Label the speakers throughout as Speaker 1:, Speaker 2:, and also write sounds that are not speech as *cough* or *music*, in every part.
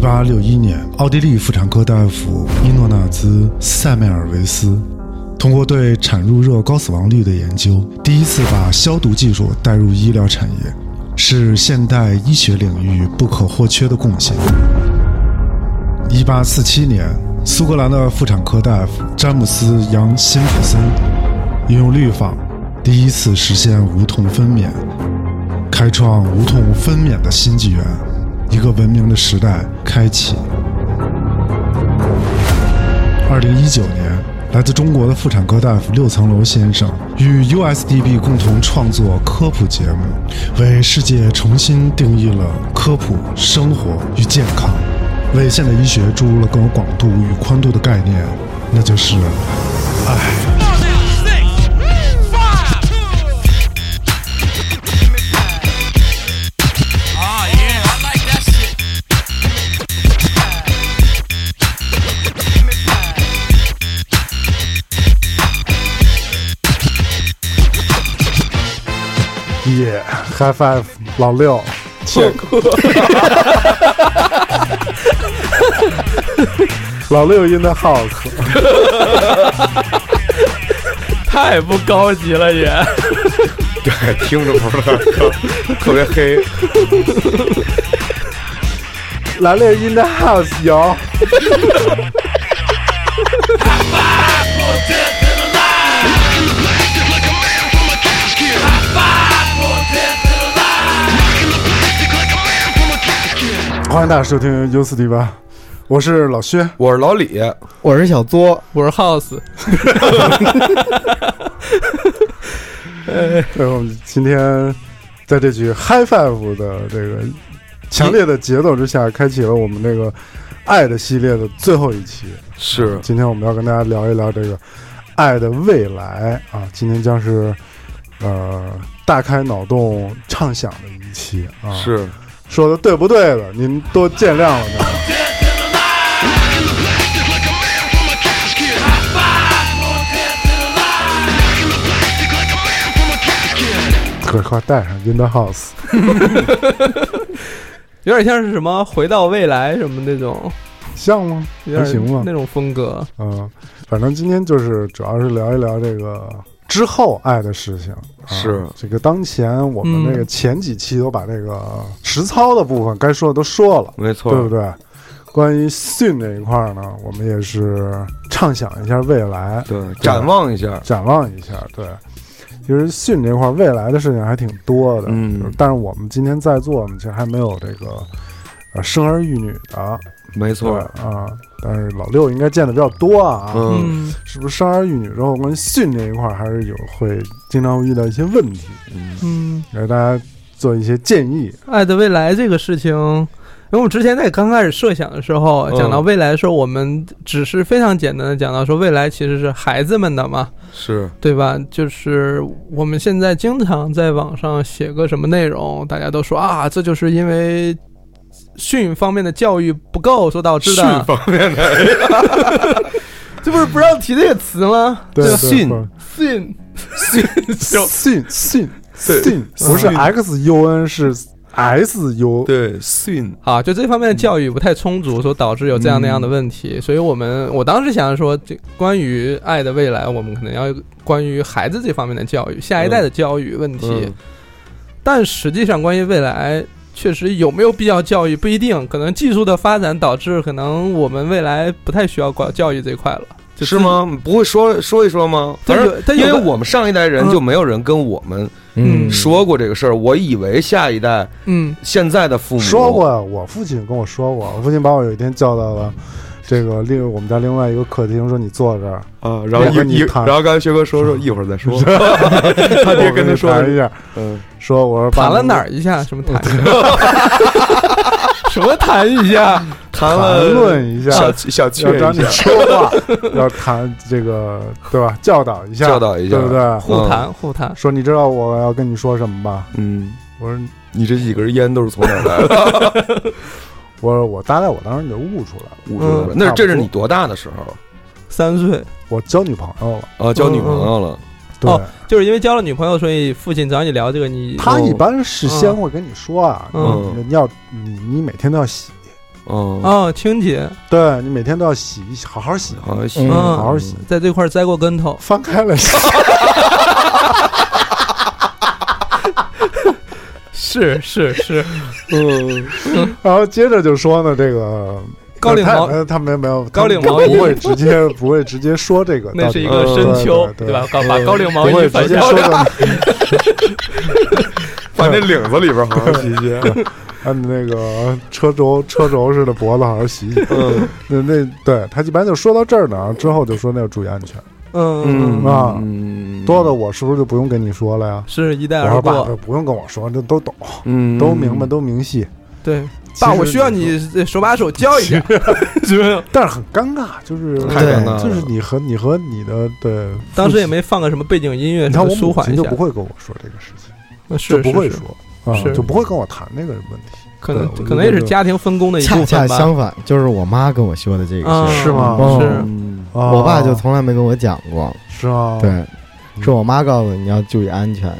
Speaker 1: 八六一年，奥地利妇产科大夫伊诺纳兹·塞梅尔维斯通过对产褥热高死亡率的研究，第一次把消毒技术带入医疗产业，是现代医学领域不可或缺的贡献。一八四七年，苏格兰的妇产科大夫詹姆斯·杨辛普森引用氯仿，第一次实现无痛分娩，开创无痛分娩的新纪元，一个文明的时代开启。二零一九年，来自中国的妇产科大夫六层楼先生与 USDB 共同创作科普节目，为世界重新定义了科普、生活与健康，为现代医学注入了更有广度与宽度的概念，那就是爱。
Speaker 2: Oh yeah, I like that shit.
Speaker 3: Yeah, high five，老六，
Speaker 4: 切克，
Speaker 3: *laughs* 老六 in the house。
Speaker 4: *laughs* 太不高级了也。
Speaker 5: *laughs* 对，听着不是特特别黑。
Speaker 3: 老六 in the house，有。欢迎大家收听 U 四 D 八，我是老薛。
Speaker 5: 我是老李，
Speaker 6: 我是小作，
Speaker 4: 我是 House，
Speaker 3: 对，我们今天在这曲 High Five 的这个强烈的节奏之下，开启了我们这个爱的系列的最后一期。
Speaker 1: 啊
Speaker 5: 是
Speaker 3: 今天我们要跟大家聊一聊这个爱的未来啊，今天将是呃大开脑洞畅想的一期啊，
Speaker 5: 是，
Speaker 3: 说的对不对的，您多见谅了呢。快快带上 In the House，
Speaker 4: 有点像是什么回到未来什么那种，
Speaker 3: 像吗？
Speaker 4: 有点
Speaker 3: 还行吧
Speaker 4: 那种风格。
Speaker 3: 嗯，反正今天就是主要是聊一聊这个之后爱的事情。啊、
Speaker 5: 是
Speaker 3: 这个当前我们
Speaker 4: 嗯
Speaker 3: 这个前几期都把这个实操的部分该说的都说了，
Speaker 5: 没错，
Speaker 3: 对不对？关于 soon 这一块儿呢，我们也是畅想一下未来，
Speaker 5: 对
Speaker 1: 啊
Speaker 5: 展望一下，
Speaker 3: 展望一下。对，其实 soon 这块儿未来的事情还挺多的，
Speaker 5: 嗯
Speaker 3: 就是但是我们今天在座，我们其实还没有这个呃生儿育女的，
Speaker 5: 没
Speaker 3: 对
Speaker 5: 错，
Speaker 3: 啊。但是老六应该见的比较多啊，
Speaker 5: 嗯，
Speaker 4: 嗯，
Speaker 3: 是不是生儿育女之后，关于训这一块儿还是有会经常会遇到一些问题，
Speaker 4: 嗯，
Speaker 3: 给大家做一些建议。
Speaker 4: 爱的未来这个事情，因为我们之前在刚开始设想的时候，
Speaker 5: 嗯
Speaker 4: 讲到未来的时候，我们只是非常简单的讲到说未来其实是孩子们的嘛，
Speaker 5: 是
Speaker 4: 对吧？就是我们现在经常在网上写个什么内容，大家都说啊，这就是因为。训方面的教育不够，所导致的。
Speaker 5: 训方面的， *laughs*
Speaker 4: 这不是不让提这个词吗？
Speaker 3: 对，
Speaker 5: 信
Speaker 4: 信
Speaker 3: 信信信
Speaker 5: 对
Speaker 3: 信，不是 X U N 是 S U，
Speaker 5: 对训，
Speaker 4: 啊，就这方面的教育不太充足，所导致有这样那样的问题。所以我们我当时想说，这关于爱的未来，我们可能要关于孩子这方面的教育，下一代的教育问题。
Speaker 5: 嗯，
Speaker 4: 但实际上，关于未来。确实有没有必要教育不一定，可能技术的发展导致可能我们未来不太需要管教育这一块了，就是
Speaker 5: 吗？不会说说一说吗？
Speaker 4: 但
Speaker 5: 反
Speaker 4: 有
Speaker 5: 正
Speaker 4: 但
Speaker 5: 因
Speaker 4: 有
Speaker 5: 为
Speaker 4: 个
Speaker 5: 我们上一代人
Speaker 4: 嗯
Speaker 5: 就没有人跟我们
Speaker 4: 嗯
Speaker 5: 说过这个事儿，我以为下一代
Speaker 4: 嗯，
Speaker 5: 现在的父母啊
Speaker 3: 说，过，我父亲跟我说过，我父亲把我有一天叫到了这个另我们家另外一个客厅，说你坐
Speaker 5: *laughs*
Speaker 3: 这儿，
Speaker 5: 啊，然后
Speaker 3: 我跟
Speaker 5: 一
Speaker 3: 你
Speaker 5: 一，
Speaker 3: 谈
Speaker 5: 然后刚才薛哥说说一会儿再说，他爹
Speaker 3: 我
Speaker 5: 跟他说
Speaker 3: 谈一下，
Speaker 5: 嗯，
Speaker 3: 说我说爸
Speaker 4: 谈了哪？儿一下？什么谈一下？什么谈一下？
Speaker 5: 谈
Speaker 3: 谈
Speaker 5: 了
Speaker 3: 论一下，
Speaker 5: 小小确
Speaker 3: 要找
Speaker 5: 一
Speaker 3: 你
Speaker 5: 下，
Speaker 3: 说话， *laughs* 要谈这个对吧？教导一下，
Speaker 5: 教导一下
Speaker 3: 对不对？
Speaker 4: 互谈互谈。
Speaker 3: 说你知道我要跟你说什么吧？
Speaker 5: 嗯。
Speaker 3: 我说
Speaker 5: 你这几根烟都是从哪儿来的？
Speaker 3: 我说我大概我当时就悟出来了，
Speaker 5: 五十多
Speaker 3: 嗯
Speaker 5: 那这是你多大的时候
Speaker 4: 三岁，
Speaker 3: 我交女朋友了。
Speaker 5: 啊？交女朋友了，
Speaker 3: 对，
Speaker 4: 哦就是因为交了女朋友，所以父亲找你聊这个，你
Speaker 3: 他一般事先会跟你说啊，
Speaker 4: 嗯
Speaker 3: 你你要你你每天都要洗，
Speaker 5: 嗯
Speaker 4: 哦，清洁，
Speaker 3: 对你每天都要洗一洗，好好洗，
Speaker 5: 好像
Speaker 4: 嗯，
Speaker 5: 是
Speaker 3: 好好洗，
Speaker 4: 在这块儿栽过跟头，
Speaker 3: 翻开了 *laughs* 洗。
Speaker 4: 是是是，
Speaker 5: 嗯，
Speaker 3: 然后接着就说呢，这个
Speaker 4: 高领毛
Speaker 3: 他呃他没有没有
Speaker 4: 高领
Speaker 3: 他
Speaker 4: 毛衣
Speaker 3: 不会直
Speaker 4: *laughs*
Speaker 3: 接不会直接说这个，
Speaker 4: 那是一
Speaker 3: 到底嗯
Speaker 4: 个深秋，
Speaker 3: 对对对
Speaker 4: 吧？把把高领毛
Speaker 3: 不会
Speaker 4: 衣反
Speaker 3: 直接
Speaker 4: 向
Speaker 3: 说
Speaker 4: 着，
Speaker 3: 到
Speaker 5: 放那领子里边好好洗洗。
Speaker 3: *laughs* 按那个车轴车轴似的脖子好好洗洗。
Speaker 5: 嗯
Speaker 3: 那那对他一般就说到这儿呢，然后之后就说那要注意安全。
Speaker 4: 嗯，
Speaker 3: 啊
Speaker 5: 嗯
Speaker 3: 多的我是不是就不用跟你说了呀？
Speaker 4: 是一带
Speaker 3: 我
Speaker 4: 而
Speaker 3: 说爸，
Speaker 4: 过。
Speaker 3: 这不用跟我说，这都懂，
Speaker 5: 嗯
Speaker 3: 都明白，都明细。
Speaker 4: 对，
Speaker 3: 其
Speaker 4: 爸，
Speaker 3: 实
Speaker 4: 我需要你手把手教一下， *laughs* 是不是？
Speaker 3: 但是很尴尬，就是
Speaker 5: 太
Speaker 1: 尴尬
Speaker 5: 了
Speaker 3: 就是你和你和你的对，
Speaker 4: 当时也没放个什么背景音乐，
Speaker 3: 你
Speaker 4: 什
Speaker 3: 看
Speaker 4: 么
Speaker 3: 我
Speaker 4: 舒
Speaker 3: 母
Speaker 4: 缓
Speaker 3: 亲
Speaker 4: 一
Speaker 3: 就
Speaker 4: 下嗯
Speaker 3: 不，会跟我说这个事情，
Speaker 4: 是
Speaker 3: 就不会，
Speaker 4: 是
Speaker 3: 说
Speaker 4: 是
Speaker 3: 啊
Speaker 4: 是，
Speaker 3: 就不会跟我谈那个问题，
Speaker 4: 可
Speaker 3: 对我
Speaker 4: 能
Speaker 3: 就
Speaker 4: 可能也
Speaker 3: 觉
Speaker 4: 是
Speaker 3: 得
Speaker 4: 家庭分工的一
Speaker 6: 恰
Speaker 4: 部
Speaker 6: 恰
Speaker 4: 分吧。
Speaker 6: 相反，就是我妈跟我说的这个
Speaker 4: 嗯
Speaker 6: 事儿，
Speaker 3: 是吗？
Speaker 6: 嗯
Speaker 4: 是
Speaker 3: 啊
Speaker 6: 我爸就从来没跟我讲过。
Speaker 3: 是啊吗？
Speaker 6: 对，是我妈告诉我你要注意安全，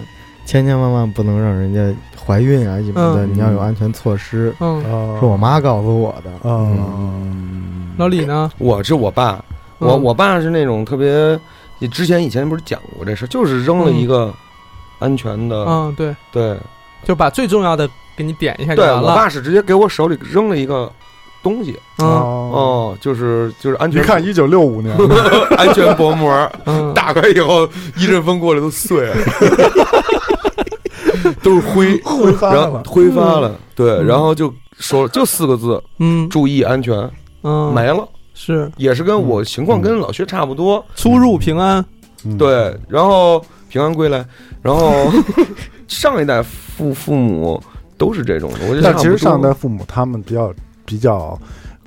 Speaker 6: 千千万万不能让人家怀孕啊什么的，
Speaker 4: 嗯
Speaker 6: 你要有安全措施。
Speaker 4: 嗯，
Speaker 3: 啊，
Speaker 6: 是我妈告诉我的。嗯，
Speaker 3: 啊，
Speaker 4: 老李呢？
Speaker 5: 我是我爸，我
Speaker 4: 嗯
Speaker 5: 我爸是那种特别，你之前以前不是讲过这事儿，就是扔了一个安全的，
Speaker 4: 嗯，对，
Speaker 5: 对
Speaker 4: 就把最重要的给你点一下就
Speaker 5: 对，
Speaker 4: 完
Speaker 5: 我
Speaker 4: 了。
Speaker 5: 爸是直接给我手里扔了一个东西，
Speaker 4: 嗯
Speaker 3: 哦，
Speaker 5: 哦，就是就是安
Speaker 3: 一
Speaker 5: 全，
Speaker 3: 看一九六五年，
Speaker 5: *laughs* 安全薄膜，
Speaker 4: 嗯，
Speaker 5: 打开以后一阵风过来都碎了， *laughs* 都是灰，
Speaker 3: 挥发
Speaker 5: 然后
Speaker 3: 了，
Speaker 5: 挥发了，对，
Speaker 4: 嗯
Speaker 5: 然后就说就四个字，
Speaker 4: 嗯
Speaker 5: 注意安全，
Speaker 4: 嗯，
Speaker 5: 没了。
Speaker 4: 是
Speaker 5: 也是跟我情况跟老薛差不多，
Speaker 4: 出入平安。
Speaker 3: 嗯，
Speaker 5: 对，然后平安归来，然后上一代父父母都是这种的，我觉得
Speaker 3: 但
Speaker 5: 差
Speaker 3: 其实
Speaker 5: 不多
Speaker 3: 上代父母他们比较比较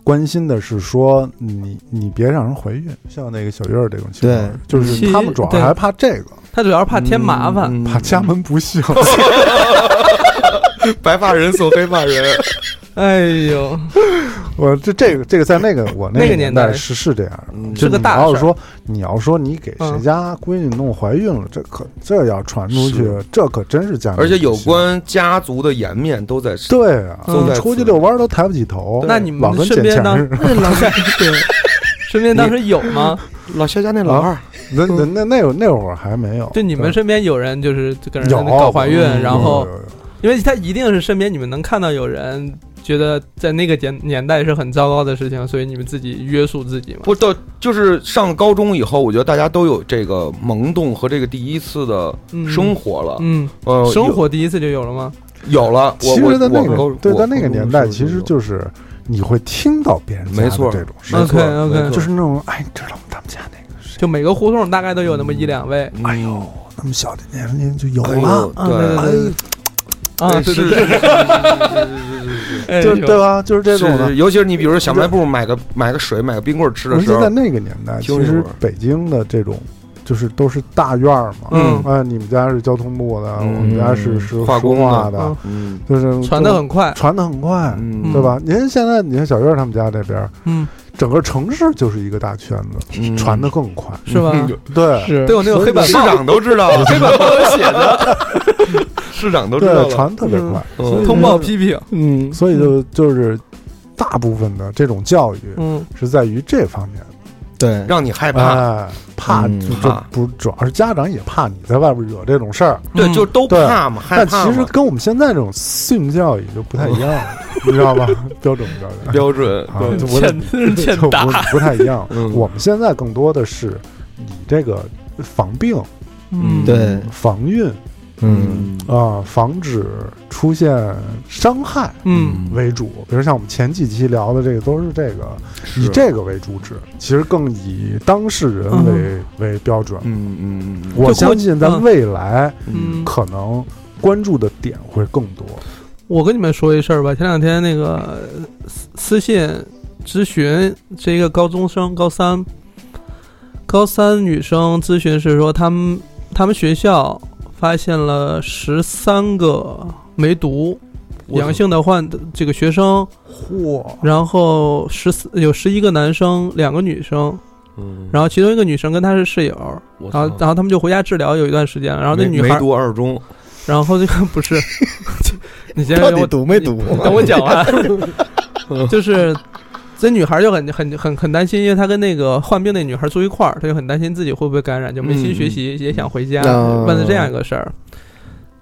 Speaker 3: 关心的是说你你别让人怀孕，像那个小月儿这种情况，就是他们主要还怕这个，
Speaker 4: 他主要是怕添麻烦，
Speaker 5: 嗯
Speaker 3: 怕家门
Speaker 4: *laughs*
Speaker 3: 不幸。
Speaker 5: *laughs* 白发人送黑发人，
Speaker 4: 哎呦，
Speaker 3: 我这这个这个在那个我
Speaker 4: 那
Speaker 3: 个
Speaker 4: 个年代
Speaker 3: 代是是这样
Speaker 5: 嗯
Speaker 3: 的，
Speaker 4: 是
Speaker 3: 就
Speaker 4: 个
Speaker 3: 你
Speaker 4: 大事儿嗯
Speaker 3: 要说你要说你给谁家闺女弄怀孕了，这可这要传出去
Speaker 5: 是，
Speaker 3: 这可真是家门不
Speaker 5: 而
Speaker 3: 幸
Speaker 5: 且有关家族的颜面都在
Speaker 3: 对啊，
Speaker 4: 嗯
Speaker 3: 你出去遛弯儿都抬不起头，
Speaker 4: 哦那你们
Speaker 3: 老跟
Speaker 4: 身
Speaker 3: 捡
Speaker 4: 边
Speaker 3: 钱
Speaker 4: 当
Speaker 3: 似的。
Speaker 4: 那 *laughs* 老
Speaker 3: *laughs*
Speaker 4: 对，身边当时有吗？
Speaker 5: 老薛家那
Speaker 3: 老
Speaker 5: 二，
Speaker 3: 那那那那会儿那会儿还没有，
Speaker 4: 就你们身边有人就是跟人
Speaker 3: 有
Speaker 4: 搞怀孕，
Speaker 5: 嗯
Speaker 4: 然
Speaker 3: 有
Speaker 4: 后
Speaker 3: 有有
Speaker 4: 因为他一定是身边你们能看到有人觉得在那个年年代是很糟糕的事情，所以你们自己约束自己嘛。
Speaker 5: 不到就是上高中以后，我觉得大家都有这个萌动和这个第一次的
Speaker 4: 嗯
Speaker 5: 生活了，
Speaker 4: 嗯，
Speaker 5: 嗯，
Speaker 3: 哦
Speaker 5: 有
Speaker 4: 生活第一次就有了吗？
Speaker 5: 有了，我
Speaker 3: 其实，在那
Speaker 5: 我我高
Speaker 3: 个对，
Speaker 5: 我
Speaker 3: 在那
Speaker 5: 高
Speaker 3: 个
Speaker 5: 中
Speaker 3: 年
Speaker 5: 时
Speaker 3: 代，
Speaker 5: 候
Speaker 3: 其实
Speaker 5: 有
Speaker 3: 就是你会听到别人家的
Speaker 5: 没错
Speaker 3: 这种事
Speaker 5: 没，错
Speaker 4: OK，OK
Speaker 5: 没错
Speaker 3: 就是那种哎，你知道吗？他们家那个谁，
Speaker 4: 就每个胡同大概都有那么一两位
Speaker 5: 嗯
Speaker 3: 哎呦，那么小的年龄就有
Speaker 5: 哎呦
Speaker 3: 了，
Speaker 4: 啊对
Speaker 5: 对
Speaker 3: 哎，
Speaker 4: 啊，对
Speaker 5: 是
Speaker 4: 对
Speaker 5: 是
Speaker 4: 对
Speaker 5: 是是是是是。
Speaker 4: 哎
Speaker 3: 就
Speaker 4: 呦
Speaker 3: 对吧？就是这
Speaker 5: 是
Speaker 3: 种的。
Speaker 5: 尤其是你比如说小卖部买个买个水买个冰棍儿吃
Speaker 3: 而
Speaker 5: 的时
Speaker 3: 且
Speaker 5: 候
Speaker 3: 在，那个年代，
Speaker 5: 听
Speaker 3: 其
Speaker 5: 一会
Speaker 3: 实
Speaker 5: 儿
Speaker 3: 北京的这种就是都是大院儿嘛，
Speaker 4: 嗯
Speaker 3: 哎，你们家是交通部的，
Speaker 5: 嗯
Speaker 3: 我们家是是
Speaker 5: 化工的
Speaker 3: 书画
Speaker 4: 嗯
Speaker 3: 的，
Speaker 5: 嗯
Speaker 3: 就是
Speaker 4: 传的很快，
Speaker 3: 传的很快，
Speaker 5: 嗯
Speaker 3: 对吧？您现在你看小月他们家这边，
Speaker 4: 嗯，
Speaker 3: 整个城市就是一个大圈子，
Speaker 5: 嗯
Speaker 3: 传的更快，
Speaker 4: 是吧？
Speaker 3: 嗯对，
Speaker 6: 是
Speaker 4: 对我那个黑板
Speaker 5: 市
Speaker 4: 报，
Speaker 5: 长都知道，黑板报上写的，市长都知道
Speaker 3: 对，
Speaker 5: 了。
Speaker 3: 传特别快，
Speaker 5: 嗯
Speaker 3: 所以
Speaker 4: 通报批评，
Speaker 6: 嗯，
Speaker 3: 所以就就是大部分的这种教育
Speaker 4: 嗯，
Speaker 3: 是在于这方面，
Speaker 6: 对，
Speaker 5: 让你害怕，
Speaker 3: 哎，怕
Speaker 6: 嗯
Speaker 3: 就
Speaker 5: 怕
Speaker 3: 就不主要是家长也怕你在外边惹这种事儿，
Speaker 5: 对，就都
Speaker 3: 对
Speaker 5: 怕嘛，害
Speaker 3: 但
Speaker 5: 怕
Speaker 3: 其实
Speaker 5: 嘛。
Speaker 3: 跟我们现在这种性教育就不太一样
Speaker 5: *laughs*
Speaker 3: 了，你知道吧？标准标准
Speaker 5: 标准，
Speaker 3: 啊，
Speaker 5: 对
Speaker 3: 就不太
Speaker 4: 欠真是欠
Speaker 3: 就不
Speaker 4: 打，
Speaker 3: 不太一样
Speaker 5: *laughs* 嗯。
Speaker 3: 我们现在更多的是以这个防病、
Speaker 4: 嗯，
Speaker 6: 对，
Speaker 3: 防孕
Speaker 6: 嗯，
Speaker 3: 啊、防止出现伤害。
Speaker 4: 嗯，
Speaker 3: 为主，比如像我们前几期聊的这个，都是这个以
Speaker 5: 是
Speaker 3: 这个为主旨，其实更以当事人为、为标准。
Speaker 5: 嗯嗯嗯
Speaker 3: 我
Speaker 4: 就过
Speaker 3: 相信咱
Speaker 4: 嗯
Speaker 3: 未来
Speaker 4: 嗯
Speaker 3: 可能关注的点会更多。
Speaker 4: 我跟你们说一事儿吧，前两天那个呃私私信咨询是一个高中生，高三，高三女生咨询是说他们他们学校发现了十三个梅毒
Speaker 5: 我
Speaker 4: 阳性的患这个学生，
Speaker 3: 嚯、
Speaker 4: 然后十四有十一个男生，两个女生，
Speaker 5: 嗯
Speaker 4: 然后其中一个女生跟她是室友，
Speaker 5: 我
Speaker 4: 然后
Speaker 5: 操
Speaker 4: 然后他们就回家治疗有一段时间了，然后那
Speaker 5: 梅
Speaker 4: 女
Speaker 5: 梅
Speaker 4: 孩，
Speaker 5: 毒二
Speaker 4: *laughs*
Speaker 5: 中，
Speaker 4: 然后这个不是，你先 *laughs*
Speaker 6: 到
Speaker 4: 让
Speaker 6: 底
Speaker 4: 我
Speaker 6: 读没读？啊
Speaker 4: 等我讲完。就是这女孩就很很很很担心，因为她跟那个患病那女孩住一块儿，她就很担心自己会不会感染，就没心学习，也想回家，
Speaker 6: 啊
Speaker 4: 问了这样一个事儿。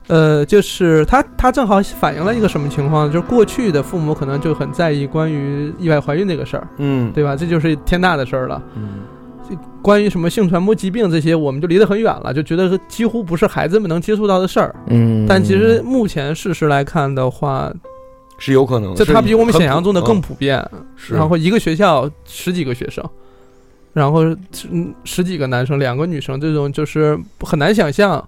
Speaker 4: 呃，就是她她正好反映了一个什么情况，就是过去的父母可能就很在意关于意外怀孕这个事儿，
Speaker 5: *laughs* 嗯
Speaker 4: 对吧？这就是天大的事儿了。
Speaker 5: 嗯
Speaker 4: 关于什么性传播疾病这些，我们就离得很远了，就觉得几乎不是孩子们能接触到的事儿。
Speaker 6: 嗯，
Speaker 4: 但其实目前事实来看的话，
Speaker 5: 是有可能，
Speaker 4: 这它比我们想象中的更
Speaker 5: 嗯
Speaker 4: 普遍。
Speaker 5: 是
Speaker 4: 然后一个学校十几个学生，然后嗯十几个男生，两个女生，这种就是很难想象。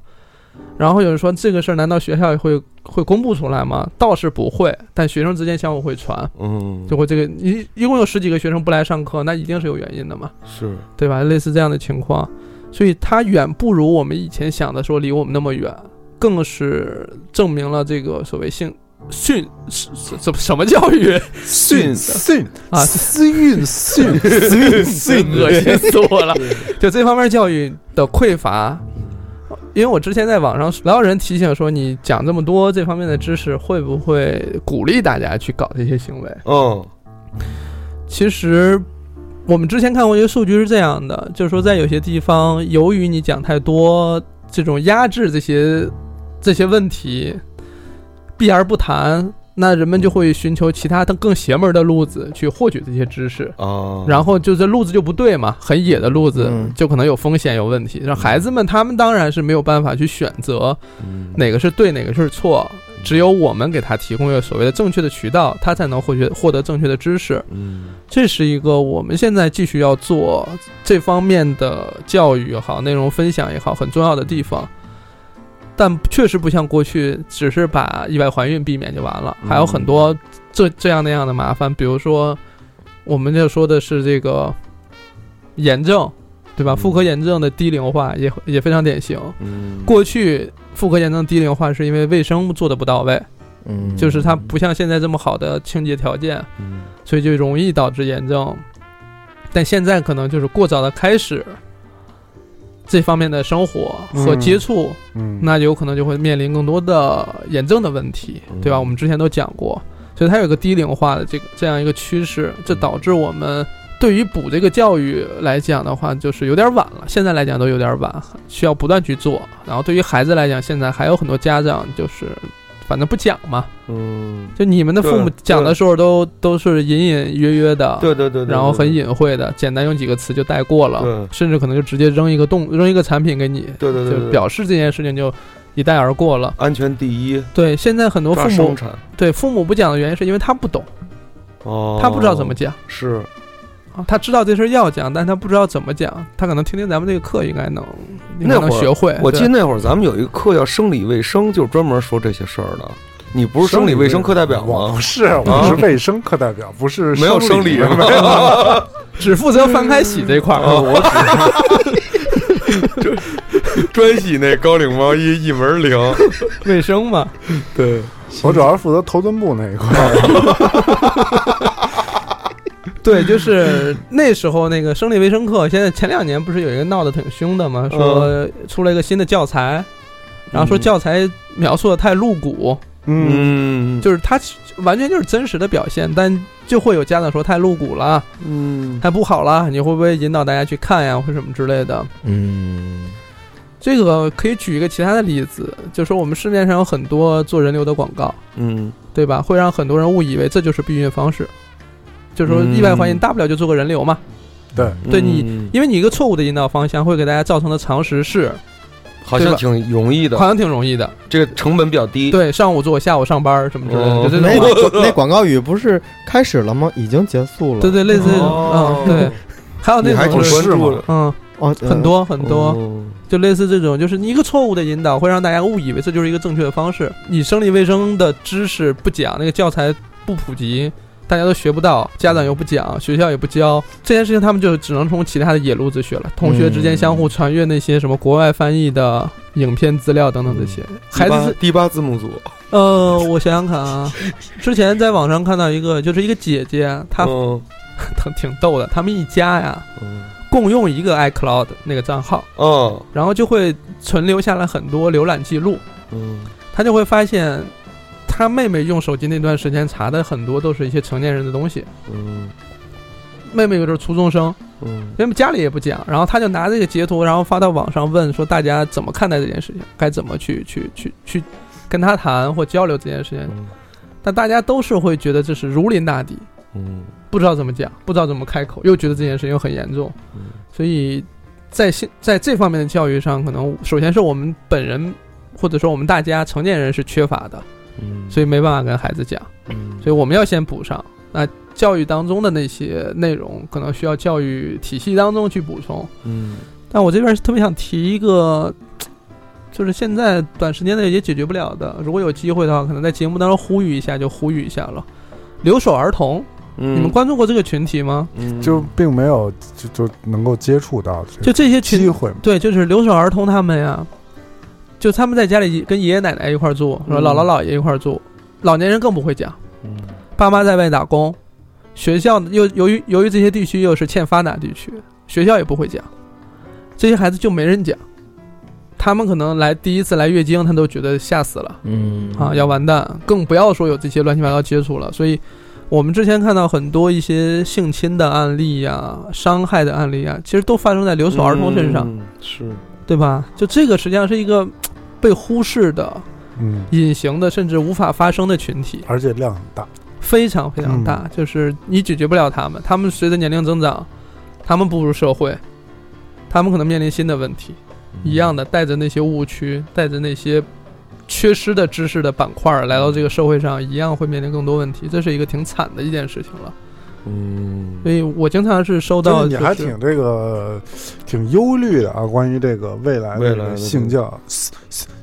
Speaker 4: 然后有人说这个事儿难道学校会会公布出来吗？倒是不会，但学生之间相互会传，
Speaker 5: 嗯
Speaker 4: 就会这个一一共有十几个学生不来上课，那一定是有原因的嘛。
Speaker 5: 是
Speaker 4: 对吧？类似这样的情况，所以它远不如我们以前想的说离我们那么远，更是证明了这个所谓性训是是怎么什么教育
Speaker 5: 训训
Speaker 4: 啊
Speaker 5: 私运训
Speaker 4: *laughs*
Speaker 5: 训训
Speaker 4: 恶心死我了！嗯就这方面教育的匮乏，因为我之前在网上老有人提醒说，你讲这么多这方面的知识，会不会鼓励大家去搞这些行为？
Speaker 5: 嗯
Speaker 4: 其实我们之前看过一个数据是这样的，就是说在有些地方，由于你讲太多这种压制这些这些问题，避而不谈，那人们就会寻求其他的更邪门的路子去获取这些知识。
Speaker 5: 啊，
Speaker 4: 然后就这路子就不对嘛，很野的路子、
Speaker 6: 嗯
Speaker 4: 就可能有风险有问题。让孩子们他们当然是没有办法去选择
Speaker 5: 嗯
Speaker 4: 哪个是对，哪个是错，只有我们给他提供一个所谓的正确的渠道，他才能获取获得正确的知识。
Speaker 5: 嗯
Speaker 4: 这是一个我们现在继续要做这方面的教育也好，内容分享也好，很重要的地方。但确实不像过去，只是把意外怀孕避免就完了，
Speaker 5: 嗯
Speaker 4: 还有很多这这样那样的麻烦，比如说我们就说的是这个炎症，对吧？
Speaker 5: 嗯
Speaker 4: 妇科炎症的低龄化也也非常典型。
Speaker 5: 嗯
Speaker 4: 过去妇科炎症低龄化是因为卫生做的不到位，
Speaker 6: 嗯，
Speaker 4: 就是它不像现在这么好的清洁条件，
Speaker 5: 嗯
Speaker 4: 所以就容易导致炎症。但现在可能就是过早的开始这方面的生活和接触，
Speaker 3: 嗯，
Speaker 4: 那有可能就会面临更多的炎症的问题，
Speaker 5: 嗯
Speaker 4: 对吧？我们之前都讲过，所以它有一个低龄化的这个这样一个趋势，这导致我们对于补这个教育来讲的话，就是有点晚了。现在来讲都有点晚，需要不断去做。然后对于孩子来讲，现在还有很多家长就是反正不讲嘛，
Speaker 5: 嗯，
Speaker 4: 就你们的父母
Speaker 5: 对
Speaker 4: 讲的时候都都是隐隐约约的，
Speaker 5: 对对对，对
Speaker 4: 然后很
Speaker 5: 对
Speaker 4: 隐晦的，简单用几个词就带过了
Speaker 5: 对，
Speaker 4: 甚至可能就直接扔一个动扔一个产品给你，
Speaker 5: 对对对
Speaker 4: 就
Speaker 5: 对，
Speaker 4: 表示这件事情就一带而过了。
Speaker 5: 安全第一，
Speaker 4: 对，现在很多
Speaker 5: 抓
Speaker 4: 父
Speaker 5: 生
Speaker 4: 母
Speaker 5: 产
Speaker 4: 对父母不讲的原因是因为他不懂，
Speaker 5: 哦，
Speaker 4: 他不知道怎么讲
Speaker 5: 是
Speaker 4: 啊，他知道这事儿要讲，但他不知道怎么讲，他可能听听咱们这个课应该能应该
Speaker 5: 那会
Speaker 4: 能
Speaker 5: 儿
Speaker 4: 学会。
Speaker 5: 我
Speaker 4: 哎对
Speaker 5: 记得那会儿咱们有一个课叫生理卫生，就是专门说这这事儿的。你不是生理卫生课代表
Speaker 3: 我
Speaker 5: 吗嗯
Speaker 3: 不？是，我是卫生课代表，不是
Speaker 5: 没有生理
Speaker 3: 理，
Speaker 5: 吗
Speaker 3: 没 *laughs* 有
Speaker 4: 只负责翻开洗这
Speaker 5: *laughs*
Speaker 4: 块儿，
Speaker 5: 哦专洗那高领毛衣一门灵。
Speaker 4: 卫生嘛，
Speaker 5: 对，
Speaker 3: 我主要是负责头臀部那一块儿。
Speaker 5: *laughs*
Speaker 4: 对，就是那时候那个生理卫生课，现在前两年不是有一个闹得挺凶的吗？说出了一个新的教材，然后说教材描述的太露骨，
Speaker 3: 嗯，
Speaker 5: 嗯，
Speaker 4: 就是它完全就是真实的表现，但就会有家长说太露骨了，
Speaker 5: 嗯
Speaker 4: 太不好了，你会不会引导大家去看呀，或什么之类的？
Speaker 6: 嗯
Speaker 4: 这个可以举一个其他的例子，就说我们市面上有很多做人流的广告，
Speaker 5: 嗯
Speaker 4: 对吧？会让很多人误以为这就是避孕方式，就是说意外怀孕
Speaker 5: 嗯
Speaker 4: 大不了就做个人流嘛。
Speaker 3: 对，
Speaker 4: 对你因为你一个错误的引导方向，会给大家造成的常识是，
Speaker 5: 好
Speaker 4: 对
Speaker 5: 像
Speaker 4: 吧
Speaker 5: 挺容易的
Speaker 4: 好，像挺容易的。
Speaker 5: 这个成本比较低。
Speaker 4: 对，上午做，下午上班儿什么之类的，
Speaker 5: 哦
Speaker 4: 就这
Speaker 6: 那
Speaker 4: 种。*laughs*
Speaker 6: 广那广告语不是开始了吗？已经结束了。
Speaker 4: 对对，类似这种，
Speaker 5: 哦
Speaker 4: 嗯，对。还有那
Speaker 5: 你还
Speaker 4: 种
Speaker 5: 挺
Speaker 4: 就是，
Speaker 5: 关注的，
Speaker 4: 嗯，
Speaker 6: 哦，呃
Speaker 4: 很多很多，
Speaker 6: 哦
Speaker 4: 就类似这种，就是你一个错误的引导，会让大家误以为这就是一个正确的方式。你生理卫生的知识不讲，那个教材不普及。大家都学不到，家长又不讲，学校也不教这件事情，他们就只能从其他的野路子学了。同学之间相互传阅那些什么国外翻译的影片资料等等这
Speaker 5: 嗯
Speaker 4: 些，孩子是
Speaker 5: 第八字幕组，
Speaker 4: 呃，我想想看啊，之前在网上看到一个，就是一个姐姐，她 *laughs*
Speaker 5: 嗯
Speaker 4: 挺挺逗的，他们一家呀
Speaker 5: 嗯
Speaker 4: 共用一个 iCloud 那个账号，
Speaker 5: 嗯
Speaker 4: 然后就会存留下来很多浏览记录，
Speaker 5: 嗯
Speaker 4: 她就会发现。她他妹妹用手机那段时间查的很多都是一些成年人的东西，
Speaker 6: 嗯
Speaker 4: 妹妹有时候初中生，
Speaker 6: 嗯
Speaker 4: 因为家里也不讲，然后他就拿这个截图，然后发到网上问说大家怎么看待这件事情，该怎么去去去去跟他谈或交流这件事情，
Speaker 6: 嗯
Speaker 4: 但大家都是会觉得这是如临大敌，
Speaker 6: 嗯
Speaker 4: 不知道怎么讲，不知道怎么开口，又觉得这件事情很严重，
Speaker 6: 嗯
Speaker 4: 所以在现在这方面的教育上，可能首先是我们本人或者说我们大家成年人是缺乏的，
Speaker 6: 嗯，
Speaker 4: 所以没办法跟孩子讲，
Speaker 6: 以
Speaker 4: 所以我们要先补上。那教育当中的那些内容，可能需要教育体系当中去补充。
Speaker 6: 嗯
Speaker 4: 但我这边是特别想提一个，就是现在短时间内也解决不了的，如果有机会的话，可能在节目当中呼吁一下，就呼吁一下了。留守儿童，
Speaker 5: 嗯，
Speaker 4: 你们关注过这个群体吗？
Speaker 5: 嗯
Speaker 3: 就并没有就就能够接触到这
Speaker 4: 就
Speaker 3: 个
Speaker 4: 这些群
Speaker 3: 机会嘛。
Speaker 4: 对，就是留守儿童他们呀，就他们在家里跟爷爷奶奶一块儿住，说
Speaker 6: 嗯
Speaker 4: 姥姥姥爷一块儿住，老年人更不会讲，
Speaker 6: 嗯
Speaker 4: 爸妈在外打工，学校又由于由于这些地区又是欠发达地区，学校也不会讲，这些孩子就没人讲，他们可能来第一次来月经，他都觉得吓死了。
Speaker 6: 嗯
Speaker 4: 啊，要完蛋，更不要说有这些乱七八糟接触了。所以，我们之前看到很多一些性侵的案例呀、伤害的案例呀、其实都发生在留守儿童身上，
Speaker 5: 嗯是
Speaker 4: 对吧？就这个实际上是一个嘖被忽视的、
Speaker 3: 嗯，
Speaker 4: 隐形的，甚至无法发声的群体，
Speaker 3: 而且量很大。
Speaker 4: 非常非常大。
Speaker 3: 嗯
Speaker 4: 就是你解决不了他们，他们随着年龄增长，他们步入社会，他们可能面临新的问题，
Speaker 3: 嗯
Speaker 4: 一样的带着那些误区，带着那些缺失的知识的板块儿来到这个社会上，一样会面临更多问题。这是一个挺惨的一件事情了。
Speaker 5: 嗯
Speaker 4: 所以我经常是收
Speaker 3: 就
Speaker 4: 到、
Speaker 3: 是
Speaker 4: 就
Speaker 3: 你
Speaker 4: 是，
Speaker 3: 还挺这个挺忧虑的啊，关于这个未来
Speaker 5: 未
Speaker 3: 的这
Speaker 5: 来
Speaker 3: 个
Speaker 5: 的
Speaker 3: 性
Speaker 5: 这
Speaker 3: 教私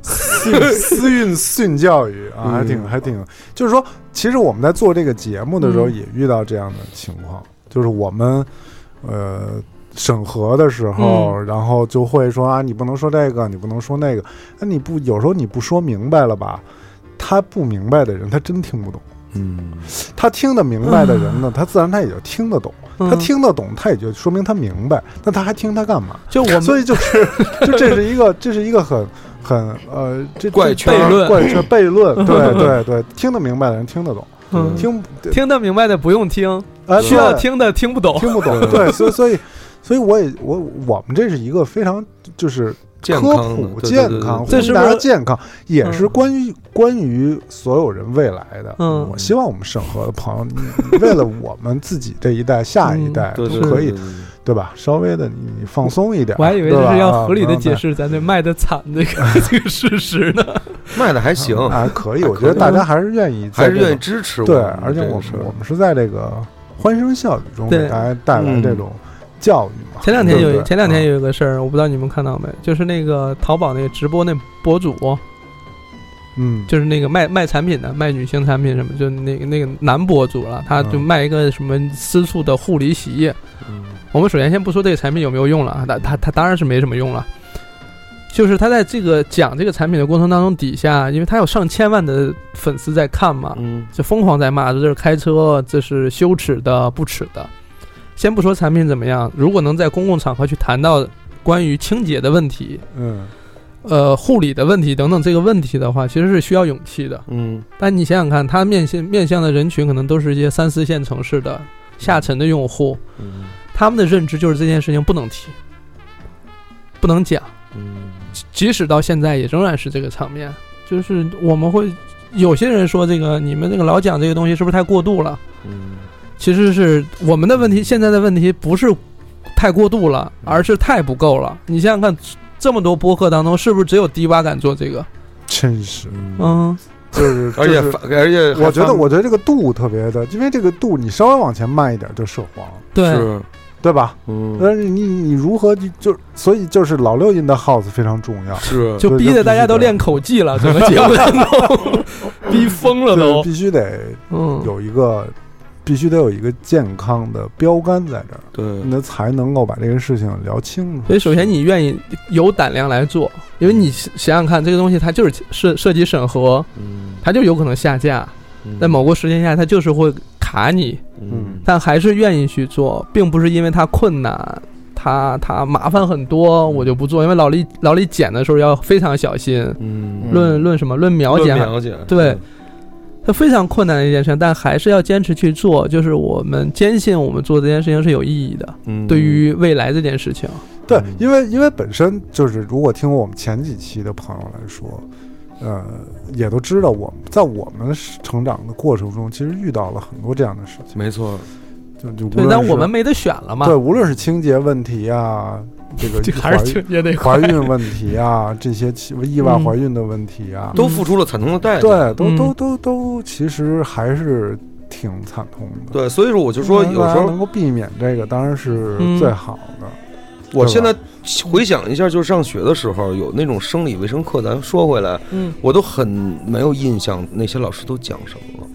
Speaker 3: 私私运性教育啊，还挺
Speaker 5: 嗯
Speaker 3: 还挺，就是说，其实我们在做这个节目的时候
Speaker 4: 嗯
Speaker 3: 也遇到这样的情况，就是我们呃。审核的时候，
Speaker 4: 嗯
Speaker 3: 然后就会说啊，你不能说这个，你不能说那个。那你不有时候你不说明白了吧？他不明白的人，他真听不懂；
Speaker 5: 嗯
Speaker 3: 他听得明白的人呢，他自然他也就听得懂。
Speaker 4: 嗯
Speaker 3: 他听得懂，他也就说明他明白，那他还听他干嘛？
Speaker 4: 就我们
Speaker 3: 所以就是， *laughs* 就这是一个，这是一个很很呃，这
Speaker 5: 怪
Speaker 3: 这
Speaker 5: 圈
Speaker 4: 悖论
Speaker 3: 怪圈悖
Speaker 4: *laughs*
Speaker 3: 论，对对对，听得明白的人听得懂，
Speaker 4: 嗯
Speaker 3: 听
Speaker 4: 听得明白的不用听，
Speaker 3: 啊
Speaker 4: 需要
Speaker 3: 对
Speaker 4: 听的听不懂。
Speaker 3: 听不懂，对，所以所以所以我也我我们这是一个非常就是
Speaker 5: 健
Speaker 3: 科
Speaker 5: 康的
Speaker 3: 普
Speaker 5: 对对
Speaker 3: 健
Speaker 5: 对
Speaker 3: 康，
Speaker 5: 对
Speaker 4: 这是不
Speaker 3: 大
Speaker 4: 是
Speaker 3: 家健康，也是
Speaker 4: 嗯
Speaker 3: 关于关于所有人未来的。
Speaker 4: 嗯
Speaker 3: 我希望我们审核的朋友，你你为了我们自己这一代、下一
Speaker 4: 嗯
Speaker 3: 代都
Speaker 5: 对对
Speaker 3: 可以
Speaker 5: 对对对
Speaker 3: 对吧？稍微的你你放松一点，
Speaker 4: 我还以为
Speaker 3: 对
Speaker 4: 这
Speaker 3: 吧
Speaker 4: 是要合理的解。
Speaker 3: 啊
Speaker 4: 释咱这卖的惨这
Speaker 3: *laughs*
Speaker 4: 个这个事实呢。
Speaker 5: 卖的还行，
Speaker 3: 不能太啊，
Speaker 5: *laughs*
Speaker 3: 可以，
Speaker 5: 还
Speaker 3: 我
Speaker 5: 可
Speaker 3: 觉得
Speaker 5: 以
Speaker 3: 大家还是愿意在
Speaker 5: 还
Speaker 3: 这
Speaker 5: 是
Speaker 3: 种，
Speaker 5: 愿意支持我嗯
Speaker 3: 对，
Speaker 5: 们
Speaker 3: 而且
Speaker 5: 这个
Speaker 3: 我
Speaker 5: 事
Speaker 3: 们
Speaker 5: 儿
Speaker 3: 我们是在这个欢声笑语中给
Speaker 4: 对嗯
Speaker 3: 大家带来
Speaker 5: 嗯
Speaker 3: 这种教育嘛。
Speaker 4: 前两天
Speaker 3: 对不啊
Speaker 4: 有
Speaker 3: 对
Speaker 4: 前两天有一个事儿，我不知道你们看到没，就是那个淘宝那个直播那博主，
Speaker 3: 嗯，
Speaker 4: 就是那个卖卖产品的，卖女性产品什么，就那个那个男博主了，他就
Speaker 3: 嗯
Speaker 4: 卖一个什么私处的护理洗衣液。我们首先先不说这个产品有没有用了啊，他他他当然是没什么用了。就是他在这个讲这个产品的过程当中，底下因为他有上千万的粉丝在看嘛，
Speaker 5: 嗯
Speaker 4: 就疯狂在骂，这是开车，这是羞耻的、不耻的。先不说产品怎么样，如果能在公共场合去谈到关于清洁的问题、
Speaker 3: 嗯
Speaker 4: 呃护理的问题等等这个问题的话，其实是需要勇气的。
Speaker 5: 嗯
Speaker 4: 但你想想看，他面向面向的人群可能都是一些三四线城市的下沉的用户，
Speaker 5: 嗯
Speaker 4: 他们的认知就是这件事情不能提，不能讲。
Speaker 5: 嗯
Speaker 4: 即使到现在也仍然是这个场面，就是我们会有些人说这个你们这个老讲这个东西是不是太过度了？
Speaker 5: 嗯
Speaker 4: 其实是我们的问题，现在的问题不是太过度了，而是太不够了。你想想看，这么多播客当中，是不是只有迪巴敢做这个？
Speaker 3: 真是，
Speaker 5: 嗯，
Speaker 4: 嗯
Speaker 3: 就是
Speaker 5: *laughs* 而且
Speaker 3: 就是
Speaker 5: 反而且还
Speaker 3: 我觉得
Speaker 5: 反
Speaker 3: 我觉得这个度特别的，因为这个度你稍微往前慢一点就涉黄，
Speaker 4: 对，
Speaker 5: 是
Speaker 3: 对吧？
Speaker 5: 嗯
Speaker 3: 但是你你如何就就所以就是老六音的 house 非常重要，
Speaker 5: 是
Speaker 4: 就逼得大家都练口技了，整个节目当中 *laughs* 逼疯了
Speaker 3: 就是
Speaker 4: 都。
Speaker 3: 必须得
Speaker 4: 嗯，
Speaker 3: 有一个，必须得有一个健康的标杆在这儿，
Speaker 5: 对
Speaker 4: 嗯
Speaker 3: 那才能够把这个事情聊清楚。
Speaker 4: 所以首先你愿意有胆量来做，因为你想想看，这个东西它就是涉涉及审核，
Speaker 5: 嗯
Speaker 4: 它就有可能下架。在某个时间下，它就是会卡你，
Speaker 5: 嗯
Speaker 4: 但还是愿意去做，并不是因为它困难，它它麻烦很多，我就不做。因为老李老李剪的时候要非常小心，
Speaker 5: 嗯
Speaker 4: 论论什么论秒
Speaker 5: 论嗯
Speaker 4: 剪，
Speaker 5: 了解
Speaker 4: 对这非常困难的一件事情，但还是要坚持去做。就是我们坚信我们做这件事情是有意义的，
Speaker 5: 嗯
Speaker 4: 对于未来这件事情，
Speaker 3: 对
Speaker 5: 嗯，
Speaker 3: 因为因为本身就是，如果听过我们前几期的朋友来说，呃，也都知道我们在我们成长的过程中，其实遇到了很多这样的事情，
Speaker 5: 没错，
Speaker 3: 就就无
Speaker 4: 对，
Speaker 3: 论
Speaker 4: 但
Speaker 3: 是
Speaker 4: 我们没得选了嘛
Speaker 3: 对，，无论是清洁问题啊，这
Speaker 4: *laughs*
Speaker 3: 个
Speaker 4: 这
Speaker 3: 怀
Speaker 4: 还是情节那块
Speaker 3: 怀孕问题啊，这些其意外
Speaker 4: 嗯
Speaker 3: 怀孕的问题啊，
Speaker 5: 都付出了惨痛的代价。
Speaker 3: 对，都
Speaker 4: 嗯
Speaker 3: 都都都，其实还是挺惨痛的。
Speaker 5: 对，所以说我就说，有
Speaker 3: 大
Speaker 5: 时
Speaker 3: 家
Speaker 5: 候
Speaker 3: 能够避免这个，当然是
Speaker 4: 嗯
Speaker 3: 最好的。
Speaker 5: 我现在
Speaker 3: 对
Speaker 5: 回想一下，就是上学的时候有那种生理卫生课，咱说回来，
Speaker 4: 嗯，
Speaker 5: 我都很没有印象，那些老师都讲什么了。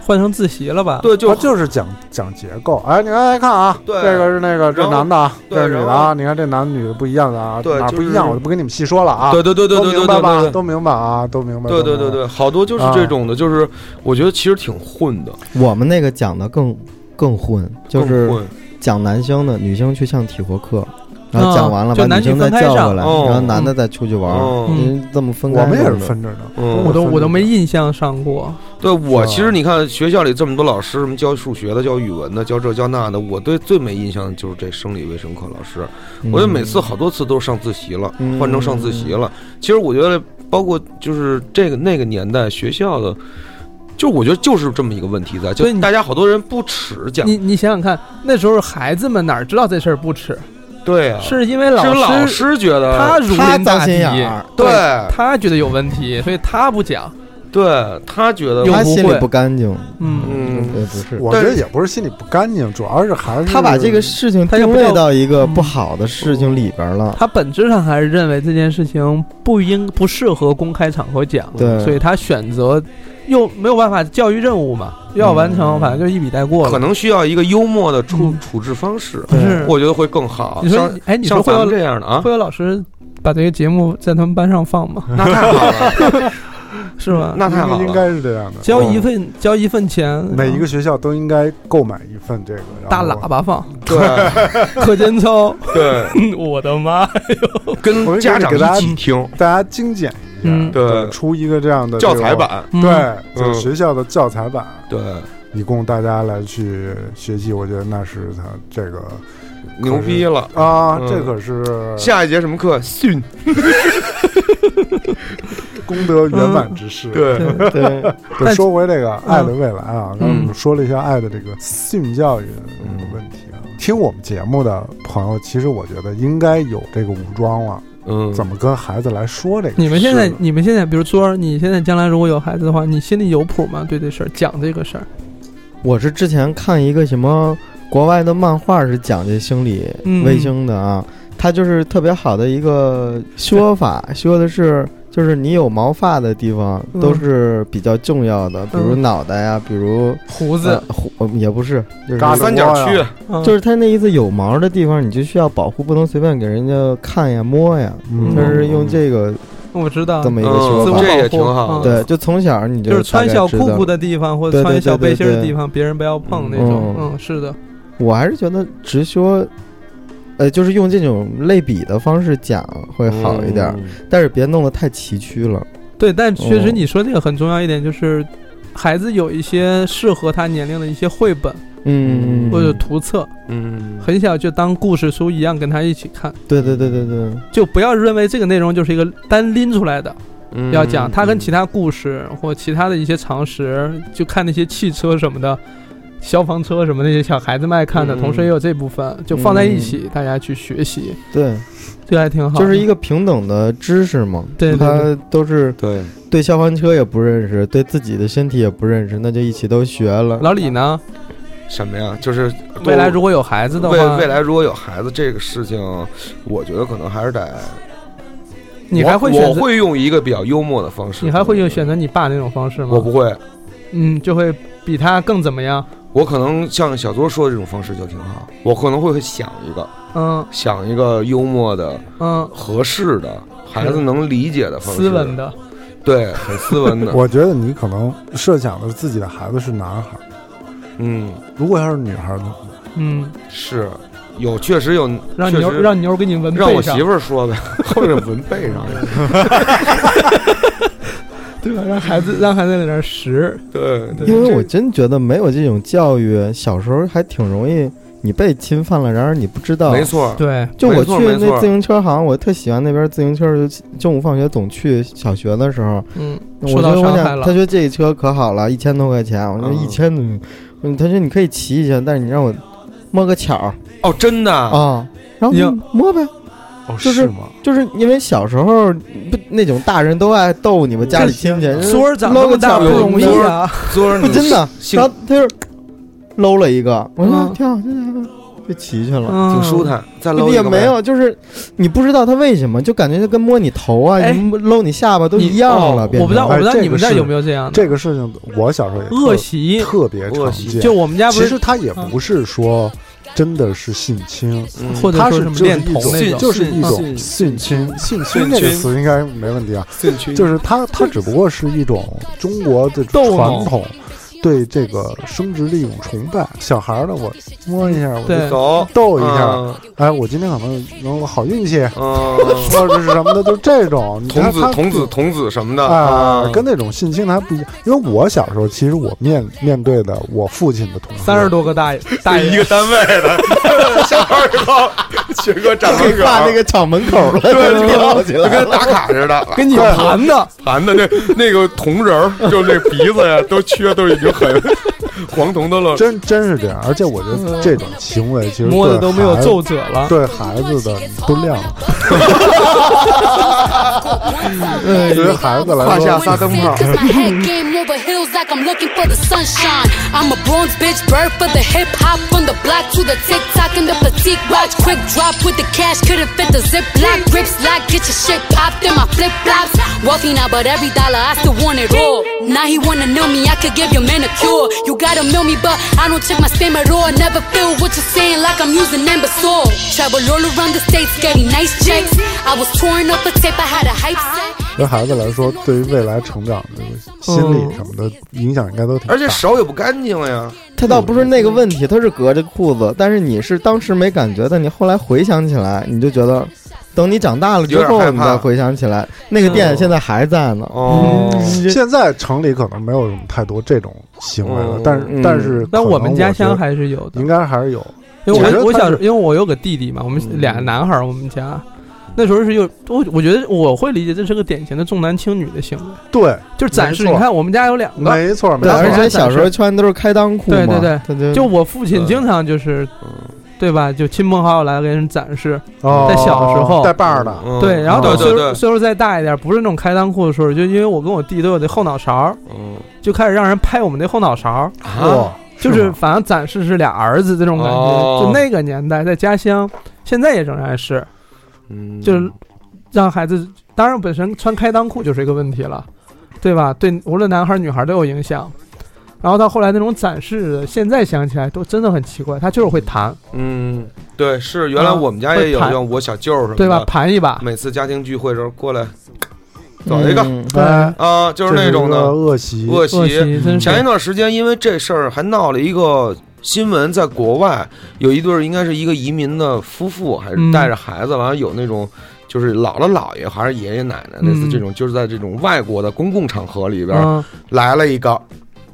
Speaker 4: 换成自习了吧？
Speaker 5: 对，就
Speaker 3: 它就是讲讲结构。哎，你来看啊，
Speaker 5: 对
Speaker 3: 这个是那个，这
Speaker 5: 然后
Speaker 3: 男的啊，
Speaker 5: 对
Speaker 3: 这是女的
Speaker 5: 然
Speaker 3: 啊，
Speaker 5: 后
Speaker 3: 你看这男女的不一样的啊，
Speaker 5: 对
Speaker 3: 哪儿
Speaker 5: 就
Speaker 3: 不一
Speaker 5: 是
Speaker 3: 样，我就不跟你们细说了啊。
Speaker 5: 对对对对对对
Speaker 3: 都明白吧？
Speaker 5: 对对。
Speaker 3: 都明白啊，都明白。
Speaker 5: 对对
Speaker 3: 都
Speaker 5: 对
Speaker 3: 明
Speaker 5: 对，
Speaker 3: 白，
Speaker 5: 好多就是这种的，就是我觉得其实挺混的，
Speaker 6: 我们那个讲的更更混，就
Speaker 5: 更
Speaker 6: 是
Speaker 5: 混
Speaker 6: 讲男生的，女生去上体活课，然后讲完了
Speaker 4: 啊就
Speaker 6: 把
Speaker 4: 男
Speaker 6: 女
Speaker 4: 女
Speaker 6: 生再
Speaker 4: 分开
Speaker 6: 叫过
Speaker 4: 上
Speaker 6: 来，
Speaker 5: 哦
Speaker 6: 然后男的再出去玩儿，
Speaker 5: 哦
Speaker 4: 嗯
Speaker 6: 您这么分开
Speaker 3: 我
Speaker 6: 弄
Speaker 3: 们
Speaker 6: 的。
Speaker 3: 也是分着呢。
Speaker 5: 嗯
Speaker 4: 我都我都没印象上过，
Speaker 5: 对我
Speaker 3: 是吧
Speaker 5: 其实你看学校里这么多老师，什么教数学的、教语文的、教这教那的，我对最没印象的就是这生理卫生课老师。
Speaker 6: 嗯，
Speaker 5: 我觉得每次好多次都是上自习了，
Speaker 6: 嗯
Speaker 5: 换成上自习了。其实我觉得，包括就是这个那个年代学校的，就是我觉得就是这么一个问题在，就
Speaker 4: 所以你
Speaker 5: 大家好多人不耻讲，
Speaker 4: 你你想想看，那时候孩子们哪知道这事儿不耻，
Speaker 5: 对啊，
Speaker 4: 是因为
Speaker 5: 是老
Speaker 4: 师
Speaker 5: 师觉得
Speaker 4: 他如
Speaker 6: 他
Speaker 4: 临
Speaker 6: 脏
Speaker 4: 大
Speaker 6: 心
Speaker 4: 敌，
Speaker 6: 眼儿，
Speaker 5: 对
Speaker 4: 他觉得有问题，所以他不讲。
Speaker 5: 对他觉得
Speaker 4: 有
Speaker 6: 他
Speaker 4: 不
Speaker 6: 心里
Speaker 4: 会
Speaker 6: 不干净。
Speaker 4: 嗯，
Speaker 5: 嗯
Speaker 6: 对，不是。
Speaker 3: 我觉
Speaker 5: 但是
Speaker 3: 得也不是心里不干净，主要是还是
Speaker 6: 他把这个事情
Speaker 4: 他也
Speaker 6: 定
Speaker 4: 不
Speaker 6: 位
Speaker 4: 叫
Speaker 6: 到一个不好的事情里边了，
Speaker 4: 他本质上还是认为这件事情不应不适合公开场合讲，
Speaker 6: 对
Speaker 4: 嗯所以他选择又没有办法教育任务嘛，又要完成，
Speaker 6: 嗯
Speaker 4: 反正就是一笔带过
Speaker 5: 可
Speaker 4: 了。
Speaker 5: 能需要一个幽默的处
Speaker 4: 嗯
Speaker 5: 处置方式，
Speaker 4: 不是，
Speaker 5: 我觉得会更好。
Speaker 4: 你说
Speaker 5: 像
Speaker 4: 哎，你说
Speaker 5: 像
Speaker 4: 会
Speaker 5: 咱们
Speaker 4: 有
Speaker 5: 这样的啊，
Speaker 4: 会有老师把这个节目在他们班上放吗？
Speaker 5: 那太好了，
Speaker 4: 是吧？
Speaker 5: 那太好了。
Speaker 3: 应该是这样的。
Speaker 4: 交一份交一份钱，
Speaker 3: 每一个学校都应该购买一份这个
Speaker 4: 大喇。叭放，
Speaker 5: *laughs* 对
Speaker 4: 课间操，
Speaker 5: 对，
Speaker 4: *laughs* 我的妈！
Speaker 3: 我
Speaker 5: 跟
Speaker 3: 就
Speaker 5: 家长
Speaker 3: 给大家嗯
Speaker 5: 一起听，
Speaker 3: 然后大家精简一下，
Speaker 4: 嗯
Speaker 5: 对
Speaker 3: 出一个这样的
Speaker 5: 教
Speaker 3: 这
Speaker 5: 材
Speaker 3: 种，
Speaker 5: 版，
Speaker 4: 嗯
Speaker 3: 对，就
Speaker 5: 嗯
Speaker 3: 是学校的教材版。
Speaker 5: 对，
Speaker 3: 以供大家来去学习，我觉得那是他这个
Speaker 5: 牛逼了。
Speaker 3: 啊，
Speaker 5: 嗯
Speaker 3: 这可是
Speaker 5: 下一节什么课？训，
Speaker 3: 功德圆满之事。
Speaker 5: 嗯对
Speaker 6: 对，
Speaker 3: 对
Speaker 4: 但嗯
Speaker 3: 说回这个爱的未来啊，刚才
Speaker 5: 嗯
Speaker 3: 我们说了一下爱的这个性教育的问题啊。听我们节目的朋友，其实我觉得应该有这个武装了，
Speaker 5: 嗯，
Speaker 3: 怎么跟孩子来说这个事？
Speaker 4: 你们现在
Speaker 5: 是，
Speaker 4: 你们现在，比如说，你现在将来如果有孩子的话，你心里有谱吗？对这事儿，讲这个事儿，
Speaker 6: *laughs* 我是之前看一个什么国外的漫画，是讲这生理
Speaker 4: 嗯
Speaker 6: 卫生的啊，它就是特别好的一个说法，说的是就是你有毛发的地方
Speaker 4: 嗯
Speaker 6: 都是比较重要的，比如
Speaker 4: 嗯
Speaker 6: 脑袋呀、比如
Speaker 4: 胡
Speaker 6: 呃
Speaker 4: 子，
Speaker 6: 胡呃也不是，就是
Speaker 3: 嘎
Speaker 5: 三角区，
Speaker 4: 嗯
Speaker 6: 就是它那意思有毛的地方，你就需要保护，不能随便给人家看呀、摸呀，
Speaker 3: 嗯
Speaker 6: 它是用这个
Speaker 4: 我知道
Speaker 6: 这，么一个
Speaker 5: 嗯
Speaker 6: 说法。
Speaker 5: 这也挺好的
Speaker 6: 对，就从小你
Speaker 4: 就是
Speaker 6: 大概
Speaker 4: 穿小
Speaker 6: 知
Speaker 4: 裤
Speaker 6: 道
Speaker 4: 裤的地方或者
Speaker 6: 对对
Speaker 4: 穿小
Speaker 6: 对
Speaker 4: 背
Speaker 6: 对
Speaker 4: 心儿的
Speaker 6: 对
Speaker 4: 地方，别人不要碰那种
Speaker 6: 嗯。
Speaker 4: 嗯，是的，
Speaker 6: 我还是觉得直说，呃，就是用这种类比的方式讲会好一
Speaker 4: 嗯
Speaker 6: 点儿，但是别弄得太崎岖了。
Speaker 4: 对。但确实
Speaker 6: 嗯
Speaker 4: 你说这个很重要一点，就是孩子有一些适合他年龄的一些绘本
Speaker 6: 嗯，
Speaker 4: 或者图册，
Speaker 5: 嗯，
Speaker 4: 很小就当故事书一样跟他一起看，
Speaker 6: 对对对对对，
Speaker 4: 就不要认为这个内容就是一个单拎出来的。
Speaker 5: 嗯
Speaker 4: 要讲它跟其他故事或其他的一些常识，就看那些汽车什么的，消防车什么那些小孩子们爱看的，
Speaker 5: 嗯
Speaker 4: 同时也有这部分，就放在一起，大家去学习，
Speaker 6: 对，
Speaker 4: 这还挺好的。
Speaker 6: 就是一个平等的知识嘛。
Speaker 4: 对对对
Speaker 6: 他都是
Speaker 5: 对，
Speaker 6: 对消防车也不认识，对自己的身体也不认识，那就一起都学了。
Speaker 4: 老李呢，
Speaker 5: 什么呀？就是
Speaker 4: 未来如果有孩子的
Speaker 5: 未
Speaker 4: 话，
Speaker 5: 未来如果有孩子这个事情，我觉得可能还是得
Speaker 4: 你还会
Speaker 5: 我
Speaker 4: 选
Speaker 5: 我
Speaker 4: 择，
Speaker 5: 会用一个比较幽默的方式，
Speaker 4: 你还会用选择你爸那种方式吗？
Speaker 5: 我不，会，
Speaker 4: 嗯，就会比他更怎么样？
Speaker 5: 我可能像小多说的这种方式就挺好，我可能会想一个
Speaker 4: 嗯
Speaker 5: 想一个幽默的、
Speaker 4: 嗯，
Speaker 5: 合适的、孩子能理解的方式，
Speaker 4: 斯文，的，
Speaker 5: 对，很斯文
Speaker 4: *laughs*
Speaker 5: 的，
Speaker 3: 我觉得你可能设想的是自己的孩子是男孩儿，
Speaker 5: 嗯，
Speaker 3: 如果要是女孩儿呢？
Speaker 4: 嗯，
Speaker 5: 是有确实有，
Speaker 4: 让
Speaker 5: 确
Speaker 4: 妞
Speaker 5: 实
Speaker 4: 让妞给你闻
Speaker 5: 让我 *laughs*
Speaker 4: 背上 *laughs*
Speaker 5: 媳，妇儿说呗，或者纹背上，
Speaker 4: 对吧？让孩子让孩子在里边识，
Speaker 5: 对对
Speaker 6: 因为我真觉得没有这种教育，小时候还挺容易你被侵犯了，然而你不知道。
Speaker 5: 没错，
Speaker 4: 对，
Speaker 6: 就我
Speaker 5: 没
Speaker 6: 去
Speaker 5: 错没
Speaker 6: 那
Speaker 5: 错
Speaker 6: 自行车行，我特喜欢那边自行车，就中午放学总去。小学的时候，
Speaker 4: 嗯，
Speaker 6: 我
Speaker 4: 受到
Speaker 6: 说我
Speaker 4: 伤害
Speaker 6: 想，
Speaker 4: 了
Speaker 6: 他，说这车可好了，一千多块钱，我说
Speaker 5: 嗯
Speaker 6: 一千多，嗯，他说你可以骑一下，但是你让我摸个巧儿
Speaker 5: 哦，真的啊，
Speaker 6: 啊，然后
Speaker 4: 哟
Speaker 6: 摸呗，
Speaker 3: 哦，
Speaker 6: 就是
Speaker 3: 吗？
Speaker 6: 就是因为小时候不那种大人都爱逗你们家里亲戚，
Speaker 5: 呃
Speaker 4: 昨儿长
Speaker 6: 搂
Speaker 4: 这
Speaker 6: 个
Speaker 4: 么大
Speaker 6: 巧
Speaker 4: 不
Speaker 6: 儿
Speaker 4: 容易
Speaker 6: 摸
Speaker 4: 啊，
Speaker 5: *laughs* 昨儿
Speaker 6: 不
Speaker 5: 你
Speaker 6: 真的，
Speaker 5: 性
Speaker 4: *laughs*
Speaker 6: 然后他就搂了一个，我说啊
Speaker 4: 嗯
Speaker 6: 挺好，挺好就骑去了。
Speaker 4: 嗯
Speaker 5: 挺舒，坦，再搂一
Speaker 6: 也
Speaker 5: 个呗
Speaker 6: 没有，就是你不知道他为什么，就感觉就跟摸你头啊、
Speaker 4: 哎
Speaker 6: 你搂你下巴都一样了。
Speaker 4: 你哦
Speaker 6: 变
Speaker 4: 我不知道，
Speaker 6: *laughs* 成
Speaker 4: 我不知道
Speaker 3: 哎这个
Speaker 4: 你们那
Speaker 3: 是
Speaker 4: 有没有这样的
Speaker 3: 这个事情我小时候也特
Speaker 4: 恶习？
Speaker 3: 特别常
Speaker 5: 恶习
Speaker 3: 见。
Speaker 4: 就我们家不
Speaker 3: 其
Speaker 4: 是
Speaker 3: 实，他也不是说真的是性侵，
Speaker 5: 嗯
Speaker 4: 或者
Speaker 3: 他
Speaker 4: 说
Speaker 3: 是
Speaker 4: 什么
Speaker 3: 就是
Speaker 4: 恋
Speaker 3: 一
Speaker 4: 童
Speaker 3: 种
Speaker 4: 那种，
Speaker 3: 就是一种
Speaker 5: 性
Speaker 3: 性侵，性侵
Speaker 5: 侵
Speaker 3: 这个词应该没问题啊。就是它，它只不过是一种中国的
Speaker 4: 逗弄
Speaker 3: 传统对这个生殖的一种崇拜。小孩儿呢，我摸一下，我
Speaker 4: 对
Speaker 3: 就
Speaker 5: 走
Speaker 3: 逗
Speaker 5: 一
Speaker 3: 一下，，哎，我今天可能能有好运气，
Speaker 5: 嗯，
Speaker 3: 或者是什么的，就这种。你
Speaker 5: 童
Speaker 3: 看
Speaker 5: 子
Speaker 3: 他
Speaker 5: 童子童子什么的
Speaker 3: 啊，跟那种性侵还不一样。因为我小时候，其实我面面对的我父亲的同事，
Speaker 4: 三十多个大爷，大
Speaker 5: 一
Speaker 4: 爷
Speaker 5: 个单位的 *laughs* 下班以后，雪哥站门口，
Speaker 6: 挂那个厂门口了，
Speaker 5: 对
Speaker 6: 跳起
Speaker 5: 就
Speaker 6: 来
Speaker 5: 跟
Speaker 6: 了。
Speaker 5: 打卡似的，
Speaker 4: 跟你谈的，
Speaker 5: 盘的那那个铜人儿，就那鼻子呀都缺，都已经很 *laughs* 黄铜都了。
Speaker 3: 真真是这样。而且我觉
Speaker 5: 嗯
Speaker 3: 得这种行为其实
Speaker 4: 摸的都
Speaker 3: 对
Speaker 4: 没有啊
Speaker 3: 孩子
Speaker 4: 皱褶了。
Speaker 3: 对孩子的都
Speaker 5: *laughs*
Speaker 3: 亮了，对于孩子来
Speaker 5: 胯下
Speaker 3: 说，
Speaker 5: 撒灯泡
Speaker 7: Cause my head game over hills like I'm looking for the sunshine. I'm a bronze bitch, bird for the hip hop. From the block to the tick tock and the petite watch. Quick drop with the cash, couldn't fit the zip lock. Grips lock, get your shit popped in my flip flops. Wealthy now, but every dollar I still want it all. Now he wanna know me, I could give your man a cure. You gotta know me, but I don't check my spam at all. Never feel what you're saying like I'm using imbecile. Travel all around the states, getting nice checks. I was touring up a tape, I had a hype set.
Speaker 3: 对孩子来说，对于未来成长的心
Speaker 4: 嗯
Speaker 3: 理什么的影响应该都挺大。
Speaker 5: 而且手也不干净了呀，
Speaker 6: 他倒不是那个问题，他是隔着裤子，但是你是当时没感觉的，你后来回想起来，你就觉得，等你长大了之
Speaker 5: 有点害
Speaker 6: 后，
Speaker 5: 怕
Speaker 6: 你再回想起来，那个店现在还在呢。
Speaker 5: 哦
Speaker 6: 嗯，
Speaker 3: 现在城里可能没有什么太多这种行为了
Speaker 5: 嗯，
Speaker 3: 但是
Speaker 6: 嗯
Speaker 3: 但是可
Speaker 4: 但
Speaker 3: 能
Speaker 4: 我
Speaker 3: 我
Speaker 4: 们家乡
Speaker 3: 觉得
Speaker 4: 还是有的
Speaker 3: 应，该还是有，
Speaker 4: 因为
Speaker 3: 我觉得
Speaker 4: 我我
Speaker 3: 他
Speaker 4: 小时
Speaker 3: 是嗯
Speaker 4: 候，因为我有个弟弟嘛，我们俩男孩儿，我们家那时候是有我，我觉得我会理解这是个典型的重男轻女的行为，
Speaker 3: 对，
Speaker 4: 就是展示。
Speaker 3: 没
Speaker 4: 你
Speaker 3: 错
Speaker 4: 看我们家有两个，
Speaker 3: 没错，没
Speaker 6: 对，
Speaker 3: 错，
Speaker 6: 而且
Speaker 4: 啊对
Speaker 6: 小时候穿的都是开裆裤嘛，
Speaker 4: 对对对
Speaker 6: 他就
Speaker 4: 就我父亲经常就是
Speaker 5: 嗯，
Speaker 4: 对吧，就亲朋好友来给人展示，
Speaker 3: 哦
Speaker 4: 在小时候
Speaker 3: 带把儿的，
Speaker 5: 嗯
Speaker 4: 对，然后等
Speaker 5: 对
Speaker 4: 岁
Speaker 5: 对
Speaker 4: 数
Speaker 5: 对，
Speaker 4: 岁数再大一点，不是那种开裆裤的时候，就因为我跟我弟都有那后脑勺儿，
Speaker 5: 嗯
Speaker 4: 就开始让人拍我们那后脑勺儿，
Speaker 5: 啊，
Speaker 4: 嗯就是是
Speaker 3: 吗
Speaker 4: 反正展示是俩儿子这种感
Speaker 5: 哦
Speaker 4: 觉，就那个年代在家乡，现在也仍然是。
Speaker 5: 嗯
Speaker 4: 就是让孩子，当然本身穿开裆裤就是一个问题了，对吧？对，无论男孩儿女孩儿都有影响。然后到后来那种展示，现在想起来都真的很奇怪，他就是会弹，
Speaker 5: 嗯，对，是原来我们家也有，
Speaker 4: 会弹
Speaker 5: 像我小舅什么的，
Speaker 4: 对吧？盘一把，
Speaker 5: 每次家庭聚会的时候过来走一个
Speaker 6: 嗯
Speaker 3: 哎，
Speaker 5: 啊，就是那种
Speaker 3: 这是一个
Speaker 5: 的
Speaker 3: 恶习，
Speaker 5: 恶
Speaker 4: 恶习真
Speaker 5: 前一
Speaker 4: 是。
Speaker 5: 段时间因为这事儿还闹了一个新闻，在国外有一对儿应该是一个移民的夫妇，还是
Speaker 4: 嗯
Speaker 5: 带着孩子，完了有那种。就是姥姥姥爷还是爷爷奶奶，类似这种，就是在这种外国的公共场合里边、
Speaker 4: 嗯
Speaker 5: 来了一个，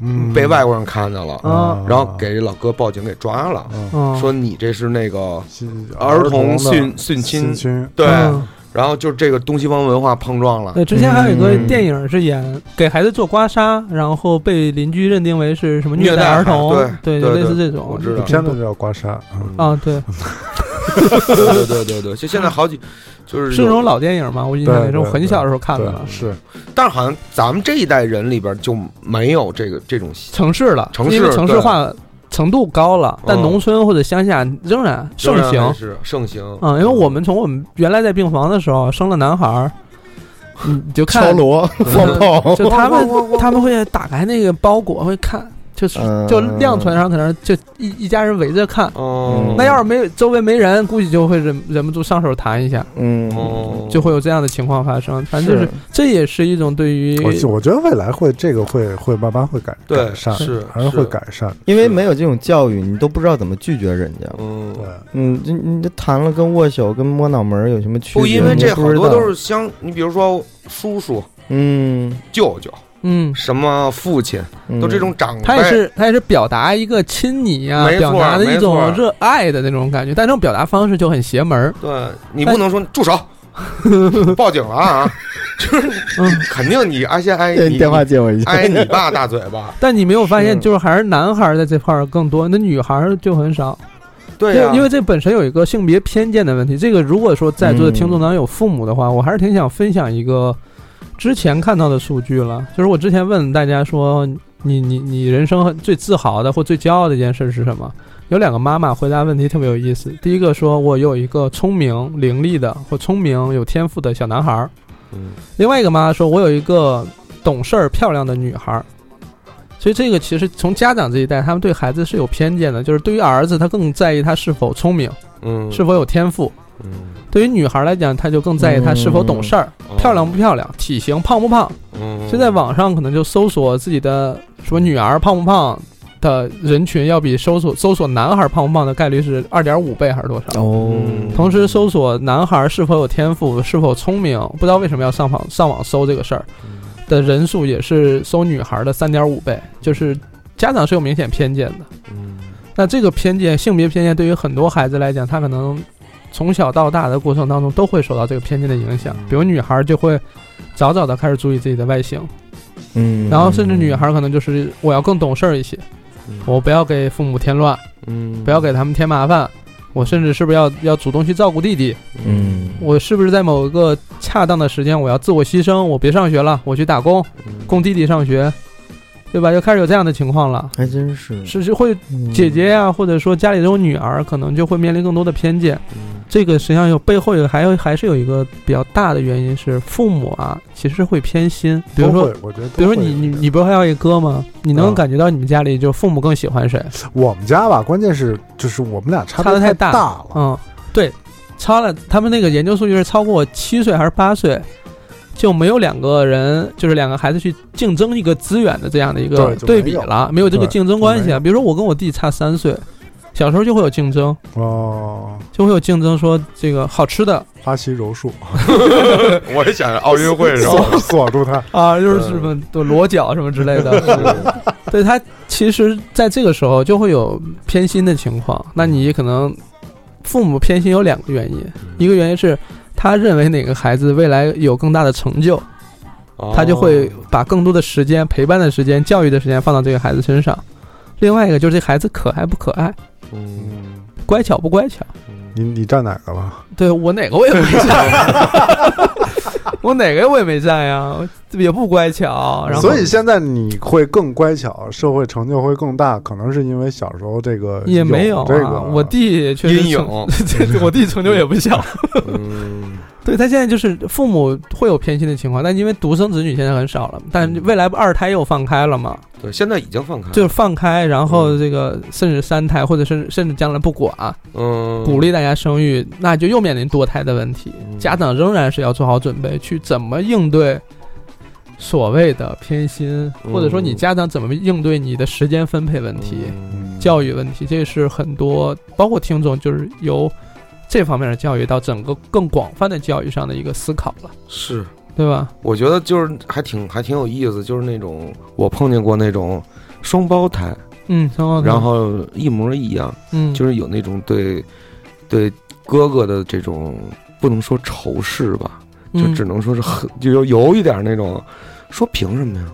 Speaker 3: 嗯
Speaker 5: 被外国人看见了，
Speaker 4: 啊
Speaker 5: 然后给老哥报警给抓了，
Speaker 4: 嗯，
Speaker 5: 说你这是那个
Speaker 3: 新
Speaker 5: 儿童
Speaker 3: 的
Speaker 5: 性性侵
Speaker 3: 性，侵，
Speaker 5: 对，
Speaker 4: 嗯
Speaker 5: 然后就这个东西方文化碰撞了，
Speaker 4: 对，之前还有一个电影是演给孩子做刮痧，然后被邻居认定为是什么
Speaker 5: 虐待
Speaker 4: 待儿
Speaker 5: 孩子
Speaker 4: 童
Speaker 5: 对，
Speaker 4: 就
Speaker 5: 对
Speaker 4: 类似
Speaker 5: 对
Speaker 4: 这种，
Speaker 5: 我知道
Speaker 3: 片子叫刮痧，嗯
Speaker 4: 啊，对，
Speaker 5: 对对对对，就现在好几就是
Speaker 4: 是那种老电影嘛，我印象
Speaker 3: 对
Speaker 4: 里是我
Speaker 3: 对
Speaker 4: 很
Speaker 3: 对
Speaker 4: 小的时候看的了
Speaker 3: 对，，是
Speaker 5: 但是好像咱们这一代人里边就没有这个这种习
Speaker 4: 城市了，
Speaker 5: 城市
Speaker 4: 因为城市化程度高了，但农村或者乡下仍然盛
Speaker 5: 仍然还
Speaker 4: 行。
Speaker 5: 是盛行
Speaker 4: 嗯，因为我们从我们原来在病房的时候生了男孩儿，你就
Speaker 6: *laughs* 敲
Speaker 4: 看，
Speaker 6: 锣放炮，
Speaker 4: 就他们他们会打开那个包裹会看，就是
Speaker 6: 嗯
Speaker 4: 就晾船上可能就一一家人围着看。
Speaker 5: 哦
Speaker 6: 嗯，
Speaker 4: 那要是没有周围没人，估计就会忍忍不住上手弹一下，
Speaker 6: 嗯，
Speaker 5: 哦
Speaker 4: 就会有这样的情况发生。反正就是这也是一种对于
Speaker 3: 我就我觉得未来会这个会会慢慢会改
Speaker 5: 对
Speaker 3: 改善，
Speaker 5: 是
Speaker 3: 还是
Speaker 5: 是
Speaker 3: 会改善，
Speaker 6: 因为没有这种教育，你都不知道怎么拒绝人家。
Speaker 5: 嗯
Speaker 3: 对。。
Speaker 6: 嗯，你你这谈了跟握手跟摸脑门儿有什么区别？
Speaker 5: 不，因为这
Speaker 6: 你
Speaker 5: 好
Speaker 6: 知道
Speaker 5: 多都是相，你比如说叔叔、
Speaker 6: 嗯
Speaker 5: 舅舅、
Speaker 4: 嗯，
Speaker 5: 什么父亲，
Speaker 6: 嗯
Speaker 5: 都这种长辈。
Speaker 4: 他也是他也是表达一个亲昵啊，
Speaker 5: 没错
Speaker 4: 表达的一
Speaker 5: 没
Speaker 4: 种
Speaker 5: 错
Speaker 4: 热爱的那种感觉，但这种表达方式就很邪门儿。
Speaker 5: 对你不能说
Speaker 4: *laughs*
Speaker 5: 住手，报警了啊！就是肯定你挨先挨
Speaker 6: 对
Speaker 5: 你
Speaker 6: 嗯你电话借我一下。
Speaker 5: 挨你爸大嘴巴，
Speaker 4: 但你没有发现，
Speaker 5: 是
Speaker 4: 就是还是男孩儿在这块儿更多，那女孩儿就很少。
Speaker 5: 对
Speaker 4: *laughs*
Speaker 5: 啊
Speaker 4: 因
Speaker 5: 呀、
Speaker 4: 为因为这本身有一个性别偏见的问题。这个如果说在座的听众当中有父母的话，
Speaker 5: 嗯
Speaker 4: 我还是挺想分享一个之前看到的数据了，就是我之前问大家说，你你你人生最自豪的或最骄傲的一件事是什么？有两个妈妈回答问题特别有意思。第一个说我有一个聪明伶俐的或聪明有天赋的小男孩儿，
Speaker 5: 嗯
Speaker 4: 另外一个妈妈说我有一个懂事儿漂亮的女孩儿。所以这个其实从家长这一代，他们对孩子是有偏见的，就是对于儿子，他更在意他是否聪明，
Speaker 5: 嗯
Speaker 4: 是否有天赋。
Speaker 5: 嗯
Speaker 4: 对于女孩来讲，她就更在意她是否懂事儿、
Speaker 5: 嗯
Speaker 4: 漂亮不漂亮、体型胖不胖。
Speaker 5: 嗯，
Speaker 4: 所以在网上可能就搜索自己的什么女儿胖不胖的人群，要比搜索搜索男孩胖不胖的概率是二点五倍还是多少？
Speaker 6: 哦，
Speaker 5: 嗯
Speaker 4: 同时搜索男孩是否有天赋、是否聪明，不知道为什么要上网上网搜这个事儿的人数也是搜女孩的三点五倍，就是家长是有明显偏见的。
Speaker 5: 嗯
Speaker 4: 那这个偏见，性别偏见，对于很多孩子来讲，他可能从小到大的过程当中都会受到这个偏见的影响。比如女孩就会早早的开始注意自己的外形，
Speaker 6: 嗯，
Speaker 4: 然后甚至女孩可能就是我要更懂事儿一些，我不要给父母添乱，
Speaker 5: 嗯
Speaker 4: 不要给他们添麻烦。我甚至是不是要要主动去照顾弟弟？
Speaker 6: 嗯，
Speaker 4: 我是不是在某一个恰当的时间，我要自我牺牲，我别上学了，我去打工，供弟弟上学，对吧？又开始有这样的情况了，
Speaker 6: 还真是
Speaker 4: 是是会
Speaker 6: 嗯
Speaker 4: 姐姐呀、或者说家里这种女儿，可能就会面临更多的偏见。
Speaker 3: 嗯
Speaker 4: 这个实际上有背后有还有还是有一个比较大的原因是父母啊，其实会偏心。比如
Speaker 3: 都
Speaker 4: 说
Speaker 3: 会，，我觉得都
Speaker 4: 比如说
Speaker 3: 会
Speaker 4: 你你
Speaker 3: 有
Speaker 4: 你不是还有一哥吗？你能
Speaker 3: 啊
Speaker 4: 感觉到你们家里就父母更喜欢谁？
Speaker 3: 我们家吧，关键是就是我们俩差
Speaker 4: 差得
Speaker 3: 别
Speaker 4: 太
Speaker 3: 大
Speaker 4: 大
Speaker 3: 了，
Speaker 4: 嗯，对，超了他们那个研究数据是超过七岁还是八岁。就没有两个人，就是两个孩子去竞争一个资源的这样的一个
Speaker 3: 对就没
Speaker 4: 对
Speaker 3: 有
Speaker 4: 比了，没有这个
Speaker 3: 对
Speaker 4: 竞争关
Speaker 3: 就
Speaker 4: 系
Speaker 3: 没
Speaker 4: 啊。
Speaker 3: 有
Speaker 4: 比如说我跟我弟差三岁，小时候就会有竞争，
Speaker 3: 哦，
Speaker 4: 就会有竞争，说这个好吃的
Speaker 3: 哈奇柔术，
Speaker 5: *laughs* 我也想着奥运会时候，
Speaker 4: *laughs*
Speaker 3: 锁 *laughs* 锁住他，
Speaker 4: 啊，就是什么都裸脚什么之类 *laughs* 的。对他其实在这个时候就会有偏心的情况。那你可能父母偏心有两个原因，一个原因是他认为哪个孩子未来有更大的成就，
Speaker 5: 哦
Speaker 4: 他就会把更多的时间、陪伴的时间、教育的时间放到这个孩子身上。另外一个就是这孩子可爱不可爱，
Speaker 5: 嗯
Speaker 3: 嗯，
Speaker 4: 乖巧不乖巧。
Speaker 3: 你你站哪个了？
Speaker 4: 对我哪个我也没占，我哪个我也没占呀，我也不乖巧。然后
Speaker 3: 所以现在你会更乖巧，社会成就会更大，可能是因为小时候这个
Speaker 4: 也没有啊，
Speaker 3: 这个
Speaker 4: 我弟确实
Speaker 5: 阴影
Speaker 4: 成对我弟成就也不小。
Speaker 5: 嗯
Speaker 4: 对他现在就是父母会有偏心的情况，但因为独生子女现在很少了，但未来不二胎又放开了嘛，
Speaker 5: 对，现在已经放开了，
Speaker 4: 就是放开，然后这个甚至三胎，或者甚至甚至将来不管，
Speaker 5: 嗯
Speaker 4: 鼓励大家生育，那就又面临多胎的问题。
Speaker 5: 嗯
Speaker 4: 家长仍然是要做好准备，去怎么应对所谓的偏心，
Speaker 5: 嗯
Speaker 4: 或者说你家长怎么应对你的时间分配问题、
Speaker 5: 嗯
Speaker 4: 教育问题，这是很多包括听众就是由这方面的教育到整个更广泛的教育上的一个思考了，
Speaker 5: 是。
Speaker 4: 对吧？
Speaker 5: 我觉得就是还挺还挺有意思，就是那种我碰见过那种双胞胎，
Speaker 4: 嗯，然后呢
Speaker 5: 然后一模一样，
Speaker 4: 嗯，
Speaker 5: 就是有那种对对哥哥的这种不能说仇视吧，就
Speaker 4: 嗯
Speaker 5: 只能说是很就有有一点那种说凭什么呀？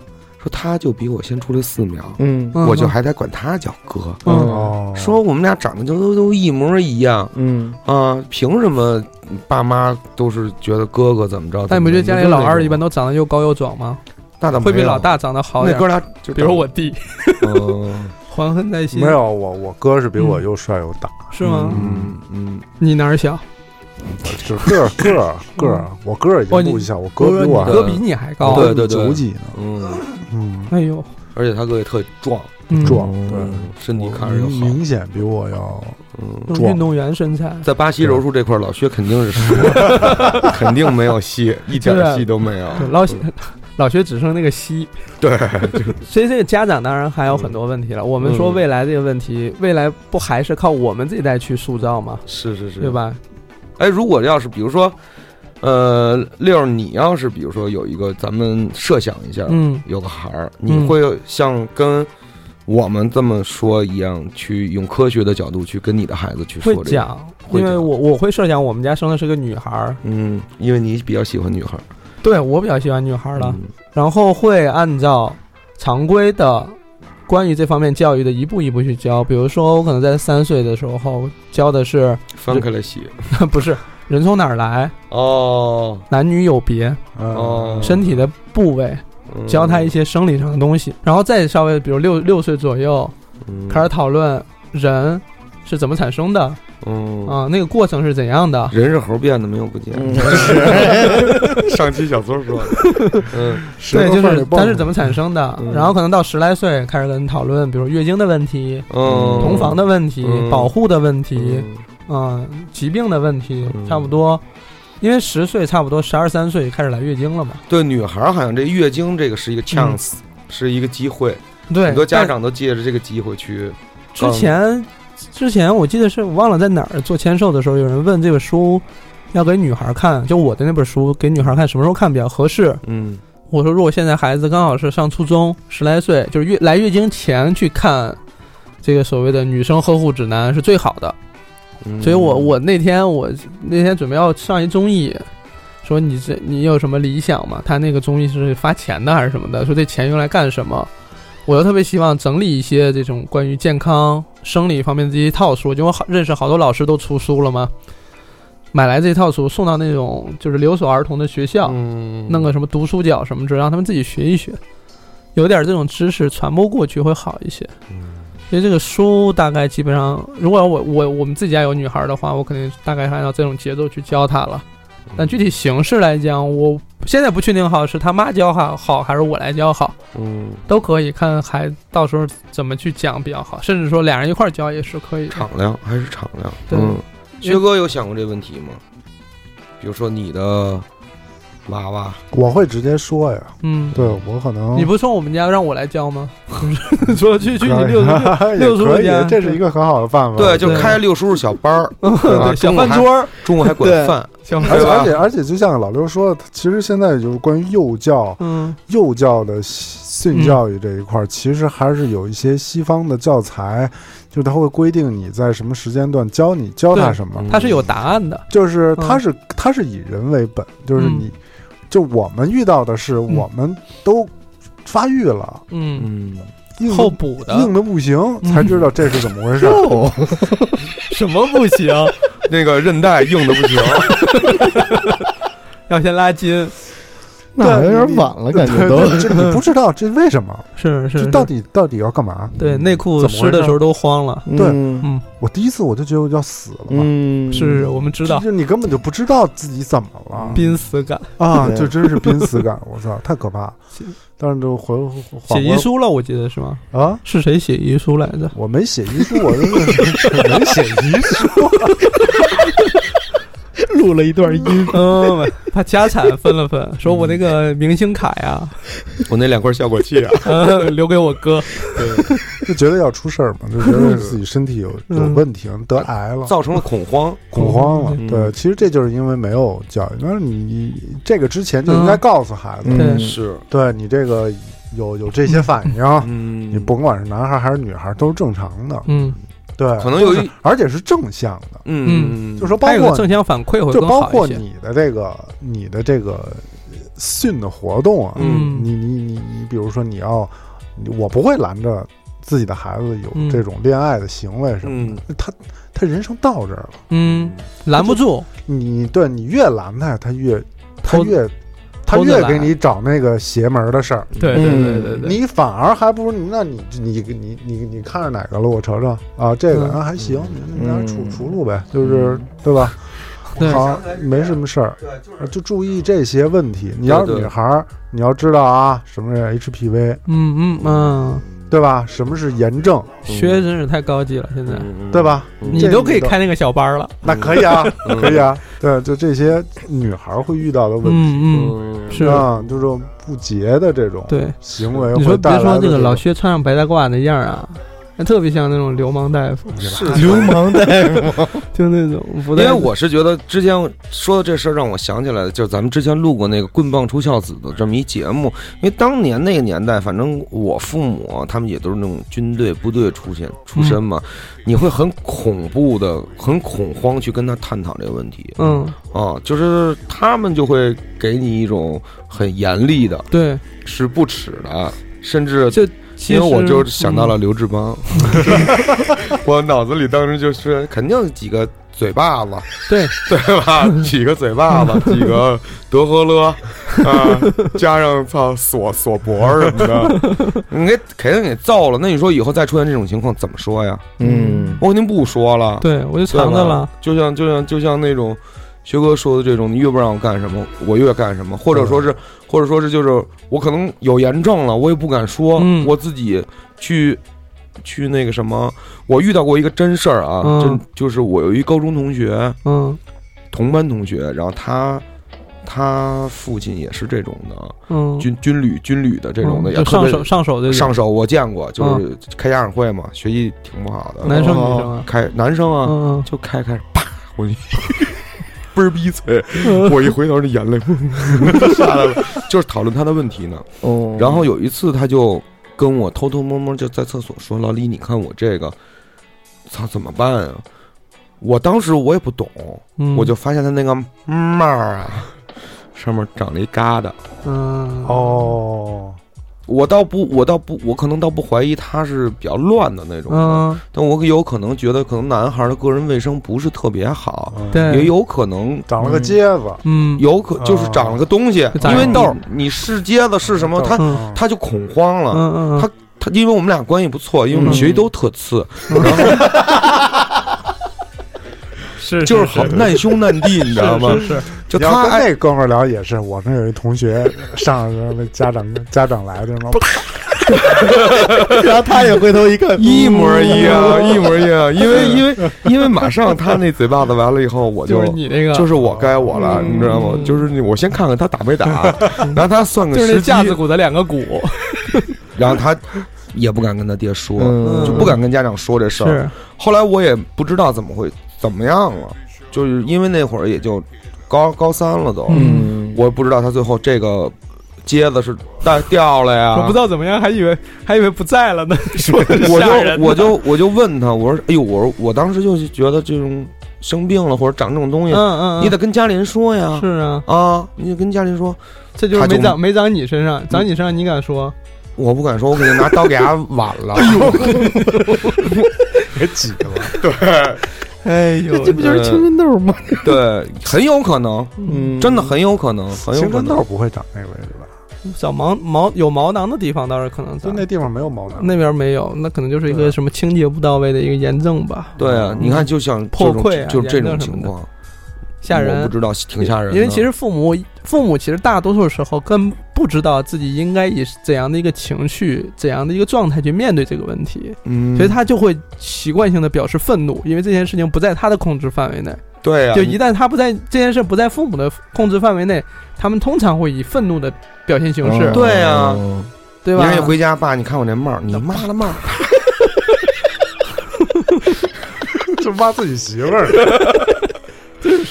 Speaker 5: 说他就比我先出来四秒，
Speaker 6: 嗯
Speaker 4: 嗯
Speaker 5: 我就还得管他叫哥。
Speaker 4: 嗯
Speaker 3: 哦，
Speaker 5: 说我们俩长得就都都一模一样
Speaker 6: 嗯
Speaker 5: 啊，凭什么爸妈都是觉得哥哥怎么着？
Speaker 4: 但你不
Speaker 5: 怎
Speaker 4: 觉
Speaker 5: 么着
Speaker 4: 得家里
Speaker 5: 就是
Speaker 4: 老
Speaker 5: 那
Speaker 4: 二
Speaker 5: 种
Speaker 4: 一般都长得又高又壮吗？
Speaker 5: 那倒没
Speaker 4: 会比
Speaker 5: 有
Speaker 4: 老大长得好
Speaker 5: 那
Speaker 4: 点
Speaker 5: 哥
Speaker 4: 儿，
Speaker 5: 俩就
Speaker 4: 比如我弟，
Speaker 5: 嗯
Speaker 4: 怀恨在心
Speaker 3: 没，有我我哥是比
Speaker 4: 嗯
Speaker 3: 我又帅又大，
Speaker 4: 是吗？
Speaker 5: 嗯嗯，
Speaker 4: 你哪儿小？
Speaker 3: 就是个儿个儿个儿，我个儿已
Speaker 4: 哦
Speaker 3: 经
Speaker 4: 你
Speaker 3: 不啊小，我
Speaker 4: 我
Speaker 3: 哥
Speaker 4: 说
Speaker 3: 比
Speaker 4: 你
Speaker 3: 我
Speaker 4: 哥比哦你还高，
Speaker 5: 对对对
Speaker 3: 九几呢，
Speaker 5: 嗯，
Speaker 3: 嗯，
Speaker 4: 哎呦，
Speaker 5: 而且他哥也特壮，
Speaker 4: 嗯
Speaker 3: 壮对，
Speaker 5: 身体看着就
Speaker 3: 明
Speaker 5: 好。
Speaker 3: 明显比我要
Speaker 5: 嗯，
Speaker 4: 那种
Speaker 3: 壮
Speaker 4: 运动员身材，
Speaker 5: 在巴西柔术这块儿，老薛肯定是输了，
Speaker 4: *laughs*
Speaker 5: 肯定没有戏，一点儿戏都没有。
Speaker 4: 啊对老 *laughs* 老薛只剩那个膝，
Speaker 5: 对， *laughs*
Speaker 4: *laughs* 所以这个家长当然还有很多问题了。我们说
Speaker 5: 嗯
Speaker 4: 未来这个问题，未来不还是靠我们这一代去塑造吗？
Speaker 5: 是是是，
Speaker 4: 对？吧？
Speaker 5: 哎，如果要是比如说，呃，六儿，你要是比如说有一个，咱们设想一下，
Speaker 8: 嗯
Speaker 5: 有个孩儿，你会像跟我们这么说一样，去用科学的角度去跟你的孩子去说
Speaker 4: 会
Speaker 5: 这个，
Speaker 4: 讲，
Speaker 5: 会
Speaker 4: 因为
Speaker 5: 讲
Speaker 4: 我我会设想我们家生的是个女孩儿，
Speaker 5: 嗯，因为你比较喜欢女孩儿，
Speaker 4: 对我比较喜欢女孩儿了，
Speaker 5: 嗯
Speaker 4: 然后会按照常规的关于这方面教育的一步一步去教，比如说我可能在三岁的时候教的是
Speaker 5: 翻开来写
Speaker 4: 不是人从哪儿来，
Speaker 5: 哦
Speaker 4: 男女有别，
Speaker 3: 嗯
Speaker 5: 哦，
Speaker 4: 身体的部位，
Speaker 5: 嗯
Speaker 4: 教他一些生理上的东西，然后再稍微比如六六岁左右
Speaker 5: 嗯
Speaker 4: 开始讨论人是怎么产生的
Speaker 5: 嗯
Speaker 4: 啊，那个过程是怎样的，
Speaker 5: 人是猴变的，没有不见。嗯 *laughs* 上期小孙说的，嗯
Speaker 4: 对，就是它是怎么产生的
Speaker 5: 嗯，
Speaker 4: 然后可能到十来岁开始跟人讨论，比如月经的问题、
Speaker 5: 嗯，
Speaker 4: 同房的问题
Speaker 5: 嗯、
Speaker 4: 保护的问题、
Speaker 5: 嗯
Speaker 4: 嗯，疾病的问题
Speaker 5: 嗯，
Speaker 4: 差不多，因为十岁差不多十二三岁开始来月经了嘛，
Speaker 5: 对女孩儿好像这月经这个是一个 chance，是一个机会，
Speaker 4: 嗯对，
Speaker 5: 很多家
Speaker 4: 但
Speaker 5: 长都借着这个机会去，
Speaker 4: 之前之前我记得是我忘了在哪儿做签售的时候，有人问这个书要给女孩看，就我的那本书给女孩看，什么时候看比较合适？
Speaker 5: 嗯
Speaker 4: 我说如果现在孩子刚好是上初中，十来岁，就是月来月经前去看这个所谓的女生呵护指南是最好的。
Speaker 5: 嗯
Speaker 4: 所以我我那天我那天准备要上一综艺，说你这你有什么理想吗？他那个综艺是发钱的还是什么的？说这钱用来干什么？我又特别希望整理一些这种关于健康、生理方面的这一套书，因为我好认识好多老师都出书了嘛，买来这一套书送到那种就是留守儿童的学校，
Speaker 5: 嗯
Speaker 4: 弄个什么读书角什么之类，让他们自己学一学，有点这种知识传播过去会好一些。
Speaker 5: 嗯
Speaker 4: 所以这个书大概基本上，如果我我我们自己家有女孩的话，我肯定大概按照这种节奏去教她了。
Speaker 3: 嗯
Speaker 4: 但具体形式来讲，我现在不确定好是他妈教好好还是我来教好，
Speaker 5: 嗯
Speaker 4: 都可以看还到时候怎么去讲比较好，甚至说俩人一块儿教也是可以的。
Speaker 5: 敞亮还是敞亮，
Speaker 4: 对
Speaker 5: 嗯，薛哥有想过这问题吗？比如说你的娃娃，
Speaker 3: 我会直接说呀，
Speaker 4: 嗯，
Speaker 3: 对我可能
Speaker 4: 你不是说我们家让我来教吗？ *laughs* 说去去你
Speaker 3: *laughs* 可以
Speaker 4: 六六六叔
Speaker 3: 也可
Speaker 4: 家
Speaker 3: 以，这是一个很好的办法。
Speaker 5: 对，就开六叔叔小班儿，
Speaker 4: 对小饭桌儿，
Speaker 5: 中午还管
Speaker 6: 对
Speaker 5: 饭，
Speaker 4: 小饭
Speaker 3: 而
Speaker 5: 对
Speaker 3: 且
Speaker 5: 吧
Speaker 3: 而且而且，就像老刘说的，其实现在就是关于幼教、
Speaker 4: 嗯
Speaker 3: 幼教的性教育这一块儿，其实还是有一些西方的教材，就它会规定你在什么时间段教你教他
Speaker 4: 对
Speaker 3: 什么，
Speaker 5: 嗯
Speaker 4: 它是有答案的。
Speaker 3: 就是
Speaker 4: 嗯
Speaker 3: 它是它是以人为本，就是
Speaker 4: 嗯
Speaker 3: 你，就我们遇到的是我们都发育了，
Speaker 4: 嗯，
Speaker 5: 嗯，
Speaker 3: 硬
Speaker 4: 后
Speaker 3: 的
Speaker 4: 补的
Speaker 3: 硬的不行，
Speaker 4: 嗯
Speaker 3: 才知道这是怎么回事儿。
Speaker 4: *laughs*
Speaker 6: 哦
Speaker 4: 什么不行？ *laughs*
Speaker 5: 那个韧带硬的不 *laughs* 行，
Speaker 4: 要先拉筋，
Speaker 6: 那好像有点晚了，感觉都
Speaker 3: 对这你不知道这为什么，
Speaker 4: 是
Speaker 3: 这
Speaker 4: 是
Speaker 3: 到底到底要干嘛？
Speaker 4: 对内裤
Speaker 3: 怎么
Speaker 4: 湿
Speaker 3: 回事
Speaker 4: 的时候都慌了，
Speaker 3: 对
Speaker 6: 嗯
Speaker 3: 我第一次我就觉得我要死了嘛，
Speaker 6: 嗯，
Speaker 4: 是我们知道
Speaker 3: 就你根本就不知道自己怎么了
Speaker 4: 濒死感。
Speaker 3: 啊！
Speaker 6: 对
Speaker 3: 这真是濒死感，我操，太可
Speaker 4: *laughs*
Speaker 3: 怕了
Speaker 4: 写。
Speaker 3: 但是就回回
Speaker 4: 写
Speaker 3: 缓
Speaker 4: 遗
Speaker 3: 过
Speaker 4: 书了，我记得是吗？
Speaker 3: 啊，
Speaker 4: 是谁写遗书来着？
Speaker 3: 我没写遗书，我就是没写遗书。
Speaker 6: 录了一段音，
Speaker 4: 嗯，把家产分了分，说我那个明星卡呀，
Speaker 5: 我那两块效果器啊，
Speaker 4: 呃留给我哥。
Speaker 3: 就觉得要出事儿嘛，就觉得自己身体有有
Speaker 4: 嗯
Speaker 3: 问题，了，得癌
Speaker 5: *laughs*
Speaker 3: 了，
Speaker 5: 造成了恐慌，
Speaker 3: 恐慌了。
Speaker 5: 嗯
Speaker 3: 对，其实这就是因为没有教育。但是你你这个之前就应该
Speaker 4: 嗯
Speaker 3: 告诉孩子，
Speaker 4: 对
Speaker 5: *laughs*
Speaker 6: 嗯
Speaker 5: 是，
Speaker 3: 对你这个有有这些反应，
Speaker 5: 嗯
Speaker 3: 你甭管是男孩还是女孩，都是正常的。
Speaker 4: 嗯
Speaker 3: 对，
Speaker 5: 可能有一
Speaker 3: 就是而且是正向的，
Speaker 5: 嗯，
Speaker 3: 就说包
Speaker 4: 他有个
Speaker 3: 括
Speaker 4: 正向反馈会
Speaker 3: 就
Speaker 4: 更
Speaker 3: 包
Speaker 4: 好
Speaker 3: 括
Speaker 4: 一些。
Speaker 3: 你的这个你的这个训的活动啊，
Speaker 4: 嗯
Speaker 3: 你你你你，比如说你要，我不会拦着自己的孩子有
Speaker 4: 嗯
Speaker 3: 这种恋爱的行为什么
Speaker 5: 嗯
Speaker 3: 的，他他人生到这儿了，
Speaker 4: 嗯，拦不住，
Speaker 3: 你对你越拦他，他越他
Speaker 4: 偷
Speaker 3: 越他
Speaker 4: 偷着
Speaker 3: 越
Speaker 4: 来
Speaker 3: 给你找那个邪门儿的事儿。
Speaker 4: 对对对对对，
Speaker 3: 你反而还不如你，那你你你你你看着哪个了？我瞅瞅啊，这个
Speaker 4: 嗯
Speaker 3: 啊还行，你拿
Speaker 6: 嗯
Speaker 3: 出出路呗，就是对吧？
Speaker 4: 对
Speaker 3: 好，没什么事儿，呃就注意这些问题。你要是
Speaker 5: 对
Speaker 3: 女孩儿，你要知道啊，什么是 HPV，
Speaker 4: 嗯嗯嗯，
Speaker 3: 对吧？什么是炎症，
Speaker 4: 学真是太高级了，现在
Speaker 5: 嗯
Speaker 3: 对？吧？
Speaker 5: 嗯
Speaker 4: 你
Speaker 3: 这
Speaker 4: 都可以开那个小班了。
Speaker 3: 那可以啊，
Speaker 5: 嗯
Speaker 3: 可以啊。对，就这些女孩儿会遇到的问题
Speaker 4: 嗯嗯，
Speaker 5: 嗯
Speaker 4: 是
Speaker 3: 啊，就是不洁的这种
Speaker 4: 对。
Speaker 3: 行为
Speaker 4: 你
Speaker 3: 会
Speaker 4: 说别
Speaker 3: 带来
Speaker 4: 说
Speaker 3: 的
Speaker 4: 那个
Speaker 3: 这
Speaker 4: 老
Speaker 3: 种
Speaker 4: 薛穿上白大褂那样啊，还特别像那种流氓大夫，
Speaker 5: 是
Speaker 6: 流氓大夫，
Speaker 4: 就那种不
Speaker 5: 因
Speaker 4: 带
Speaker 5: 为我是觉得之前说的这事儿让我想起来了，就是咱们之前录过那个《棍棒出孝子》的这么一节目。因为当年那个年代，反正我父母他们也都是那种军队部队出现出身嘛，
Speaker 4: 嗯
Speaker 5: 你会很恐怖的、很恐慌去跟他探讨这个问题
Speaker 4: 嗯，
Speaker 5: 啊，就是他们就会给你一种很严厉的，
Speaker 4: 对，
Speaker 5: 是不耻的，甚至
Speaker 4: 就
Speaker 5: 因
Speaker 4: 其实
Speaker 5: 为我就想到
Speaker 4: 嗯
Speaker 5: 了刘志
Speaker 4: *laughs*
Speaker 5: 邦，我脑子里当时就是肯定几个嘴巴子，
Speaker 4: 对
Speaker 5: 对吧？几个嘴巴
Speaker 4: *laughs*
Speaker 5: 子，几个德和勒啊，加上操锁锁脖儿什么
Speaker 4: *laughs*
Speaker 5: 的，你给肯定给揍了。那你说以后再出现这种情况怎么说呀？
Speaker 6: 嗯，
Speaker 5: 我肯定不说了，
Speaker 4: 对我就
Speaker 5: 对吧
Speaker 4: 藏着了，。
Speaker 5: 就像就像就像那种学哥说的这种，你越不让我干什么，我越干什么，或者说是，或者说是就是我可能有炎症了，我也不敢说，
Speaker 4: 嗯
Speaker 5: 我自己去去那个什么，我遇到过一个真事儿啊，
Speaker 4: 嗯
Speaker 5: 真就是我有一高中同学，
Speaker 4: 嗯
Speaker 5: 同班同学，然后他。他父亲也是这种的，
Speaker 4: 嗯，
Speaker 5: 军军旅军旅的这种的，
Speaker 4: 嗯
Speaker 5: 也
Speaker 4: 就
Speaker 5: 特
Speaker 4: 上
Speaker 5: 别
Speaker 4: 手上手这种，
Speaker 5: 上手，我见过，就是开家长会嘛，学习挺不好的，
Speaker 4: 男生
Speaker 5: 然后
Speaker 4: 女生啊
Speaker 5: 开男生啊，
Speaker 4: 嗯
Speaker 5: 就开开始啪，我一 *laughs* 倍儿逼嘴，
Speaker 3: 嗯
Speaker 5: 我一回头，那眼泪 *laughs* 下来了，就是讨论他的问题呢。
Speaker 6: 哦，
Speaker 5: 然后有一次，他就跟我偷偷摸摸就在厕所说：“老李，你看我这个，操，怎么办啊？”我当时我也不懂，
Speaker 4: 嗯，
Speaker 5: 我就发现他那个帽儿啊，上面长了一疙瘩。
Speaker 4: 嗯
Speaker 3: 哦，
Speaker 5: 我倒不，我倒不，我可能倒不怀疑他是比较乱的那种的，
Speaker 4: 嗯
Speaker 5: 但我有可能觉得，可能男孩的个人卫生不是特别好，
Speaker 3: 嗯
Speaker 4: 对
Speaker 5: 也有可能
Speaker 3: 长了个疖子，
Speaker 4: 嗯
Speaker 5: 有可就是长了个东西，
Speaker 4: 就长
Speaker 5: 因为
Speaker 4: 了个
Speaker 5: 你
Speaker 4: 痘儿
Speaker 5: 你是疖子是什么，他
Speaker 4: 嗯
Speaker 5: 他就恐慌了。
Speaker 4: 嗯嗯，
Speaker 5: 他因为我们俩关系不错，因为我们
Speaker 6: 嗯
Speaker 5: 学习都特次，
Speaker 4: 嗯
Speaker 5: 然后
Speaker 4: *laughs* 是
Speaker 5: 就是好难兄难弟，你知道吗？
Speaker 4: 是
Speaker 5: 就
Speaker 3: 你要
Speaker 5: 他
Speaker 3: 跟
Speaker 5: 爱
Speaker 3: 那哥们儿聊也是，我们有一同学上那家长家长来 *laughs* 的嘛，
Speaker 6: 然后他也回头一看，
Speaker 5: 一模一样，嗯一模一样，因为因
Speaker 4: *laughs*
Speaker 5: 为因为马上他那嘴巴子完了以后，我
Speaker 4: 就
Speaker 5: 就是
Speaker 4: 你那个
Speaker 5: 就是我该我了，
Speaker 4: 嗯
Speaker 5: 你知道吗？就是你我先看看他打没打，然后他算个
Speaker 4: 就是那
Speaker 5: 时机，
Speaker 4: 架子鼓的两个鼓，
Speaker 5: 然后他也不敢跟他爹说，
Speaker 6: 嗯，
Speaker 5: 就不敢跟家长说这事儿。
Speaker 4: 是
Speaker 5: 后来我也不知道怎么会怎么样了，就是因为那会儿也就高高三了都，
Speaker 6: 嗯，
Speaker 5: 我也不知道他最后这个疖子是带掉了呀，
Speaker 4: 我不知道怎么样，还以为还以为不在
Speaker 5: *laughs*
Speaker 4: 了呢，说的
Speaker 5: 我
Speaker 4: 吓人
Speaker 5: 就
Speaker 4: 呢
Speaker 5: 我就我就问他，我说，哎呦，我说我当时就是觉得这种生病了或者长这种东西，
Speaker 4: 嗯嗯，嗯
Speaker 5: 你得跟家里人说呀，
Speaker 4: 是啊，
Speaker 5: 啊，你得跟家里人说，
Speaker 4: 这就是
Speaker 5: 他就
Speaker 4: 没长没长你身上，长你身上你敢说？
Speaker 5: 我不敢说，我肯定拿刀给他剜
Speaker 4: *laughs*
Speaker 5: 了，
Speaker 3: 给挤了。
Speaker 4: 哎呦 *laughs*
Speaker 6: 这不就是青春痘吗？
Speaker 5: 呃对，很有可能，
Speaker 6: 嗯，
Speaker 5: 真的很有可能，很有
Speaker 3: 青
Speaker 5: 可
Speaker 3: 春
Speaker 5: 能
Speaker 3: 痘。不会长那位置吧？
Speaker 4: 小毛毛有毛囊的地方倒是可能
Speaker 3: 就
Speaker 4: 长，
Speaker 3: 那地方没有
Speaker 5: 啊
Speaker 3: 毛囊，
Speaker 4: 那边没有，那可能就是一
Speaker 3: 对
Speaker 4: 个什么清洁不到位的一个炎症吧，
Speaker 5: 对啊，
Speaker 3: 嗯
Speaker 5: 你看，就像这种
Speaker 4: 破溃啊
Speaker 5: 就是这
Speaker 4: 炎
Speaker 5: 种
Speaker 4: 症什么
Speaker 5: 情
Speaker 4: 的
Speaker 5: 况，
Speaker 4: 吓
Speaker 5: 我
Speaker 4: 人
Speaker 5: 不。知道，挺吓人的。
Speaker 4: 因为其实父母父母其实大多数时候根不知道自己应该以怎样的一个情绪、怎样的一个状态去面对这个问题，
Speaker 5: 嗯，
Speaker 4: 所以他就会习惯性的表示愤怒，因为这件事情不在他的控制范围内。
Speaker 5: 对啊呀、
Speaker 4: 就一旦他不在这件事不在父母的控制范围内，他们通常会以愤怒的表现形式，
Speaker 5: 对呀
Speaker 6: 哦
Speaker 4: 对
Speaker 5: 你
Speaker 4: 吧
Speaker 5: 看？一回家，爸，你看我这帽儿，你妈的帽儿，
Speaker 3: 就挖自己媳
Speaker 4: *laughs*
Speaker 3: 妇儿。
Speaker 4: 这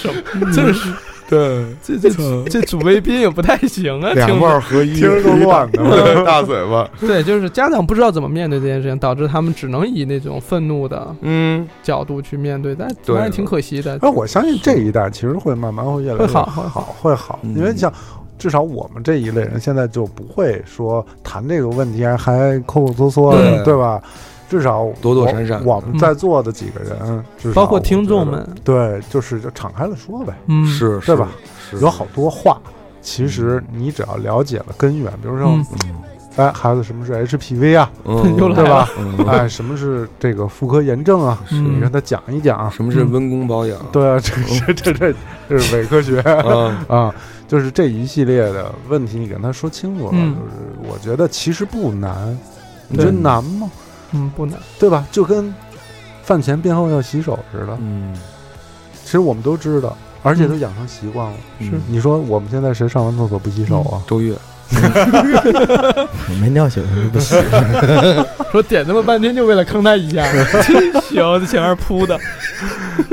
Speaker 4: 是
Speaker 5: *laughs* 对，
Speaker 4: 这这这主谓宾也不太行啊，听着。
Speaker 5: 儿合一
Speaker 3: 听着都乱 *laughs* 的
Speaker 5: 大嘴巴。
Speaker 4: *laughs* 对，就是家长不知道怎么面对这件事情，导致他们只能以那种愤怒的
Speaker 5: 嗯，
Speaker 4: 角度去面对，但
Speaker 5: 对
Speaker 4: 还是挺可惜的。
Speaker 3: 哎，我相信这一代其实会慢慢会越来
Speaker 4: 会
Speaker 3: 越
Speaker 4: 好
Speaker 3: 会
Speaker 4: 会
Speaker 3: 好，会好，
Speaker 5: 嗯
Speaker 3: 因为像至少我们这一类人现在就不会说谈这个问题还还抠抠搜搜的，
Speaker 5: 对
Speaker 3: 对吧？至少
Speaker 5: 躲躲
Speaker 3: 我
Speaker 5: 闪嗯闪
Speaker 3: 我们在座的几个人，至少
Speaker 4: 包括
Speaker 3: 我觉
Speaker 4: 听众
Speaker 3: 得
Speaker 4: 们，
Speaker 3: 对，就是就敞开了说呗，
Speaker 4: 嗯，
Speaker 5: 是，是
Speaker 3: 对吧？？
Speaker 5: 是嗯
Speaker 3: 有好多话，其实你只要了解了根源，比如说
Speaker 4: 嗯，
Speaker 3: 哎，孩子什么是 HPV 啊，
Speaker 5: 嗯，
Speaker 4: 又来
Speaker 3: 对吧？
Speaker 5: 嗯
Speaker 3: 哎，什么是这个妇科炎症啊？
Speaker 4: 嗯
Speaker 3: 你让他讲一讲啊。
Speaker 5: 什么是温宫保养？
Speaker 3: 对啊，这这这这这是伪科学。
Speaker 5: 啊，
Speaker 3: 啊，就是这一系列的问题，你跟他说清楚了，
Speaker 4: 嗯
Speaker 3: 就是我觉得其实不难，你觉
Speaker 4: 对
Speaker 3: 得难吗？
Speaker 4: 嗯，不难。
Speaker 3: 对吧？就跟饭前便后要洗手似的，
Speaker 5: 嗯，
Speaker 3: 其实我们都知道，而且都养成习惯了。
Speaker 5: 是
Speaker 3: 你说我们现在谁上完厕所不洗手
Speaker 5: 嗯
Speaker 3: 啊？
Speaker 5: 周越，
Speaker 6: 我没尿血就不行。
Speaker 4: 说点这么半天就为了坑他一下，真行，在前面扑的，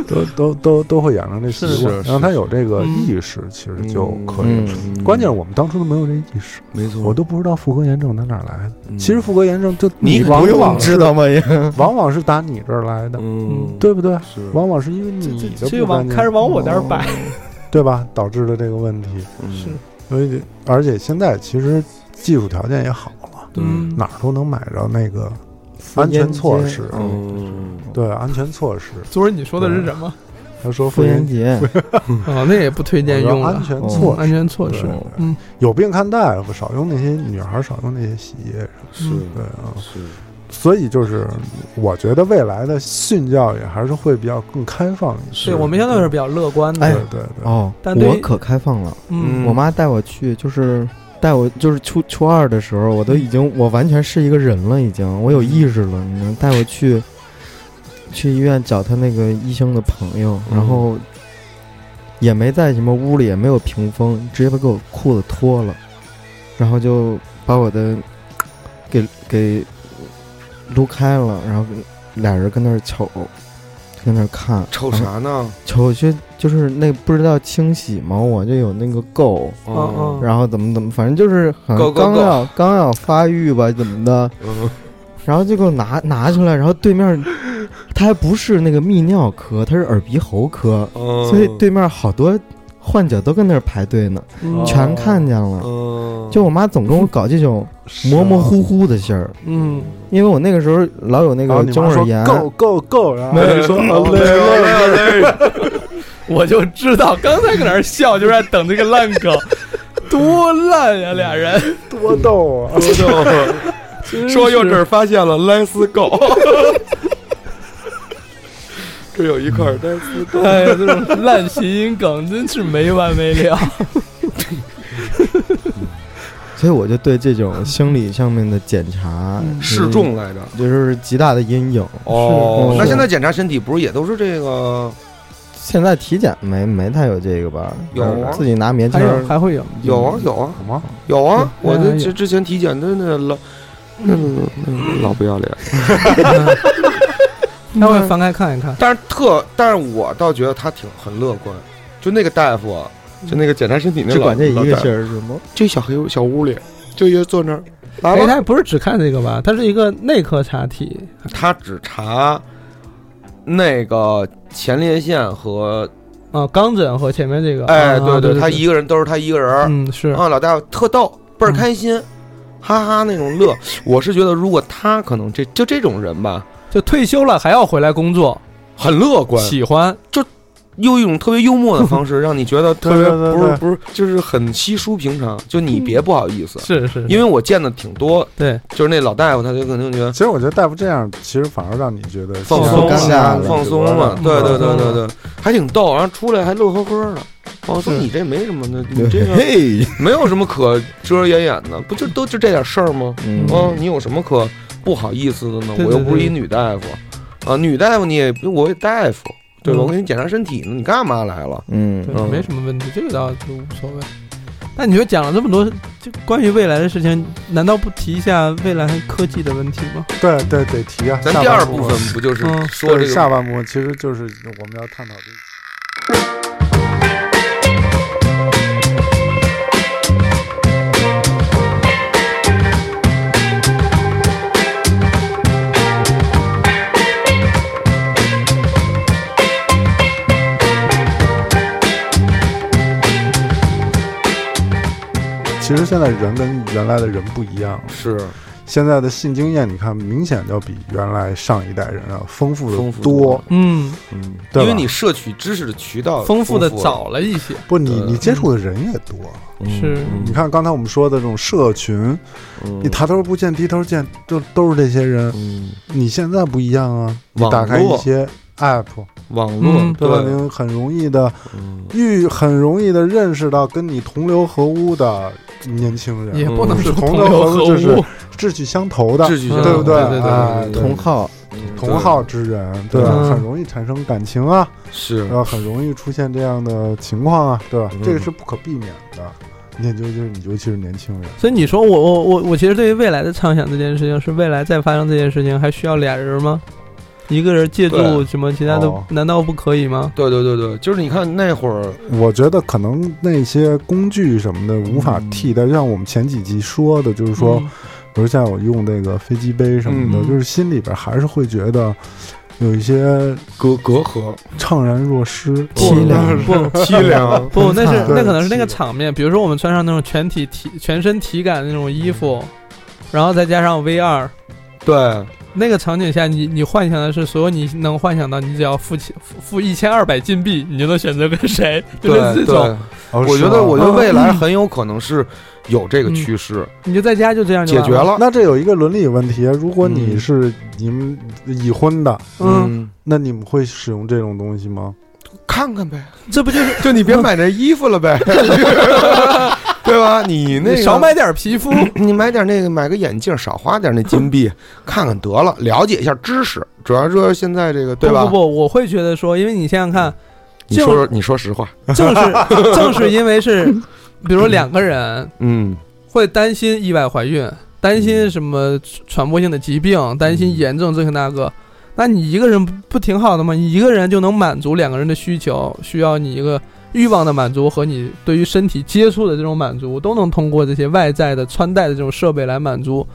Speaker 3: 都都都都会养成这习惯
Speaker 5: 嗯是，是
Speaker 3: 让他有这个
Speaker 4: 嗯
Speaker 3: 意识，其实就可以。了。
Speaker 6: 嗯，
Speaker 3: 关键是我们当初都没有这意识，
Speaker 5: 没错
Speaker 3: 我都不知道妇科炎症它哪儿来的。
Speaker 5: 嗯
Speaker 3: 其实妇科炎症就
Speaker 5: 你
Speaker 3: 往
Speaker 6: 不用
Speaker 3: 往
Speaker 6: 知道 *laughs* 吗？也
Speaker 3: 往往是打你这儿来的，
Speaker 5: 嗯，
Speaker 3: 对不对？
Speaker 5: 是
Speaker 3: 往往是因为
Speaker 4: 这
Speaker 3: 你
Speaker 4: 这
Speaker 3: 的
Speaker 4: 这
Speaker 3: 不
Speaker 4: 往
Speaker 3: 干净
Speaker 4: 开始往我这儿摆，
Speaker 3: 对吧？导致的这个问题，
Speaker 4: 嗯
Speaker 5: 是
Speaker 3: 所以而且现在其实技术条件也好了，
Speaker 5: 嗯
Speaker 3: 哪儿都能买着那个安全措施，
Speaker 5: 嗯，
Speaker 3: 对安全措施。
Speaker 4: 昨儿你说的是什么？
Speaker 3: 他说妇
Speaker 6: 妇炎
Speaker 3: 炎
Speaker 6: 洁，
Speaker 4: 哦，那也不推荐用了
Speaker 3: 安。全
Speaker 6: 嗯
Speaker 3: 措
Speaker 4: 安
Speaker 3: 施，
Speaker 4: 全措
Speaker 3: 对
Speaker 4: 施，
Speaker 3: 对
Speaker 4: 嗯，
Speaker 3: 有病看大夫，少用那些女孩儿少用那些洗衣液什
Speaker 5: 是
Speaker 3: 么的，对
Speaker 4: 嗯
Speaker 3: 啊。
Speaker 5: 是，
Speaker 3: 所以就是，我觉得未来的训教育还是会比较更开放一些。
Speaker 4: 对我们相对是比较乐观的。
Speaker 3: 对
Speaker 6: 哎
Speaker 3: 对对，
Speaker 6: 哦，
Speaker 4: 但对于
Speaker 6: 我可开放了。
Speaker 4: 嗯，
Speaker 6: 我妈带我去，就是带我就是初初二的时候，我都已经我完全是一个人了，已经我有意识了。你能带我去去医院找他那个医生的朋友，
Speaker 5: 嗯
Speaker 6: 然后也没在什么屋里，也没有屏风，直接把给我裤子脱了，然后就把我的给给撸开了，然后俩人跟那儿瞅，跟那儿看，
Speaker 5: 瞅
Speaker 6: 然后
Speaker 5: 啥呢？
Speaker 6: 瞅去就是那不知道清洗嘛，我就有那个垢，
Speaker 4: 嗯
Speaker 6: 然后怎么怎么，反正就是好
Speaker 5: 够够
Speaker 6: 像刚
Speaker 5: 够
Speaker 6: 要刚要发育吧，怎么的，
Speaker 5: 嗯
Speaker 6: 然后就给我拿拿出来，然后对面他还不是那个泌尿科，他是耳鼻喉科，
Speaker 5: 嗯，
Speaker 6: 所以对面好多患者都跟那儿排队呢，
Speaker 4: 嗯
Speaker 6: 全看见了。
Speaker 5: 嗯，
Speaker 6: 就我妈总跟我搞这种模模糊糊的事儿，
Speaker 4: 嗯，
Speaker 6: 因为我那个时候老有那
Speaker 3: 然后
Speaker 6: 个
Speaker 3: 你
Speaker 6: 中
Speaker 3: 妈
Speaker 6: 耳
Speaker 3: 说
Speaker 6: 炎，
Speaker 3: 够够够，然后
Speaker 6: 没
Speaker 3: 你
Speaker 6: *laughs*
Speaker 3: 说哦
Speaker 5: 哎
Speaker 3: 累累
Speaker 4: 我就知道，刚才搁那儿笑，就是在等这个烂梗， *laughs* 多烂呀，俩人
Speaker 3: 多逗
Speaker 4: *laughs*
Speaker 3: *laughs* 啊！
Speaker 5: 说又这儿发现了 Let's go，这有一块 Let's go，
Speaker 4: 哎呀，这种烂谐音梗真是没完没了。
Speaker 6: 所以我就对这种心理上面的检查
Speaker 4: 嗯
Speaker 5: 示，众来着。
Speaker 6: 就是极大的阴影。
Speaker 5: 哦，
Speaker 6: 是
Speaker 5: 那现在检查身体不是也都是这个？
Speaker 6: 现在体检没没太有这个吧？
Speaker 5: 有啊
Speaker 6: 自己拿棉签
Speaker 4: *laughs* 还
Speaker 6: 儿
Speaker 4: 有还会有，
Speaker 5: 有啊有啊
Speaker 3: 好吗？
Speaker 5: 有啊！
Speaker 4: 对
Speaker 5: 我
Speaker 4: 哎呀
Speaker 5: 这
Speaker 4: 有
Speaker 5: 之之前体检的那老那个那个老不要脸，
Speaker 4: 他会翻开看一看。
Speaker 5: 但是特，但是我倒觉得他挺很乐观，就那个大夫啊，就那个检查身体那
Speaker 6: 只
Speaker 5: 老
Speaker 6: 管这一
Speaker 5: 老
Speaker 6: 个
Speaker 5: 大夫
Speaker 6: 事儿是吗？
Speaker 5: 这小黑屋小屋里就一个人坐那儿，来
Speaker 4: 哎，
Speaker 5: 吧，
Speaker 4: 他不是只看这个吧？他是一个内科查体，
Speaker 5: 他只查那个前列腺和
Speaker 4: 啊，肛诊和前面这个，
Speaker 5: 哎，
Speaker 4: 啊对
Speaker 5: 对，
Speaker 4: 对，
Speaker 5: 他一个人都是他一个人儿
Speaker 4: 嗯是，
Speaker 5: 啊，老大夫特逗，倍儿开心，哈哈那种乐。我是觉得，如果他可能这就这种人吧，
Speaker 4: 就退休了还要回来工作，
Speaker 5: 很乐观，
Speaker 4: 喜欢，
Speaker 5: 用一种特别幽默的方式，让你觉得特别
Speaker 3: 对对对
Speaker 5: 不是
Speaker 3: 对
Speaker 5: 不是，就是很稀疏平常。就你别不好意思，
Speaker 4: 是是，
Speaker 5: 因为我见的挺多，
Speaker 4: 对，
Speaker 5: 就是那老大夫，他就可能觉得
Speaker 3: 其实我觉得大夫这样，其实反而让你觉得
Speaker 5: 放
Speaker 3: 心
Speaker 5: 松
Speaker 3: 安
Speaker 6: 了
Speaker 3: 了
Speaker 5: 放松了，
Speaker 3: 对
Speaker 5: 对
Speaker 3: 吧
Speaker 5: 对对对对，还挺逗，然后出来还乐呵呵的。我说
Speaker 4: 是
Speaker 5: 你这没什么的，你这
Speaker 6: 对，
Speaker 5: 个
Speaker 6: 嘿，
Speaker 5: 没有什么可遮遮掩掩的，不就都就这点事儿吗？
Speaker 6: 嗯
Speaker 5: 嗯，你有什么可不好意思的呢？
Speaker 4: 对对
Speaker 5: 我又不是
Speaker 4: 对
Speaker 5: 一女大夫啊，女大夫你也我也大夫，对吧？
Speaker 4: 嗯
Speaker 5: 我给你检查身体呢，你干嘛来了？
Speaker 6: 嗯
Speaker 4: 对，
Speaker 5: 嗯
Speaker 4: 没什么问题，这个倒就无所谓。但你说讲了这么多，就关于未来的事情，难道不提一下未来科技的问题吗？
Speaker 3: 对对得提啊。
Speaker 5: 咱
Speaker 3: 下
Speaker 5: 第
Speaker 3: 半
Speaker 5: 二部分不就是呃
Speaker 4: 嗯
Speaker 5: 说
Speaker 3: 就
Speaker 5: 这
Speaker 3: 是
Speaker 5: 个
Speaker 3: 下半部分，其实就是我们要探讨这个。其实现在人跟原来的人不一样了，
Speaker 5: 是
Speaker 3: 现在的性经验，你看明显要比原来上一代人要丰富
Speaker 5: 丰
Speaker 3: 的
Speaker 5: 富
Speaker 3: 多，，
Speaker 4: 嗯，
Speaker 5: 嗯，
Speaker 3: 对
Speaker 5: 因
Speaker 3: 吧
Speaker 5: 为你摄取知识的渠道
Speaker 4: 丰富的
Speaker 5: 了
Speaker 4: 早了一些，
Speaker 1: 嗯
Speaker 3: 不，你
Speaker 5: 对
Speaker 3: 你接触的人也多。
Speaker 5: 嗯
Speaker 4: 是
Speaker 3: 你看刚才我们说的这种社群，你抬头不见低头见，就都是这些人。
Speaker 5: 嗯
Speaker 3: 你现在不一样啊，你
Speaker 5: 网
Speaker 3: 打开一
Speaker 5: 络
Speaker 3: 些 app，
Speaker 5: 网
Speaker 4: 嗯
Speaker 5: 络嗯
Speaker 3: 对吧？你很容易的遇，很容易的认识到跟你同流合污的年轻人，
Speaker 4: 也不能说
Speaker 3: 嗯
Speaker 4: 同
Speaker 3: 同
Speaker 4: 流
Speaker 3: 流
Speaker 4: 合
Speaker 3: 合
Speaker 4: 污
Speaker 3: 污就是志趣相投的，
Speaker 5: 秩序
Speaker 4: 嗯
Speaker 3: 对不
Speaker 4: 对对
Speaker 3: 对
Speaker 4: 对
Speaker 3: 哎
Speaker 5: 对
Speaker 6: 同号，
Speaker 3: 同号之人，对
Speaker 4: 嗯
Speaker 3: 吧？很容易产生感情啊，
Speaker 5: 是
Speaker 3: 然后很容易出现这样的情况啊，对吧
Speaker 5: 嗯？
Speaker 3: 这个是不可避免的，那就就是你，尤其是年轻人，
Speaker 4: 所以你说我我我我其实对于未来的畅想这件事情，是未来再发生这件事情还需要俩人吗？一个人借助
Speaker 5: 对
Speaker 4: 什么其他的
Speaker 3: 哦，
Speaker 4: 难道不可以吗？
Speaker 5: 对对对对，就是你看那会儿，
Speaker 3: 我觉得可能那些工具什么的无法替代，就像我们前几集说的，就是说，
Speaker 4: 嗯
Speaker 3: 比如像我哦用那个飞机杯什么的，
Speaker 4: 嗯
Speaker 3: 就是心里边还是会觉得有一些
Speaker 5: 隔隔 *laughs* 阂，
Speaker 3: 怅然若失。哦
Speaker 6: 凄凉
Speaker 4: 不，
Speaker 5: 凄凉 *laughs*
Speaker 4: 不，那是
Speaker 6: 对
Speaker 4: 那可能是那
Speaker 3: 是
Speaker 4: 个
Speaker 3: 的
Speaker 4: 场面，比如说我们穿上那种全体体全身体感的那种衣服，
Speaker 5: 嗯
Speaker 4: 然后再加上 VR
Speaker 5: 对，
Speaker 4: 那个场景下，你你幻想的是所有你能幻想到，你只要付钱付付一千二百金币，你就能选择跟谁， *laughs* 就类似
Speaker 5: 对
Speaker 4: 这种，
Speaker 5: 对，
Speaker 3: 哦
Speaker 5: 我
Speaker 3: 是
Speaker 5: 觉得，
Speaker 3: 吗
Speaker 5: 我觉得未来很有可能是有这个趋势，
Speaker 4: 你就在家就这样就
Speaker 5: 解
Speaker 4: 完
Speaker 5: 决了。
Speaker 3: 那这有一个伦理问题，啊如果你
Speaker 5: 嗯
Speaker 3: 是你们已婚的，
Speaker 4: 嗯，，
Speaker 3: 那你们会使用这种东西吗？
Speaker 5: 看看呗，
Speaker 4: 这不就是
Speaker 5: 就你别
Speaker 4: *laughs*
Speaker 5: 买这衣服了呗， *laughs* 对吧？你那个
Speaker 4: 少买点皮肤，
Speaker 5: 你买点那个，买个眼镜，少花点那金币，看看得了，了解一下知识。主要说现在这个，对吧？
Speaker 4: 不不不，我会觉得说，因为你想想看， *laughs*
Speaker 5: 你说说，你说实话，
Speaker 4: 正是
Speaker 5: *laughs*
Speaker 4: 正是因为是，比如说两个人
Speaker 5: 嗯，
Speaker 4: 会担心意外怀孕，担心什么传播性的疾
Speaker 5: 嗯
Speaker 4: 病，担心炎症这个那个。那你一个人不不挺好的吗？你一个人就能满足两个人的需求，需要你一个欲望的满足和你对于身体接触的这种满足，都能通过这些外在的穿戴的这种设备来满足。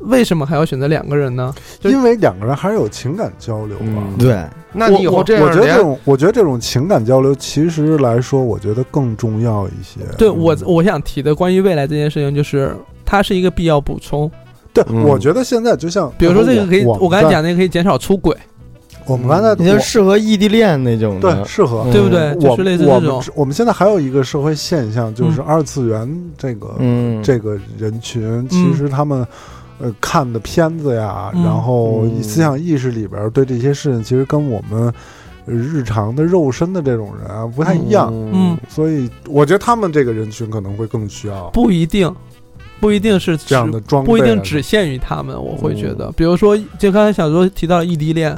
Speaker 4: 为什么还要选择两个人呢？就
Speaker 3: 因为两个人还是有情感交流吧。
Speaker 5: 嗯
Speaker 6: 对，
Speaker 5: 那你以后
Speaker 3: 我
Speaker 5: 这样
Speaker 3: 我我觉得
Speaker 5: 连
Speaker 3: 这种，我觉得这种情感交流其实来说，我觉得更重要一些。
Speaker 4: 对
Speaker 5: 嗯
Speaker 4: 我我想提的关于未来这件事情，就是它是一个必要补充。
Speaker 3: 对，
Speaker 5: 嗯
Speaker 3: 我觉得现在就像，
Speaker 4: 比如说这个可以，
Speaker 3: 我
Speaker 4: 我刚才，讲嗯那个可以减少出轨，
Speaker 3: 我们刚才
Speaker 6: 你就
Speaker 3: 我
Speaker 6: 适合异地恋那种
Speaker 3: 对
Speaker 6: 的，
Speaker 3: 适合
Speaker 6: 嗯
Speaker 4: 对不对？就
Speaker 3: 我
Speaker 4: 是类似这
Speaker 3: 我们
Speaker 4: 种，
Speaker 3: 我们现在还有一个社会现象，就是
Speaker 4: 嗯
Speaker 3: 二次元这个、
Speaker 6: 嗯，
Speaker 3: 这个人群，其实他们。呃，看的片子呀，
Speaker 4: 嗯
Speaker 3: 然后
Speaker 6: 嗯
Speaker 3: 思想意识里边儿对这些事情，其实跟我们呃日常的肉身的这种人啊不太一样，
Speaker 4: 嗯，
Speaker 3: 所以我觉得他们这个人群可能会更需要
Speaker 4: 不一定，不一定是只
Speaker 3: 这样的装备啊，嗯
Speaker 4: 不一定只限于他们。我会觉得，比如说，就刚才想说提到异地恋，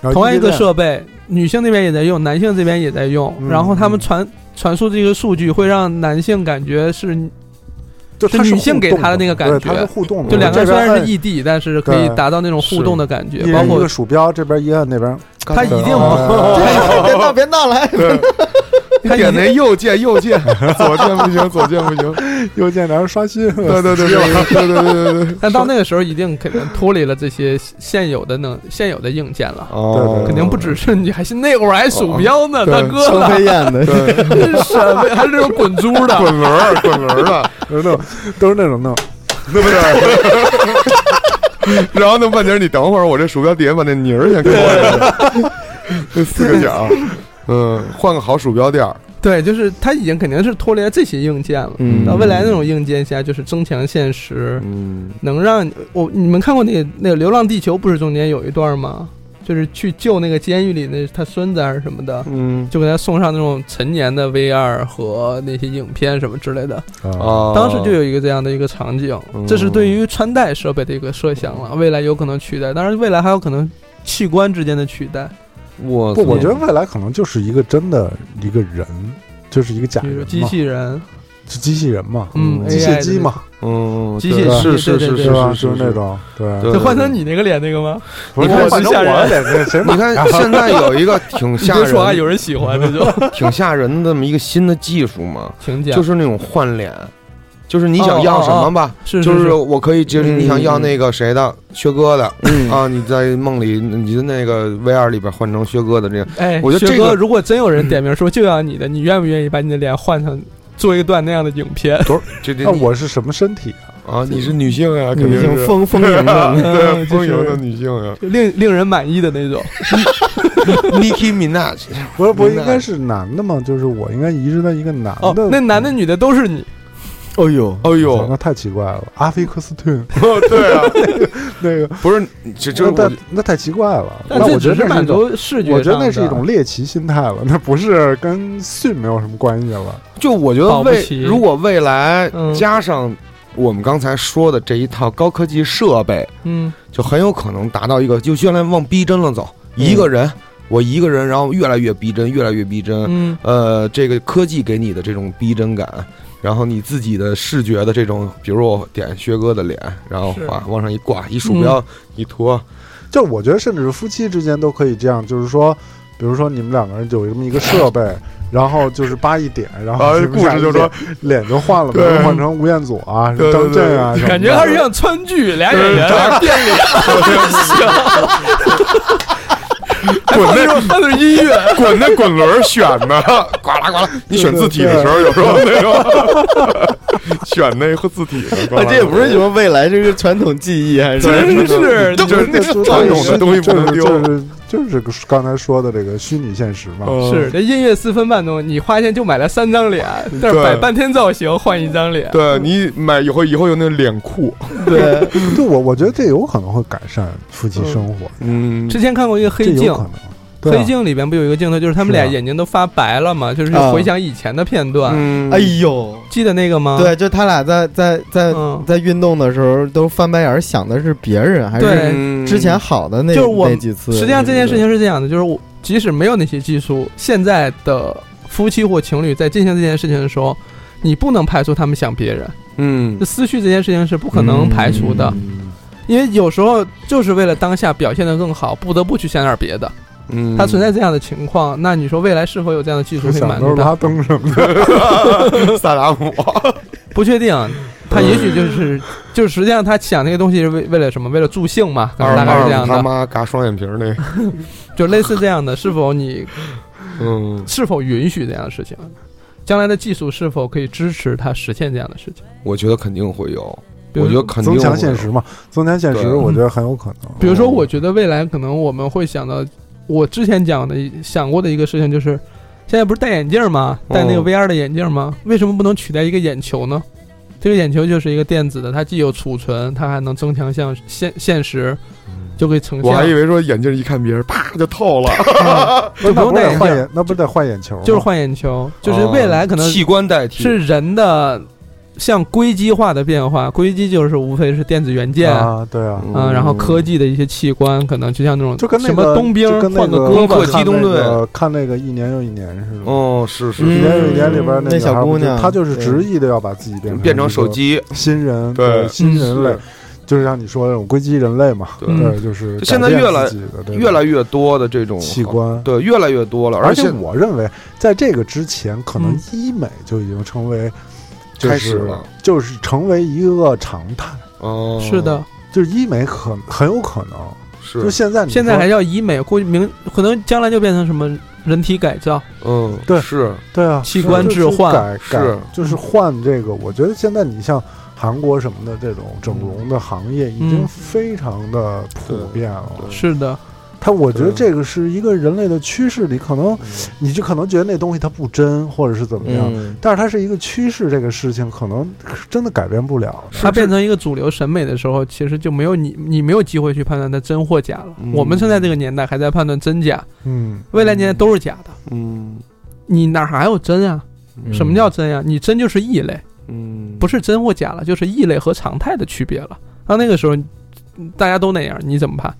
Speaker 3: 然后
Speaker 4: 同样一个
Speaker 3: 啊异地恋
Speaker 4: 设备，女性那边也在用，男性这边也在用，
Speaker 3: 嗯
Speaker 4: 然后他们传传输这个数据，会让男性感觉是
Speaker 3: 就它
Speaker 4: 是
Speaker 3: 是
Speaker 4: 女性
Speaker 3: 互
Speaker 4: 给
Speaker 3: 动
Speaker 4: 他的那个感
Speaker 3: 对
Speaker 4: 觉
Speaker 3: 它是互动的，
Speaker 4: 就两个人虽
Speaker 3: 嗯这边
Speaker 4: 然是
Speaker 3: 按
Speaker 4: 异地，但是可以
Speaker 3: 对
Speaker 4: 达到那种互动的感
Speaker 3: 一
Speaker 4: 觉，包
Speaker 3: 人一
Speaker 4: 括
Speaker 3: 个鼠标，这边一
Speaker 4: *laughs*
Speaker 3: 按那边，
Speaker 4: 他一定
Speaker 3: 不
Speaker 4: 不，
Speaker 6: 哦嗯 *laughs* 别闹别闹来，
Speaker 4: 他一
Speaker 5: 点那右键，右 *laughs* 键，左键不行，左键不 *laughs* 行。
Speaker 3: 右键然后刷 *laughs* 新，
Speaker 5: 对对对对对对对对对。
Speaker 4: 但到那个时候，一定肯定脱离了这些现有的能现有的硬件了，
Speaker 5: 哦，
Speaker 4: 肯定不只是你，还是那会儿还鼠标呢，大哥
Speaker 6: 双
Speaker 4: *laughs* 了，
Speaker 6: 飞燕的，
Speaker 5: 对
Speaker 4: 这是什么呀？还是这种滚珠的，
Speaker 5: 滚轮儿滚轮儿 *laughs* 的，
Speaker 3: 都是那种都是那种那种，
Speaker 5: 对不对？然后弄半截儿，你等会儿，我这鼠标底下把那泥儿先给我。这四个 *laughs* 角儿，嗯，换个好鼠标垫儿。
Speaker 4: *laughs* 对，就是它已经肯定是脱离了这些硬件了。
Speaker 6: 嗯
Speaker 4: 到未来那种硬件下，就是增强现实，
Speaker 5: 嗯，
Speaker 4: 能让我你们看过那个那个《流浪地球》不是中间有一段吗？就是去救那个监狱里那他孙子还是什么的，
Speaker 5: 嗯
Speaker 4: 就给他送上那种陈年的 VR 和那些影片什么之类的。
Speaker 5: 啊，
Speaker 4: 当时就有一个这样的一个场景，
Speaker 5: 嗯
Speaker 4: 这是对于穿戴设备的一个设想了，未来有可能取代，当然未来还有可能器官之间的取代，
Speaker 5: 我
Speaker 3: 不，我觉得未来可能就是一个真的一个人，就是一个假
Speaker 4: 比
Speaker 3: 人
Speaker 4: 如
Speaker 3: 嘛，
Speaker 4: 机器人，
Speaker 3: 是机器人嘛，
Speaker 4: 嗯
Speaker 5: 嗯，
Speaker 3: 机
Speaker 4: AI
Speaker 3: 械
Speaker 4: 的
Speaker 3: 机
Speaker 4: 那
Speaker 3: 嘛，
Speaker 5: 嗯，
Speaker 4: 机
Speaker 5: 对
Speaker 3: 械
Speaker 5: 是
Speaker 4: 系
Speaker 5: 是
Speaker 4: 对
Speaker 5: 是
Speaker 4: 对
Speaker 5: 是
Speaker 4: 对
Speaker 3: 吧？
Speaker 5: 是
Speaker 3: 就是那。种对。
Speaker 5: 对
Speaker 4: 就换成你那个脸那个吗？
Speaker 3: 不是
Speaker 5: 我
Speaker 3: 我反
Speaker 5: 是
Speaker 3: 正
Speaker 4: 吓人
Speaker 3: 我得那谁
Speaker 5: 你
Speaker 3: 嘛，
Speaker 5: 看，现在有一个挺吓
Speaker 4: *laughs* 别说啊，
Speaker 5: 人、
Speaker 4: 有人喜欢这就
Speaker 5: *laughs* 挺吓人的这么一个新的技术嘛，
Speaker 4: 请讲，
Speaker 5: 就是那种换脸，就是你想要什么吧，
Speaker 4: 哦是嗯
Speaker 5: 就是是我可以就是你想要那个谁的薛哥的、
Speaker 6: 嗯
Speaker 5: 啊，你在梦里你的那个 VR 里边换成薛哥的这样，
Speaker 4: 哎，
Speaker 5: 我觉得
Speaker 4: 薛
Speaker 5: 这个
Speaker 4: 哥，如果真有人点名说就要你的，你愿不愿意把你的脸换成做一段那样的影片？
Speaker 5: 多少这这
Speaker 4: 哦
Speaker 3: 那我是什么身体啊？
Speaker 5: 啊，你是女性啊，肯
Speaker 6: 女
Speaker 5: 定
Speaker 6: 性
Speaker 5: 是
Speaker 6: 丰丰盈的，
Speaker 5: 对风油的女性啊
Speaker 4: 就嗯令令人满意的那种，
Speaker 5: ，Nicki Minaj，
Speaker 3: 不是，不是
Speaker 5: 那
Speaker 3: 应该是男的吗？就是我应该移植到一个男
Speaker 4: 哦
Speaker 3: 的，，
Speaker 4: 那男的女的都是你，
Speaker 6: 哦呦，
Speaker 5: 哎
Speaker 4: *laughs*
Speaker 3: 哦，
Speaker 5: 呦，
Speaker 3: 那太奇怪了。阿菲克斯汀
Speaker 5: 对啊，
Speaker 3: *laughs* 那个，
Speaker 5: 不是这这
Speaker 3: 那
Speaker 5: 我
Speaker 3: 太那太奇怪了。
Speaker 4: 但
Speaker 3: 那
Speaker 4: 这
Speaker 3: 我
Speaker 4: 只
Speaker 3: 觉得
Speaker 4: 是
Speaker 3: 那是
Speaker 4: 满
Speaker 3: 一种，
Speaker 4: 足视觉上的，
Speaker 3: 我觉得那是一种猎奇心态了， *laughs* 那不是跟性没有什么关系了。
Speaker 5: 就我觉得
Speaker 4: 保不
Speaker 5: 未
Speaker 4: 齐
Speaker 5: 如果未来
Speaker 4: 嗯
Speaker 5: 加上我们刚才说的这一套高科技设备，
Speaker 4: 嗯。
Speaker 5: 就很有可能达到一个就现在往逼真了走，
Speaker 4: 嗯
Speaker 5: 一个人我一个人，然后越来越逼真，越来越逼真，
Speaker 4: 嗯，
Speaker 5: 呃，这个科技给你的这种逼真感，然后你自己的视觉的这种，比如我点薛哥的脸，然后
Speaker 4: 是嗯
Speaker 5: 画往上一挂，一鼠标一拖，
Speaker 3: 就我觉得，甚至是夫妻之间都可以这样，就是说，比如说你们两个人有这么一个设备，然后就是扒一点，然后
Speaker 5: 啊
Speaker 3: 是不
Speaker 5: 故
Speaker 3: 是
Speaker 5: 事就说
Speaker 3: 脸脸就换了，比
Speaker 5: 对
Speaker 3: 如换成吴彦祖啊、
Speaker 5: 对对
Speaker 3: 张震啊，
Speaker 4: 感觉还是像川剧俩演员在变
Speaker 3: *laughs*
Speaker 4: 脸，
Speaker 5: 滚那
Speaker 4: 放的是音乐，
Speaker 5: 滚那滚轮儿选的，呱啦呱啦。你选字体的时候，有时候那个选那个字体的，呱啦
Speaker 6: 啊，这也不是什么未来，这是传统技艺还是？
Speaker 5: 真是
Speaker 3: 就
Speaker 5: 就是
Speaker 3: 是
Speaker 5: 那
Speaker 3: 就是
Speaker 5: 传统的东西不能丢。
Speaker 3: 就是就是就是刚才说的这个虚拟现实
Speaker 5: 啊
Speaker 3: 嘛。
Speaker 4: 是这音乐四分半钟，你花钱就买了三张脸，但是
Speaker 5: 对
Speaker 4: 摆半天造型换一张脸，
Speaker 5: 对你买以后以后有那脸裤，
Speaker 6: 对，
Speaker 3: 对我我觉得这有可能会改善夫妻生活，
Speaker 5: 嗯
Speaker 4: 之前看过一个
Speaker 3: 这
Speaker 4: 黑
Speaker 3: 有
Speaker 4: 镜
Speaker 3: 可，能。对啊
Speaker 4: 黑镜里边不有一个镜头，就是他们俩
Speaker 3: 是啊
Speaker 4: 眼睛都发白了嘛，就是
Speaker 6: 啊
Speaker 4: 回想以前的片段，
Speaker 5: 嗯
Speaker 6: 哎呦，
Speaker 4: 记得那个吗？
Speaker 6: 对，就他俩在在在
Speaker 4: 嗯，
Speaker 6: 在运动的时候都翻白眼儿，想的是别人还是
Speaker 4: 对
Speaker 5: 嗯
Speaker 6: 之前好的那
Speaker 4: 就是我
Speaker 6: 那几次。
Speaker 4: 实际上这件事情是这样的，就是我即使没有那些技术，现在的夫妻或情侣在进行这件事情的时候，你不能排除他们想别人，
Speaker 5: 嗯
Speaker 4: 这思绪这件事情是不可能排除的，
Speaker 6: 嗯
Speaker 4: 因为有时候就是为了当下表现得更好，不得不去想点别的。
Speaker 5: 嗯
Speaker 4: 它存在这样的情况，那你说未来是否有这样的技术
Speaker 3: 就
Speaker 4: 可以
Speaker 3: 想
Speaker 4: 满
Speaker 3: 都
Speaker 4: 足
Speaker 3: 是拉
Speaker 4: 它？
Speaker 3: 登什么
Speaker 5: *laughs*
Speaker 3: 的，
Speaker 5: 萨达姆，
Speaker 4: 不确定，它也许就是就是实际上他想那个东西是为为了什么？为了助兴嘛，可 *laughs* 能大概是这样
Speaker 5: 他
Speaker 4: 的，
Speaker 5: 妈嘎双眼皮儿那，
Speaker 4: 就类似这样的，是否你
Speaker 5: 嗯，
Speaker 4: 是否允许这样的事情？将来的技术是否可以支持他实现这样的事情？
Speaker 5: 我觉得肯定会有，
Speaker 4: 比如
Speaker 5: 我觉得肯定
Speaker 3: 增
Speaker 5: 啊会
Speaker 3: 强现实嘛，增强现实，
Speaker 5: 对
Speaker 3: 我觉得很有可能。
Speaker 4: 比如说，我觉得未来可能我们会想到，我之前讲的想过的一个事情就是，现在不是戴眼镜吗？戴那个
Speaker 5: 嗯
Speaker 4: VR 的眼镜吗？为什么不能取代一个眼球呢？这个眼球就是一个电子的，它既有储存，它还能增强像现现实，就可以成
Speaker 5: 嗯我还
Speaker 4: *laughs*
Speaker 5: 以
Speaker 4: 像，
Speaker 5: 为哦说眼镜一看别人，啪就透了，
Speaker 3: 不是
Speaker 4: 就不用
Speaker 3: 嗯那不
Speaker 4: 戴
Speaker 3: 得
Speaker 4: 眼
Speaker 3: 换
Speaker 4: 镜，
Speaker 3: 眼，那不是得换眼球吗？
Speaker 5: 啊
Speaker 4: 就是换眼球， *laughs* 就是未来可能
Speaker 5: 哦器官代替
Speaker 4: 是人的像硅基化的变化，硅基就是无非是电子元件。
Speaker 3: 啊，对啊，
Speaker 4: 嗯，然后科技的一些器官，可能就像那种
Speaker 3: 就跟那
Speaker 4: 什
Speaker 3: 个
Speaker 4: 么冬兵
Speaker 3: 就跟那
Speaker 4: 换
Speaker 3: 个
Speaker 4: 胳
Speaker 5: 克
Speaker 4: 膊，
Speaker 5: 机动队
Speaker 3: 看那个看那个一年又一年似的。
Speaker 5: 哦，是是
Speaker 3: 一
Speaker 5: 是
Speaker 6: 嗯
Speaker 3: 年又一年里边
Speaker 6: 那
Speaker 3: 个
Speaker 6: 小
Speaker 3: 小
Speaker 6: 姑娘
Speaker 3: 她就是
Speaker 6: 对
Speaker 3: 执意的要把自己变
Speaker 5: 变成手机，
Speaker 3: 一个新人，
Speaker 5: 对
Speaker 3: 新
Speaker 4: 嗯
Speaker 3: 人类，就是像你说的这种硅基人类嘛，
Speaker 5: 对
Speaker 3: 对，就是
Speaker 5: 嗯就现在越来
Speaker 3: 改变自己的这种
Speaker 5: 越来越多的这种
Speaker 3: 器，官。
Speaker 5: 对，越来越多了，
Speaker 3: 而
Speaker 5: 而
Speaker 3: 且
Speaker 5: 且
Speaker 3: 我认为，在这个之前，可能
Speaker 4: 嗯
Speaker 3: 医美就已经成为就
Speaker 5: 开始
Speaker 3: 是
Speaker 5: 了
Speaker 3: 就是成为一个常态，
Speaker 5: 哦，
Speaker 4: 是的，，
Speaker 3: 就是医美可很有可能，就是现在你
Speaker 4: 现在
Speaker 3: 说
Speaker 4: 还叫医美，估计明可能将来就变成什么人体改造，
Speaker 5: 嗯，
Speaker 3: 对
Speaker 5: 是
Speaker 3: 对啊，
Speaker 4: 器官
Speaker 3: 就是
Speaker 4: 置换
Speaker 3: 改
Speaker 5: 是
Speaker 3: 改就是换这个。我觉得现在你像韩国什么的这种整容的行业已经
Speaker 4: 嗯
Speaker 3: 非常的普遍了。
Speaker 5: 对
Speaker 4: 是的，
Speaker 3: 它我觉得
Speaker 5: 对
Speaker 3: 这个是一个人类的趋势，你可
Speaker 5: 嗯
Speaker 3: 能你就可能觉得那东西它不真，或者是怎么样，
Speaker 6: 嗯，
Speaker 3: 但是它是一个趋势，这个事情可能真的改变不了的。
Speaker 4: 它变成一个主流审美的时候，其实就没有你，你没有机会去判断它真或假了。
Speaker 5: 嗯
Speaker 4: 我们现在这个年代还在判断真假，
Speaker 3: 嗯，
Speaker 4: 未来年代都是假的，
Speaker 5: 嗯
Speaker 4: 你哪还有真啊？
Speaker 6: 嗯
Speaker 4: 什么叫真呀、你真就是异类，
Speaker 5: 嗯，
Speaker 4: 不是真或假了，就是异类和常态的区别了。到那个时候，大家都那样，你怎么判？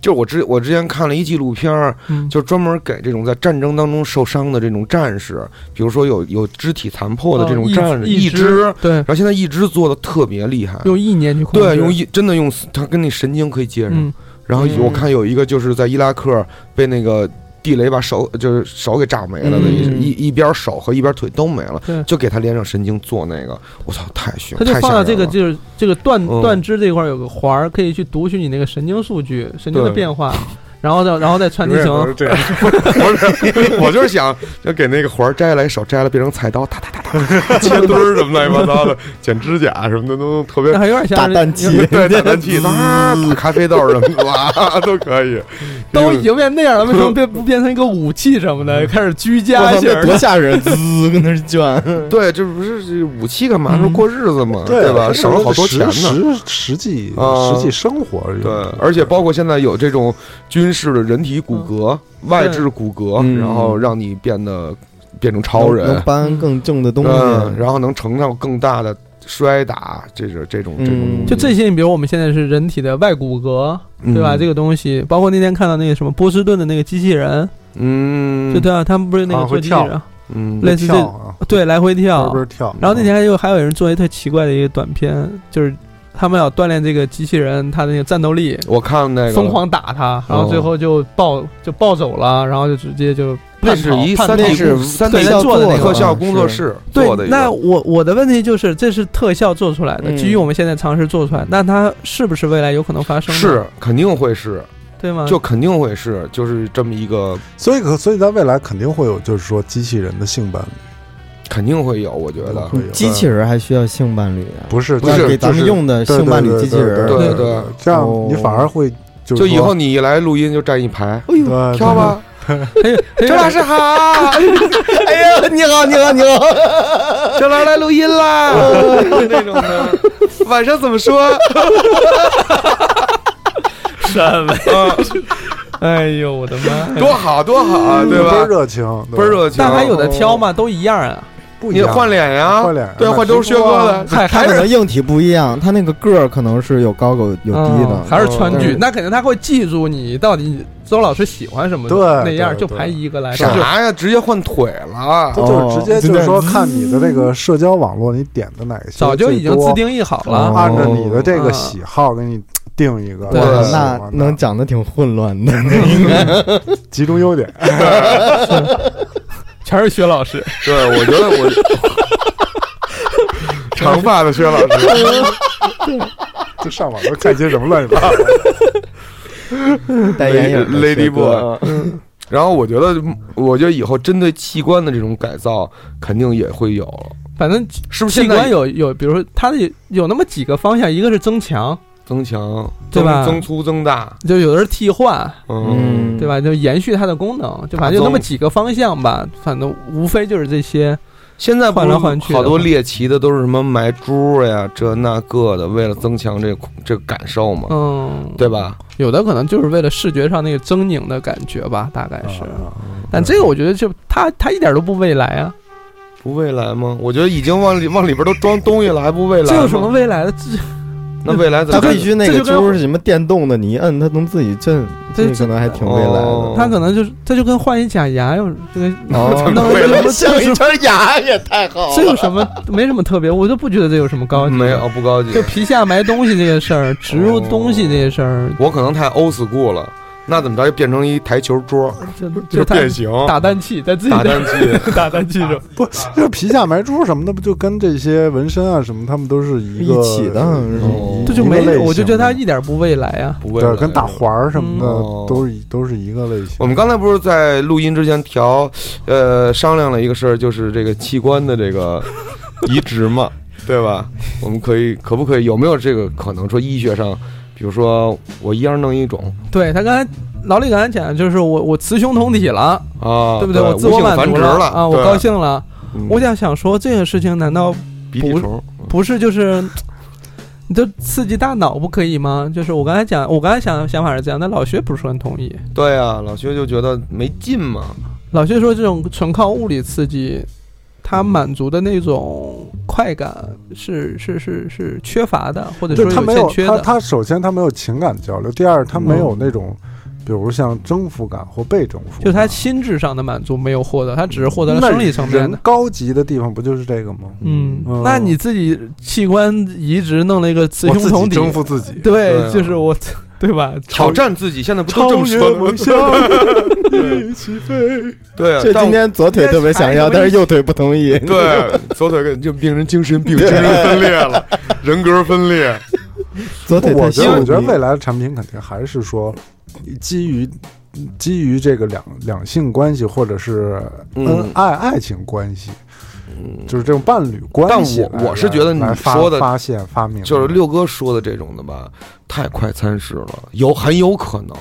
Speaker 5: 就我之我之前看了一纪录片儿，
Speaker 4: 嗯，
Speaker 5: 就专门给这种在战争当中受伤的这种战士，比如说有有肢体残破的这种
Speaker 4: 哦一
Speaker 5: 战士，
Speaker 4: 一
Speaker 5: 一
Speaker 4: 只
Speaker 5: 只，
Speaker 4: 对
Speaker 5: 然，后现在一只做的特别厉害，
Speaker 4: 用意念去控制，
Speaker 5: 对，用一真的用它跟那神经可以接上。
Speaker 4: 嗯
Speaker 5: 然后
Speaker 6: 嗯
Speaker 5: 我看有一个就是在伊拉克被那个地雷把手就是手给炸没了的，
Speaker 6: 嗯
Speaker 5: 一一一边手和一边腿都没了
Speaker 4: 对，
Speaker 5: 就给他连上神经做那个，我操，太凶，
Speaker 4: 它就
Speaker 5: 太
Speaker 4: 放
Speaker 5: 吓
Speaker 4: 到
Speaker 5: 人
Speaker 4: 这个
Speaker 5: 了
Speaker 4: 就是这个断
Speaker 5: 嗯
Speaker 4: 断肢这一块有个环儿，可以去读取你那个神经数据、神经的
Speaker 5: 对
Speaker 4: 变化，然后再然后再传递成
Speaker 3: 这样，
Speaker 5: *laughs* 不是，我就是想就给那个环儿摘下来，手摘了变成菜刀，哒哒哒 *laughs* 哒，切墩儿什么乱七八糟的，剪指甲什么的都特
Speaker 4: *laughs*
Speaker 5: 别
Speaker 4: 那。还有点
Speaker 6: 大
Speaker 4: 像人
Speaker 6: 氮
Speaker 4: *laughs*
Speaker 6: 气， *laughs*
Speaker 5: 对，打蛋器，啊，打咖啡豆什么的，哇，都可以。嗯
Speaker 4: 都已经变那样了，为什
Speaker 5: *laughs*
Speaker 4: 么变不变成一个武器什么的，开始居家型
Speaker 6: 那多
Speaker 4: 儿？
Speaker 6: 吓人，
Speaker 4: *laughs*
Speaker 6: 滋跟那儿卷。
Speaker 5: 对，这不是这武器干嘛？
Speaker 4: 嗯
Speaker 5: 是过日子嘛，啊对吧？省了好多钱呢。
Speaker 3: 实实际
Speaker 5: 啊
Speaker 3: 实际生活用
Speaker 5: 对
Speaker 3: 的，
Speaker 5: 而且包括现在有这种军事的人体骨
Speaker 4: 嗯
Speaker 5: 骼、外置骨
Speaker 6: 嗯
Speaker 5: 骼，然后让你变得变成超
Speaker 6: 能
Speaker 5: 人，
Speaker 6: 搬更重的东
Speaker 5: 嗯，
Speaker 6: 西，
Speaker 5: 然后能承受更大的摔打，这是这种这种东
Speaker 6: 嗯
Speaker 5: 西。
Speaker 4: 就这些，你比如我们现在是人体的外骨骼，对吧？
Speaker 5: 嗯
Speaker 4: 这个东西，包括那天看到那个什么波士顿的那个机器人，
Speaker 5: 嗯，
Speaker 4: 就对啊，他们不是那
Speaker 3: 啊
Speaker 4: 个
Speaker 3: 会
Speaker 4: 做机器人，
Speaker 5: 嗯，
Speaker 4: 类似这
Speaker 3: 跳啊，
Speaker 4: 对来回跳，
Speaker 3: 不是跳。
Speaker 4: 然后那天还有还有人做一特奇怪的一个短片，就是他们要锻炼这个机器人他的那个战斗力，
Speaker 5: 我看那个
Speaker 4: 疯，狂打他，然后最后就暴就暴走了，然后就直接就
Speaker 5: 那是一
Speaker 4: 叛逃
Speaker 5: 三
Speaker 4: 叛
Speaker 5: D
Speaker 4: 逃
Speaker 6: 那是
Speaker 5: 三
Speaker 4: 对
Speaker 5: D
Speaker 4: 人做的那个
Speaker 5: 特效工作室
Speaker 4: 对
Speaker 5: 做的一，个。
Speaker 4: 那我我的问题就是，这是特效做出来的，
Speaker 5: 嗯
Speaker 4: 基于我们现在尝试做出来，那它是不是未来有可能发生呢？嗯
Speaker 5: 是肯定会是，
Speaker 4: 对吗？ *laughs*
Speaker 5: 就肯定会是，就是这么一个
Speaker 3: 所以可所以在未来肯定会有，就是说机器人的性伴侣，
Speaker 5: 肯定会有，我觉
Speaker 4: 嗯
Speaker 5: 得
Speaker 3: 会有
Speaker 6: 嗯机器人还需要性伴侣啊？
Speaker 3: 不是
Speaker 5: 不是
Speaker 3: 就
Speaker 6: 给咱们用的
Speaker 3: 对
Speaker 6: 性伴侣
Speaker 3: 对
Speaker 6: 机器人，
Speaker 5: 对对哦
Speaker 3: 对，这样你反而会就
Speaker 5: 就是以后你一来录音就站一排，
Speaker 6: 哎呦，
Speaker 3: 说对
Speaker 5: 跳吧，
Speaker 4: 哎
Speaker 5: 周老师好，哎呀，你好，你好，你好，
Speaker 4: *laughs*
Speaker 5: 周老师来录音啦，
Speaker 4: 哦
Speaker 5: 那种 *laughs* 的，晚上怎么说？
Speaker 4: 什么？
Speaker 5: 啊，
Speaker 4: *laughs* 哎呦我的
Speaker 5: *laughs*
Speaker 4: 妈！
Speaker 5: 多好，多好啊，对
Speaker 3: 倍
Speaker 5: 吧？
Speaker 3: 儿热情，对
Speaker 5: 倍儿，热情，哦
Speaker 4: 但还有的挑嘛，都一样啊。
Speaker 3: 不一
Speaker 5: 你
Speaker 3: 样
Speaker 5: 换脸呀，
Speaker 3: 换脸
Speaker 5: 对，换都是薛哥的，
Speaker 4: 嗨，
Speaker 6: 它
Speaker 4: 还
Speaker 6: 可
Speaker 4: 是
Speaker 6: 能硬体不一样，它那个个儿可能是有高有有低
Speaker 4: 嗯还
Speaker 6: 的。
Speaker 4: 是川
Speaker 6: 但
Speaker 4: 剧
Speaker 6: 是，
Speaker 4: 那肯定他会记住你到底周老师喜欢什么的
Speaker 3: 对
Speaker 4: 那样，
Speaker 3: 对
Speaker 4: 就
Speaker 3: 对啊
Speaker 4: 排一个来。啊
Speaker 5: 啥呀？直接换腿了，
Speaker 3: 这就是直接
Speaker 6: 哦
Speaker 3: 就是说看你的这个社交网络，你点的哪些
Speaker 4: 早就已经
Speaker 3: 最多嗯
Speaker 4: 自定义好了嗯
Speaker 6: 哦。
Speaker 3: 按照你的这个喜好给你定一个，
Speaker 4: 对
Speaker 3: 我喜欢
Speaker 6: 那
Speaker 3: 的
Speaker 6: 能讲的挺混乱
Speaker 4: *laughs*
Speaker 6: 的。
Speaker 3: 集中优点， *laughs*
Speaker 4: 全是薛老师，
Speaker 5: 对我觉得我。长发的薛老师，
Speaker 3: 就上网都看些什么乱七八糟的。
Speaker 6: 代言影的
Speaker 5: Lady
Speaker 6: 帅
Speaker 5: Boy
Speaker 6: 哥
Speaker 5: *laughs* 然后我觉得，我觉得以后针对器官的这种改造，肯定也会有了，
Speaker 4: 反正
Speaker 5: 是不是？
Speaker 4: 器官有有，比如说它的有那么几个方向，一个是增强，
Speaker 5: 增强，
Speaker 4: 对吧
Speaker 5: 增增粗增大，
Speaker 4: 就有的是替换，
Speaker 5: 嗯，
Speaker 6: 嗯，
Speaker 4: 对？吧？就延续它的功能，就反正就那么几个方向吧，反正无非就是这些。
Speaker 5: 现在不是
Speaker 4: 换来换去的
Speaker 5: 好多猎奇的都是什么埋珠呀，这那个的，为了增强这这感受嘛，
Speaker 4: 嗯，
Speaker 5: 对吧？
Speaker 4: 有的可能就是为了视觉上那个狰狞的感觉吧，大概是。
Speaker 3: 啊
Speaker 4: 但这个我觉得就它它一点都不未来啊，
Speaker 5: 不未来吗？我觉得已经往里往里边都装东西了，还不未来？
Speaker 4: 这有什么？未来的？这
Speaker 5: 那未来怎
Speaker 6: 它
Speaker 5: 么办？
Speaker 6: 必须那
Speaker 4: 这
Speaker 6: 个
Speaker 4: 就跟
Speaker 6: 珠是什么电动的，你一摁它能自己震，
Speaker 4: 这
Speaker 6: 这可能还挺未来的
Speaker 5: 哦。
Speaker 4: 它可能就是它就跟换一假牙有这个 *laughs*
Speaker 6: 哦
Speaker 5: *laughs*
Speaker 4: 弄一个什么这有什么
Speaker 6: 圈牙也太好
Speaker 4: *laughs* 这有什么没什么特别，我就不觉得这有什么高级。
Speaker 5: 啊没有，不高级
Speaker 4: 就。皮下埋东西这个事儿，植入东西这些事儿，
Speaker 5: 我可能太 old school 了，那怎么着就变成一台球桌， *laughs*
Speaker 4: 就
Speaker 5: 就
Speaker 4: 就它
Speaker 5: 变形
Speaker 4: 打蛋器，在自己
Speaker 5: 打
Speaker 4: 的
Speaker 5: 蛋器。
Speaker 4: *laughs* 打蛋
Speaker 5: *laughs*
Speaker 4: 器中。
Speaker 3: *laughs* 不，这皮下埋珠什么的，不就跟这些纹身啊什么，他们都是一个
Speaker 6: 一起的好像是
Speaker 5: 哦
Speaker 4: 这就
Speaker 3: 一个
Speaker 4: 没
Speaker 3: 类，型
Speaker 4: 我就觉得它
Speaker 3: 的
Speaker 4: 一点不未来啊。
Speaker 5: 不未来
Speaker 3: 对，跟打环儿什么的、
Speaker 5: 嗯哦
Speaker 3: 都是都是一个类型。
Speaker 4: 哦
Speaker 5: 我们刚才不是在录音之前调，呃，商量了一个事儿，就是这个器官的这个移植嘛，对吧？我们可以可不可以有没有这个可能说医学上，比如说我一样弄一种
Speaker 4: 对他刚才老李刚才讲，就是我我雌雄同体了，
Speaker 5: 啊，
Speaker 4: 对不
Speaker 5: 对？
Speaker 4: 我自我
Speaker 5: 无性
Speaker 4: 满
Speaker 5: 繁
Speaker 4: 足
Speaker 5: 殖
Speaker 4: 啊，我
Speaker 5: 对
Speaker 4: 高兴了。
Speaker 5: 嗯
Speaker 4: 我想想说，这个事情难道
Speaker 5: 鼻涕虫，
Speaker 4: 不是就是？你就刺激大脑不可以吗？就是我刚才讲，我刚才想的想法是这样，但老薛不是很同意。
Speaker 5: 对啊，老薛就觉得没劲嘛，
Speaker 4: 老薛说，这种纯靠物理刺激，他满足的那种快感是是是是缺乏的，或者
Speaker 3: 对
Speaker 4: 说
Speaker 3: 他没
Speaker 4: 欠
Speaker 3: 有
Speaker 4: 缺
Speaker 3: 他
Speaker 4: 的。
Speaker 3: 他首先他没有情感交流，第二他没
Speaker 5: 嗯
Speaker 3: 有那种，比如像征服感或被征服感，啊
Speaker 4: 就是他心智上的满足没有获得，他只是获得了
Speaker 3: 那
Speaker 4: 生理层面
Speaker 3: 人
Speaker 4: 的。
Speaker 3: 高级的地方不就是这个吗？
Speaker 4: 嗯
Speaker 3: 嗯，
Speaker 4: 那你自己器官移植弄了一个雌
Speaker 3: 我
Speaker 4: 雄
Speaker 3: 自己
Speaker 4: 同体，
Speaker 3: 征服自己，
Speaker 4: 对，
Speaker 5: 对啊
Speaker 4: 就是我，对吧？
Speaker 5: 挑战自己，现在不都这么说吗？
Speaker 3: 一起飞。
Speaker 5: 对啊，
Speaker 6: 就
Speaker 5: 但
Speaker 6: 今天左腿特别想要，但是右腿不同意。
Speaker 5: 对左腿跟就病人精神病，精神分裂了， *laughs* 人格分裂，
Speaker 6: 左腿
Speaker 3: 我
Speaker 6: 太
Speaker 3: 觉
Speaker 6: 幸
Speaker 3: 得，我觉得未来的产品肯定还是说，基于基于这个两两性关系，或者是
Speaker 5: 嗯
Speaker 3: 恩爱爱情关系，就是这种伴侣关系来。
Speaker 5: 但我我是觉得你
Speaker 3: 来来发
Speaker 5: 说的
Speaker 3: 发现发明
Speaker 5: 就是
Speaker 4: 嗯
Speaker 5: 六哥说的这种的吧，太快餐式了，有很有可能，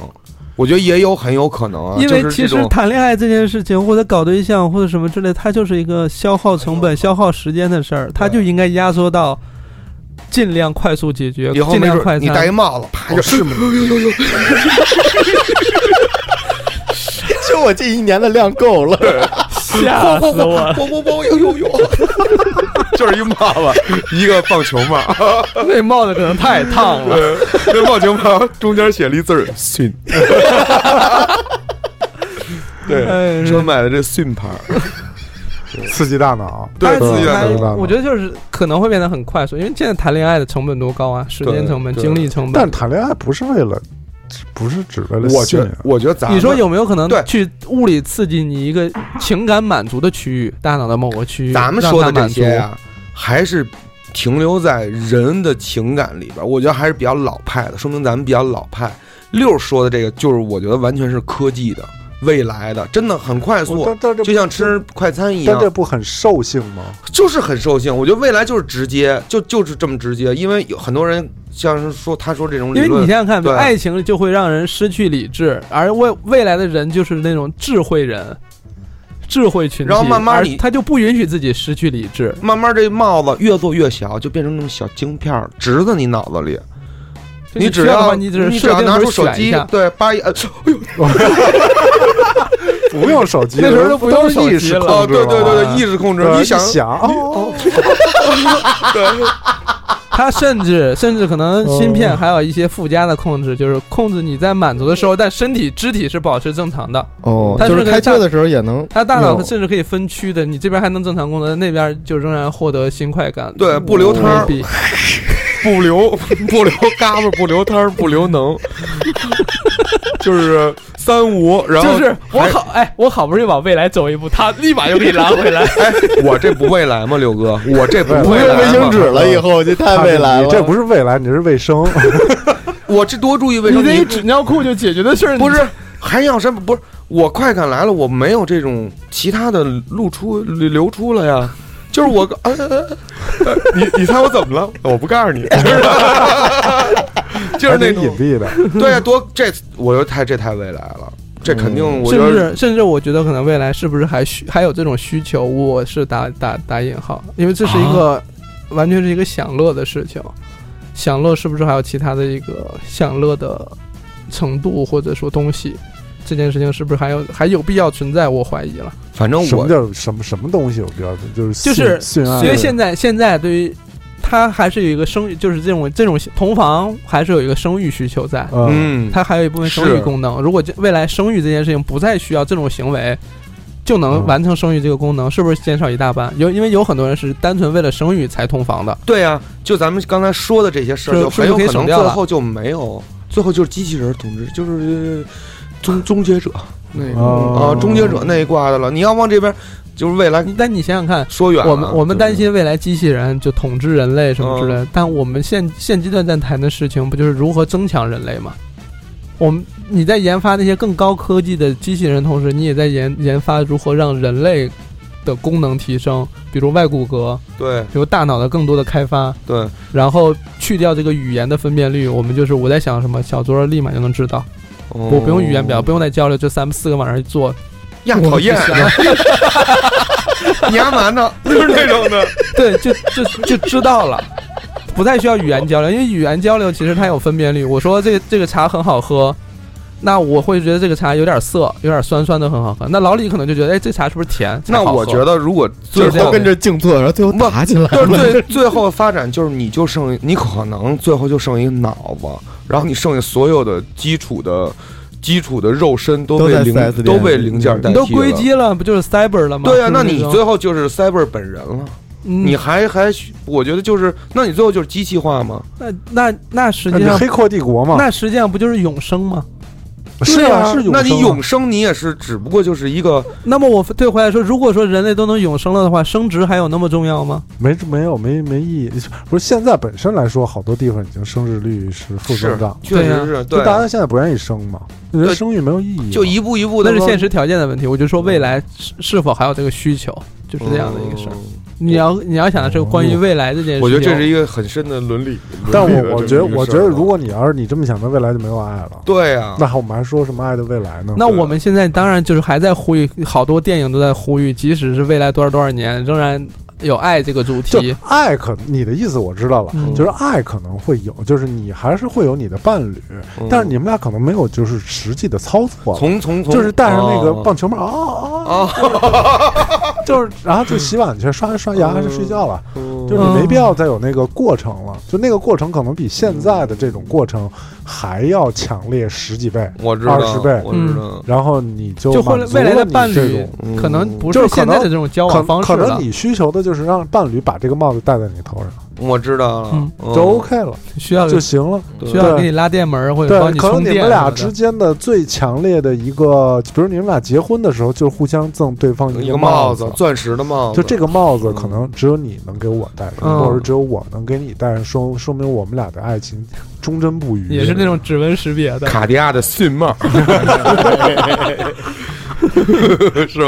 Speaker 5: 我觉得也有很有可能啊，
Speaker 4: 因为
Speaker 5: 就是
Speaker 4: 其
Speaker 5: 这
Speaker 4: 实
Speaker 5: 种
Speaker 4: 谈恋爱这件事情，或者搞对象，或者什么之类，它就是一个消耗成本、消耗时间的事儿，它就应该压缩到尽量快速解决，
Speaker 5: 以后
Speaker 4: 尽
Speaker 5: 没
Speaker 4: 量
Speaker 5: 准
Speaker 4: 快
Speaker 5: 你戴一
Speaker 4: 餐。哦
Speaker 5: 帽子，啪就是吗？
Speaker 6: 就我这一年的量够了。
Speaker 4: 吓死我！
Speaker 5: *laughs* 啵啵啵，呦呦 *laughs*
Speaker 4: *laughs*
Speaker 5: 呦，就是一帽子，一个棒球 *laughs* 帽，
Speaker 4: *laughs* 那帽子可能太烫了。
Speaker 5: 对，那棒球帽中间写了一字儿“
Speaker 4: *laughs*
Speaker 5: 训”，对，
Speaker 4: 哎
Speaker 5: 说买的这“训”牌儿，
Speaker 3: 刺激大脑，
Speaker 9: 对
Speaker 4: 但
Speaker 9: 刺激大
Speaker 3: 刺激大
Speaker 9: 脑，
Speaker 3: 脑。
Speaker 4: 我觉得就是可能会变得很快速，因为现在谈恋爱的成本多高啊，时间成本、
Speaker 9: 对
Speaker 4: 精力成
Speaker 3: 但
Speaker 4: 本。
Speaker 3: 谈恋爱不是为了，不是只为了
Speaker 9: 我
Speaker 3: 性
Speaker 9: 觉
Speaker 3: 呀
Speaker 9: 得，我觉得咱们
Speaker 4: 你说有没有可能
Speaker 9: 对
Speaker 4: 去物理刺激你一个情感满足的区域，大脑的某个区域？
Speaker 5: 咱们说的
Speaker 4: 让
Speaker 5: 这
Speaker 4: 它满足
Speaker 5: 些呀、还是停留在人的情感里边儿，我觉得还是比较老派的，说明咱们比较老派。六说的这个，就是我觉得完全是科技的、未来的，真的很快
Speaker 3: 我
Speaker 5: 速，
Speaker 3: 但但这
Speaker 5: 就像吃快餐一
Speaker 3: 但这
Speaker 5: 样，
Speaker 3: 不很兽性吗？
Speaker 5: 就是很兽性。我觉得未来就是直接，就就是这么直接，因为有很多人像是说他说这种理
Speaker 4: 因为你
Speaker 5: 论
Speaker 4: 想。想看，
Speaker 5: 对
Speaker 4: 爱情就会让人失去理智，而未未来的人就是那种智慧人。智慧群体，
Speaker 5: 然后慢慢
Speaker 4: 而
Speaker 5: 你
Speaker 4: 他就不允许自己失去理智，
Speaker 5: 慢慢这帽子越做越小，就变成那种小晶片儿，植在你脑子里。
Speaker 4: 就
Speaker 5: 你
Speaker 4: 需
Speaker 5: 只
Speaker 4: 要的话
Speaker 5: 要
Speaker 4: 你只是
Speaker 5: 只
Speaker 4: 设
Speaker 5: 要
Speaker 4: 定
Speaker 5: 拿
Speaker 4: 时
Speaker 5: 出
Speaker 4: 候
Speaker 5: 手
Speaker 4: 选一
Speaker 5: 机
Speaker 4: 下，
Speaker 5: 对，叭一摁， *laughs* 哎呦，
Speaker 3: 不用手机，
Speaker 4: 那时候都不用手
Speaker 3: 意
Speaker 4: 机
Speaker 3: 识
Speaker 4: 了
Speaker 5: 哦，
Speaker 3: 控制
Speaker 5: 对对对
Speaker 3: 了
Speaker 10: 啊
Speaker 5: 对，意识控制，
Speaker 3: 对
Speaker 5: 你
Speaker 3: 一
Speaker 5: 想
Speaker 3: 想，哦，
Speaker 4: 它甚至甚至可能芯片还有一些附加的控制，就是控制你在满足的时候，但身体肢体是保持正常的。
Speaker 6: 哦，
Speaker 4: 它
Speaker 6: 就是是
Speaker 4: 个
Speaker 6: 开
Speaker 4: 大
Speaker 6: 车的时候也能，
Speaker 4: 它大脑
Speaker 6: 有
Speaker 4: 甚至可以分区的，你这边还能正常工作，那边就仍然获得新快感。
Speaker 5: 对不
Speaker 10: 嗯
Speaker 5: 留摊儿
Speaker 4: Maybe
Speaker 9: 不
Speaker 5: *laughs*
Speaker 9: 留不留嘎巴，不留摊儿，不留能，就是三无。然后
Speaker 10: 就是我好哎，我好不容易往未来走一步，他立马又给你拉回来。
Speaker 5: 哎，我这不未来吗，刘哥？我这不
Speaker 6: 不
Speaker 5: 未
Speaker 6: 用
Speaker 5: 来
Speaker 6: 卫
Speaker 5: 吗
Speaker 6: 生纸了，以后就太未来了。
Speaker 3: 你这不是未来，你这是卫生。
Speaker 5: 我这多注意卫
Speaker 10: 你
Speaker 5: 生
Speaker 10: 这一
Speaker 5: 纸，
Speaker 10: 纸尿裤就解决的事儿，
Speaker 5: 不是还要什么？不是我快感来了，我没有这种其他的露出流出了呀。就是我，呃呃
Speaker 9: 你你猜我怎么了？我不告诉你，
Speaker 5: 呃 *laughs* 就是那
Speaker 3: 还挺隐
Speaker 5: 种，
Speaker 3: 蔽的，
Speaker 5: 对啊，多这，我又太这太未来了，这肯定我觉
Speaker 4: 甚
Speaker 5: 得
Speaker 4: 至甚至我觉得可能未来是不是还需还有这种需求？我是打打打引号，因为这是一个、完全是一个享乐的事情。享乐是不是还有其他的一个享乐的程度或者说东西？这件事情是不是还有还有必要存在？我怀疑了。
Speaker 5: 反正
Speaker 3: 什么
Speaker 5: 我
Speaker 3: 叫什么什么东西？我比较就是啊
Speaker 4: 就
Speaker 3: 性
Speaker 4: 是
Speaker 3: 性爱，
Speaker 4: 因为现在现在对于他还是有一个生育，就是这种这种同房还是有一个生育需求在，
Speaker 3: 嗯，
Speaker 5: 嗯，
Speaker 4: 它还有一部分生育
Speaker 5: 是
Speaker 4: 功能。如果这未来生育这件事情不再需要这种行为，就能
Speaker 3: 嗯
Speaker 4: 完成生育这个功能，是不是减少一大半？有因为有很多人是单纯为了生育才同房的，
Speaker 5: 对啊，就咱们刚才说的这些事儿，
Speaker 4: 是
Speaker 5: 就很有
Speaker 4: 是不是可以
Speaker 5: 可能
Speaker 4: 省掉
Speaker 5: 最
Speaker 4: 了
Speaker 5: 后就没有，最后就是机器人统治，就是呃终终结者那个
Speaker 3: 哦
Speaker 5: 啊，终结者那一挂的了。你要往这边，就是未来
Speaker 4: 你但你想想看。
Speaker 5: 说远了，
Speaker 4: 我们我
Speaker 5: 对
Speaker 4: 们
Speaker 5: 哦
Speaker 4: 担心未来机器人就统治人类什么之类的，但我们现现阶段在谈的事情不就是如何增强人类吗？我们你在研发那些更高科技的机器人，同时你也在研研发如何让人类的功能提升，比如外骨骼，
Speaker 5: 对
Speaker 4: 比如大脑的更多的开发，
Speaker 5: 对，
Speaker 4: 然后去掉这个语言的分辨率，我们就是我在想什么，小桌立马就能知道，我
Speaker 5: 我
Speaker 4: 不用语言表，不用再交流，就三四个往上一坐，
Speaker 5: 呀，讨厌，啊你干嘛
Speaker 4: *laughs*
Speaker 5: 呢？
Speaker 9: 就是那种的。
Speaker 4: 对，就就就知道了，不太需要语言交流，因为语言交流其实它有分辨率。我说这个这个茶很好喝，那我会觉得这个茶有点涩，有点酸酸的，很好喝。那老李可能就觉得，哎，这茶是不是甜？
Speaker 5: *laughs* 那我觉
Speaker 4: 得
Speaker 5: 得如果
Speaker 6: 就
Speaker 5: 最
Speaker 6: 是都
Speaker 5: 后
Speaker 6: 跟。着静坐，然后最后
Speaker 5: 不
Speaker 6: 打起来
Speaker 5: 就是
Speaker 6: 了。
Speaker 5: 最最后发展，就是你就剩你可能最后就剩一脑子，然后你剩下所有的基础的、基础的肉身都
Speaker 6: 都
Speaker 5: 被
Speaker 6: 在
Speaker 5: 零
Speaker 6: 4S 店
Speaker 5: 都被零件代替了
Speaker 4: 你都归基了，不就是 cyber 了吗？
Speaker 5: 对呀、啊
Speaker 4: 就是
Speaker 5: 那
Speaker 4: 种
Speaker 5: 你最后就是 Cyber 本人了，
Speaker 4: 嗯
Speaker 5: 你还还需，我觉得就是，那你最后就是机器化吗？
Speaker 4: 那那那实
Speaker 3: 那
Speaker 4: 际
Speaker 3: 你
Speaker 4: 上
Speaker 3: 黑客帝国嘛，
Speaker 4: 那实际上不就是永生吗？
Speaker 3: 是
Speaker 5: 对
Speaker 3: 是永生啊
Speaker 5: 那你永生你也是，只不过就是一个，
Speaker 4: 那么我退回来说，如果说人类都能永生了的话，生殖还有那么重要吗？
Speaker 3: 没没有没没意义。不是现在本身来说，好多地方已经生殖率是负增
Speaker 5: 是
Speaker 3: 长，啊
Speaker 5: 确实是，
Speaker 3: 就
Speaker 5: 对，
Speaker 3: 大家现在不愿意生嘛，人
Speaker 5: 对
Speaker 3: 生育没有意义嘛，
Speaker 5: 就一步一步的
Speaker 4: 那是现实条件的问题。我就说未
Speaker 3: 嗯
Speaker 4: 来是是否还有这个需求，就是这样的一个事
Speaker 3: 哦
Speaker 4: 儿。你要你要想的是关于未来这件事情，
Speaker 9: 我觉得这是一个很深的伦理。
Speaker 3: 但
Speaker 9: 伦理
Speaker 3: 我
Speaker 9: 的
Speaker 3: 我
Speaker 9: 这
Speaker 3: 觉得，
Speaker 9: 么一个
Speaker 3: 我觉
Speaker 9: 事
Speaker 3: 得
Speaker 9: 儿
Speaker 3: 如果你要是你这么想，那未来就没有爱了。
Speaker 5: 啊对啊呀、
Speaker 3: 那我们还说什么爱的未来呢？
Speaker 4: 那我们现在当然就是还在呼吁，好多电影都在呼吁，即使是未来多少多少年，仍然有爱这个主
Speaker 3: 就
Speaker 4: 题。
Speaker 3: 爱可，你的意思我知道了，
Speaker 4: 嗯
Speaker 3: 就是爱可能会有，就是你还是会有你的伴侣，
Speaker 5: 嗯
Speaker 3: 但是你们俩可能没有就是实际的操作了，
Speaker 5: 从从从啊
Speaker 3: 就是戴上那个
Speaker 5: 哦
Speaker 3: 棒球帽，啊啊啊， *laughs* 就是然后就洗碗去，刷刷牙就睡觉了，
Speaker 5: 嗯
Speaker 3: 就是你没必要再有那个过程了，就那个过程可能比现在的这种过程还要强烈十几倍，
Speaker 5: 我知道，
Speaker 3: 20倍
Speaker 5: 我知
Speaker 4: 嗯
Speaker 5: 道，
Speaker 3: 然后你就
Speaker 4: 就
Speaker 3: 满
Speaker 4: 会
Speaker 3: 足
Speaker 4: 未来的
Speaker 3: 了你
Speaker 4: 伴
Speaker 3: 这
Speaker 4: 侣
Speaker 3: 种
Speaker 5: 嗯
Speaker 4: 可能不
Speaker 3: 就是是可
Speaker 4: 现
Speaker 3: 能
Speaker 4: 在的这种交往
Speaker 3: 可
Speaker 4: 方式
Speaker 3: 可
Speaker 4: 了
Speaker 3: 能，你需求的就是让伴侣把这个帽子戴在你头上，
Speaker 5: 我知道了
Speaker 4: 嗯，
Speaker 5: 嗯
Speaker 3: 就 OK 了
Speaker 4: 需要
Speaker 3: 就行了。
Speaker 5: 对
Speaker 4: 需要给你拉电门儿或者帮
Speaker 3: 对，
Speaker 4: 你
Speaker 3: 可能
Speaker 4: 充
Speaker 3: 你
Speaker 4: 电什么的。
Speaker 3: 们俩之间的最强烈的一个，比如你们俩结婚的时候，就是互相赠对方
Speaker 5: 一
Speaker 3: 个
Speaker 5: 个帽
Speaker 3: 子
Speaker 5: 子，，钻石的帽子，
Speaker 3: 就这个帽子可能只有你能给我戴上，
Speaker 4: 嗯
Speaker 3: 或者只有我能给你戴上，说说明我们俩的爱情忠贞不渝。
Speaker 4: 也是那种指纹识别的，
Speaker 11: 卡地亚的信
Speaker 5: *laughs*
Speaker 11: 帽，是吧？
Speaker 3: *laughs*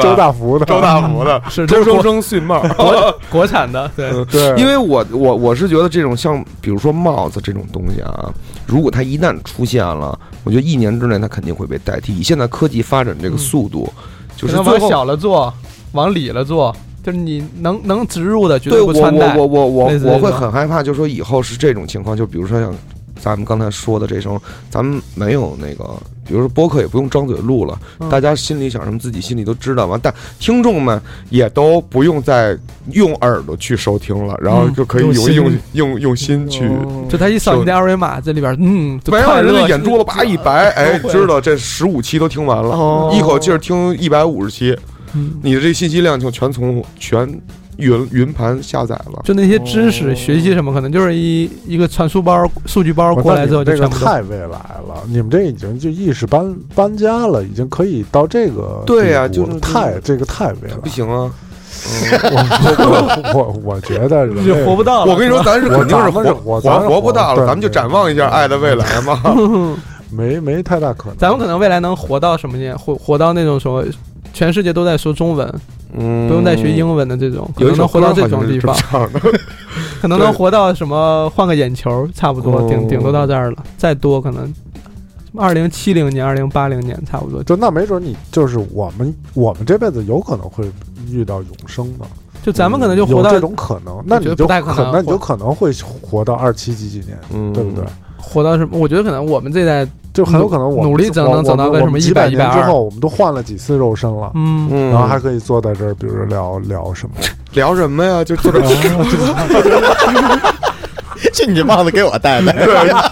Speaker 3: 周大福的，
Speaker 11: 周大福的
Speaker 4: 嗯是这
Speaker 11: 周
Speaker 4: 是
Speaker 11: 生
Speaker 4: 国
Speaker 11: 生信帽，
Speaker 4: 国国产的，对，
Speaker 3: 对，
Speaker 5: 因为我我我是觉得这种像比如说帽子这种东西啊，如果它一旦出现了，我觉得一年之内它肯定会被代替。以现在科技发展这个速度，就
Speaker 4: 嗯可
Speaker 5: 是
Speaker 4: 能
Speaker 5: 最
Speaker 4: 往
Speaker 5: 后
Speaker 4: 小了做，往里了做，就是你能能植入的绝
Speaker 5: 对
Speaker 4: 不
Speaker 5: 我我
Speaker 4: 穿戴。
Speaker 5: 我我我
Speaker 4: 类似
Speaker 5: 我
Speaker 4: 这
Speaker 5: 会
Speaker 4: 种
Speaker 5: 很害怕，就说以后是这种情况，就比如说像咱们刚才说的这种，咱们没有那个，比如说播客也不用张嘴录了，
Speaker 4: 嗯
Speaker 5: 大家心里想什么自己心里都知道嘛，但听众们也都不用再用耳朵去收听了，然后
Speaker 4: 嗯哦
Speaker 5: 就可以用
Speaker 11: 用
Speaker 5: 用用用心去。
Speaker 4: 就他一扫你的二维码，这里边嗯，就
Speaker 5: 没
Speaker 4: 快
Speaker 5: 让人
Speaker 4: 乐啊
Speaker 5: 家眼珠子叭一
Speaker 4: *laughs*
Speaker 5: 白，哎，
Speaker 4: 都会
Speaker 5: 知道这十五期都听完了
Speaker 12: 哦，
Speaker 5: 一口气儿听一百五十期，
Speaker 4: 嗯
Speaker 5: 你的这信息量就全从全云云盘下载了。
Speaker 4: 就那些知
Speaker 3: 哦
Speaker 4: 识学习什么，可能就是一一个传输包、数据包
Speaker 3: 我
Speaker 4: 过来之后就
Speaker 3: 这个
Speaker 4: 全部都
Speaker 3: 太未来了，你们这已经就意识搬搬家了，已经可以到这个
Speaker 5: 对
Speaker 4: 啊
Speaker 5: 呀
Speaker 3: 地步
Speaker 5: 就是
Speaker 3: 了太这个太
Speaker 4: *laughs*
Speaker 3: 未来
Speaker 5: 不
Speaker 3: 了。
Speaker 5: 行啊！
Speaker 3: 我我我我觉得人
Speaker 4: 就
Speaker 3: 类
Speaker 4: 活不到了。
Speaker 5: 我跟你说，咱是
Speaker 3: 我
Speaker 5: 肯定是
Speaker 3: 咱们是
Speaker 5: 活
Speaker 3: 我咱是
Speaker 5: 活不到了，
Speaker 3: 活
Speaker 5: 咱们就
Speaker 3: 对
Speaker 5: 展望一下爱的未来嘛。
Speaker 4: *laughs*
Speaker 3: 没没太大可能。
Speaker 4: 咱们可能未来能活到什么年？活活到那种什么，全世界都在说中文，
Speaker 5: 嗯，
Speaker 4: 不用再学英文的这种，可
Speaker 5: 有一
Speaker 4: 能
Speaker 5: 首
Speaker 4: 能
Speaker 5: 歌
Speaker 4: 活到这种地方
Speaker 5: 好，像是这么唱的
Speaker 4: 可能能活到什么换个眼球，差不多
Speaker 5: 哦
Speaker 4: 顶顶多到这儿了，再多可能二零七零年、二零八零年差不多，
Speaker 3: 就那没准你就是我们，我们这辈子有可能会遇到永生的，
Speaker 4: 就咱们可能就活
Speaker 3: 嗯有
Speaker 4: 到
Speaker 3: 这种可能，那
Speaker 4: 我觉
Speaker 3: 你
Speaker 4: 得
Speaker 3: 就
Speaker 4: 不太可
Speaker 3: 可
Speaker 4: 能
Speaker 3: 那你就可能会活到二七几几年，
Speaker 5: 嗯
Speaker 3: 对不对？
Speaker 4: 活到什么？我觉得可能我们这代，
Speaker 3: 就很有可能我们
Speaker 4: 努力整能
Speaker 3: 我
Speaker 4: 整到个
Speaker 3: 我
Speaker 4: 什么
Speaker 3: 我们几
Speaker 4: 100
Speaker 3: 百年
Speaker 4: 120
Speaker 3: 之后，我们都换了几次肉身了，
Speaker 4: 嗯，
Speaker 5: 嗯，
Speaker 3: 然后还可以坐在这儿，比如说聊聊什么，
Speaker 5: 聊什么呀？就
Speaker 4: *laughs*
Speaker 5: 坐这儿
Speaker 6: 这你帽子给我戴戴。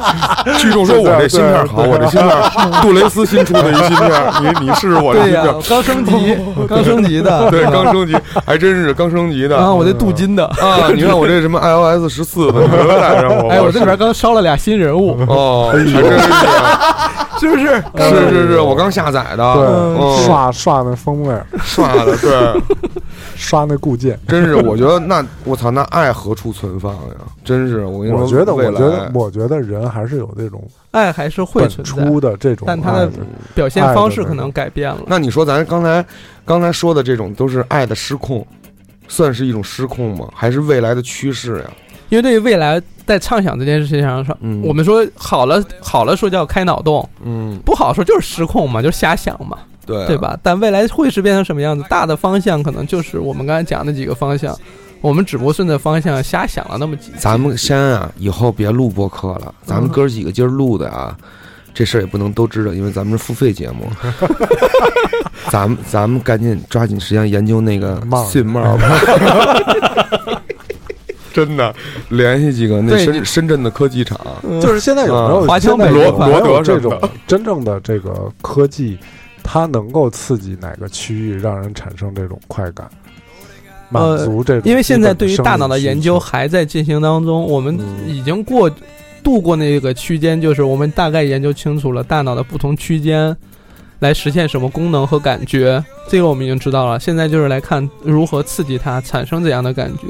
Speaker 6: *laughs*
Speaker 11: 聚众说我这芯片好，我这芯片，杜蕾斯新出的一芯片，你你试试我这
Speaker 4: 对
Speaker 11: 芯
Speaker 4: 呀、 *laughs*
Speaker 11: 片，
Speaker 4: 刚升级，刚升级
Speaker 5: *laughs*
Speaker 4: 的，
Speaker 11: 对，刚升级，还真是刚升级的
Speaker 4: 然后我这镀金的，
Speaker 5: 嗯
Speaker 11: 啊！你看我这什么 iOS 十四的，你都带上我，
Speaker 4: *laughs* 哎，我这里边刚烧了俩新人
Speaker 5: 嗯
Speaker 4: 物，
Speaker 11: 哦，还真是
Speaker 4: *laughs*
Speaker 5: 啊
Speaker 4: 是不是？
Speaker 11: 是是是，我刚下载的，
Speaker 3: 对，
Speaker 11: 嗯
Speaker 3: 刷刷那风味儿，
Speaker 11: 刷的，对，
Speaker 3: *laughs* 刷那固件。
Speaker 5: 真是，我觉得那我操，那爱何处存放呀？真是，我跟你说，
Speaker 3: 我觉得，我
Speaker 5: 未
Speaker 3: 觉
Speaker 5: 来
Speaker 3: 得，我觉得人还是有这种
Speaker 4: 爱还是会
Speaker 3: 本
Speaker 4: 存在，
Speaker 3: 初的这种爱，
Speaker 4: 但他的表现方式可能改变了。
Speaker 5: 那你说咱刚才刚才说的这种都是爱的失控，算是一种失控吗？还是未来的趋势呀？
Speaker 4: 因为对于未来在畅想这件事情上，上
Speaker 5: 嗯
Speaker 4: 我们说好了好了说叫开脑洞，
Speaker 5: 嗯，
Speaker 4: 不好说就是失控嘛，就是瞎想嘛，
Speaker 5: 对、啊
Speaker 4: 对？吧？但未来会是变成什么样子？大的方向可能就是我们刚才讲的几个方向，我们只不过顺着方向瞎想了那么几。
Speaker 5: 咱们先啊，以后别录播客了，
Speaker 4: 嗯
Speaker 5: 咱们哥几个今儿录的啊，这事儿也不能都知道，因为咱们是付费节目。
Speaker 4: *laughs*
Speaker 5: 咱们咱们赶紧抓紧时间研究那个
Speaker 3: 帽儿
Speaker 5: 信帽吧。
Speaker 4: *laughs*
Speaker 5: 真的，联系几个那
Speaker 4: 对
Speaker 5: 深深圳的科技厂，
Speaker 3: 就是现在有没
Speaker 11: 嗯
Speaker 3: 有
Speaker 4: 华
Speaker 3: 现
Speaker 4: 强
Speaker 3: 在
Speaker 4: 北
Speaker 3: 有
Speaker 4: 这
Speaker 3: 没
Speaker 4: 块
Speaker 3: 有这种 *laughs* 真正的这个科技，它能够刺激哪个区域，让人产生这种快感，满足这种基本的生理需求？
Speaker 4: 呃因为现在对于大脑的研究还在进行当中，我们已经过度过那个区间，就是我们大概研究清楚了大脑的不同区间来实现什么功能和感觉，这个我们已经知道了。现在就是来看如何刺激它产生怎样的感觉。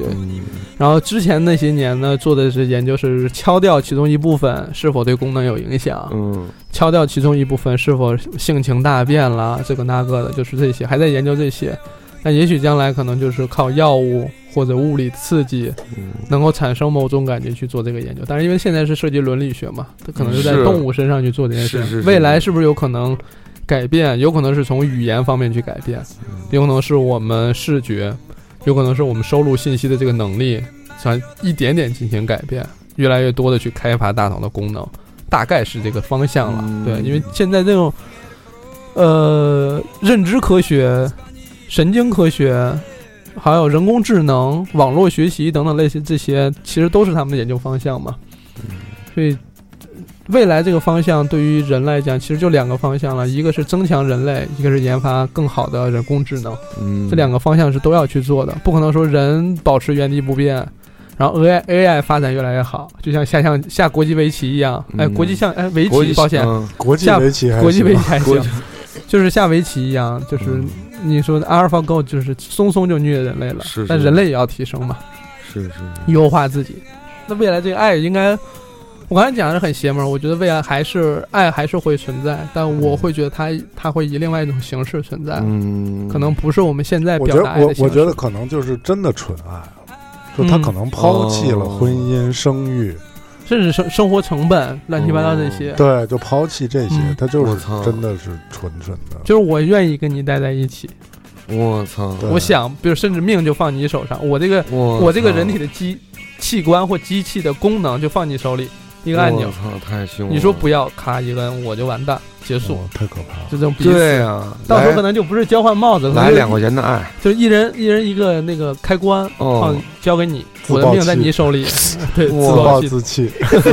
Speaker 4: 然后之前那些年呢，做的是研究是敲掉其中一部分是否对功能有影响，
Speaker 5: 嗯，
Speaker 4: 敲掉其中一部分是否性情大变啦，这个那个的，就是这些，还在研究这些。但也许将来可能就是靠药物或者物理刺激，能够产生某种感觉去做这个研究。但是因为现在是涉及伦理学嘛，它可能是在
Speaker 5: 是
Speaker 4: 动物身上去做这件事。
Speaker 5: 是是是
Speaker 4: 未来是不是有可能改变？有可能是从语言方面去改变，
Speaker 5: 嗯
Speaker 4: 有可能是我们视觉，有可能是我们收录信息的这个能力，想一点点进行改变，越来越多的去开发大脑的功能，大概是这个方向了。
Speaker 5: 嗯
Speaker 4: 对，因为现在这种呃认知科学神经科学，还有人工智能、网络学习等等类似这些，其实都是他们的研究方向嘛。
Speaker 5: 嗯
Speaker 4: 所以，未来这个方向对于人来讲，其实就两个方向了，一个是增强人类，一个是研发更好的人工智能。
Speaker 9: 嗯，
Speaker 4: 这两个方向是都要去做的，不可能说人保持原地不变。然后 AI AI 发展越来越好，就像下象下国际围棋一样，哎，
Speaker 5: 嗯
Speaker 4: 国际象哎围
Speaker 5: 国际
Speaker 4: 棋，抱歉，
Speaker 5: 嗯
Speaker 3: 国际
Speaker 4: 下
Speaker 3: 围棋还行，
Speaker 4: 国际围棋还
Speaker 5: 国
Speaker 4: 行
Speaker 5: 际，
Speaker 4: *laughs* 就是下围棋一样，
Speaker 5: 嗯
Speaker 4: 就是你说的阿尔法狗就是松松就虐人类了，
Speaker 5: 是是
Speaker 4: 但人类也要提升嘛，
Speaker 5: 是是
Speaker 4: 优化自己。那未来这个爱应该，我刚才讲的是很邪门儿，我觉得未来还是爱还是会存在，但我会觉得它它会以另外一种形式存在，
Speaker 5: 嗯，
Speaker 4: 可能不是我们现在
Speaker 3: 我
Speaker 4: 表
Speaker 3: 觉得
Speaker 4: 达爱
Speaker 3: 我
Speaker 4: 的形式。
Speaker 3: 我觉得可能就是真的纯爱了，就他
Speaker 4: 嗯
Speaker 3: 可能抛弃了
Speaker 5: 哦
Speaker 3: 婚姻、生育，
Speaker 4: 甚至生生活成本乱七八糟这些，
Speaker 3: 对，就抛弃这些
Speaker 4: 嗯，
Speaker 3: 他就
Speaker 5: 我
Speaker 3: 是
Speaker 5: 操
Speaker 3: 真的是纯纯的。
Speaker 4: 就是我愿意跟你待在一起，
Speaker 5: 我操，
Speaker 3: 对
Speaker 4: 我想，比如甚至命就放你手上，我这个
Speaker 5: 我
Speaker 4: 我这个
Speaker 5: 操
Speaker 4: 人体的机器官或机器的功能就放你手里一个按钮
Speaker 3: 哦
Speaker 5: 我，操，太凶了！
Speaker 4: 你说不要，咔一摁我就完蛋，结束，
Speaker 3: 哦太可怕了
Speaker 4: 就这种彼此。
Speaker 5: 对啊，
Speaker 4: 到时候
Speaker 5: 来
Speaker 4: 可能就不是交换帽子，可能
Speaker 5: 来
Speaker 4: 就
Speaker 5: 两块钱的爱，
Speaker 4: 就一人一人一个那个开关，
Speaker 5: 哦
Speaker 4: 放交给你，
Speaker 3: 自
Speaker 4: 我
Speaker 3: 暴
Speaker 4: 的命在
Speaker 3: 自
Speaker 4: 你手里， *laughs* 对，自
Speaker 3: 自暴
Speaker 4: 暴自
Speaker 3: 自弃， *laughs*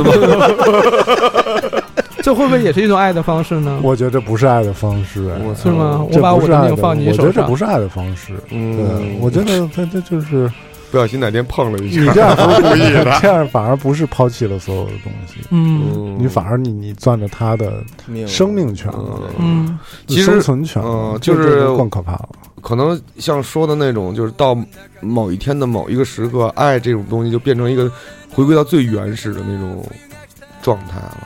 Speaker 4: 这会不会也是一种爱的方式呢？
Speaker 3: 我觉得这不是爱的方式，哎
Speaker 5: 我
Speaker 4: 是
Speaker 5: 操
Speaker 4: 吗？
Speaker 3: 这
Speaker 4: 我把
Speaker 3: 不
Speaker 4: 我
Speaker 3: 是
Speaker 4: 的
Speaker 3: 爱
Speaker 4: 命放你
Speaker 3: 我觉
Speaker 4: 手
Speaker 3: 得这
Speaker 4: 上
Speaker 3: 不，是爱的方式。对，
Speaker 5: 嗯，
Speaker 3: 我觉得他他就是
Speaker 9: 不小心哪天碰了一
Speaker 3: 你
Speaker 9: 下，
Speaker 3: 这样不是
Speaker 9: 故意的
Speaker 3: 这样反而不是抛弃了所有的东西，
Speaker 4: 嗯
Speaker 5: 嗯
Speaker 3: 你反而你你攥着他的生命权了
Speaker 5: 嗯，
Speaker 4: 嗯，
Speaker 5: 其
Speaker 3: 生
Speaker 5: 实
Speaker 3: 存权了，
Speaker 5: 嗯就是
Speaker 3: 这就更可怕了。
Speaker 5: 可能像说的那种，就是到某一天的某一个时刻，爱这种东西就变成一个回归到最原始的那种状态了。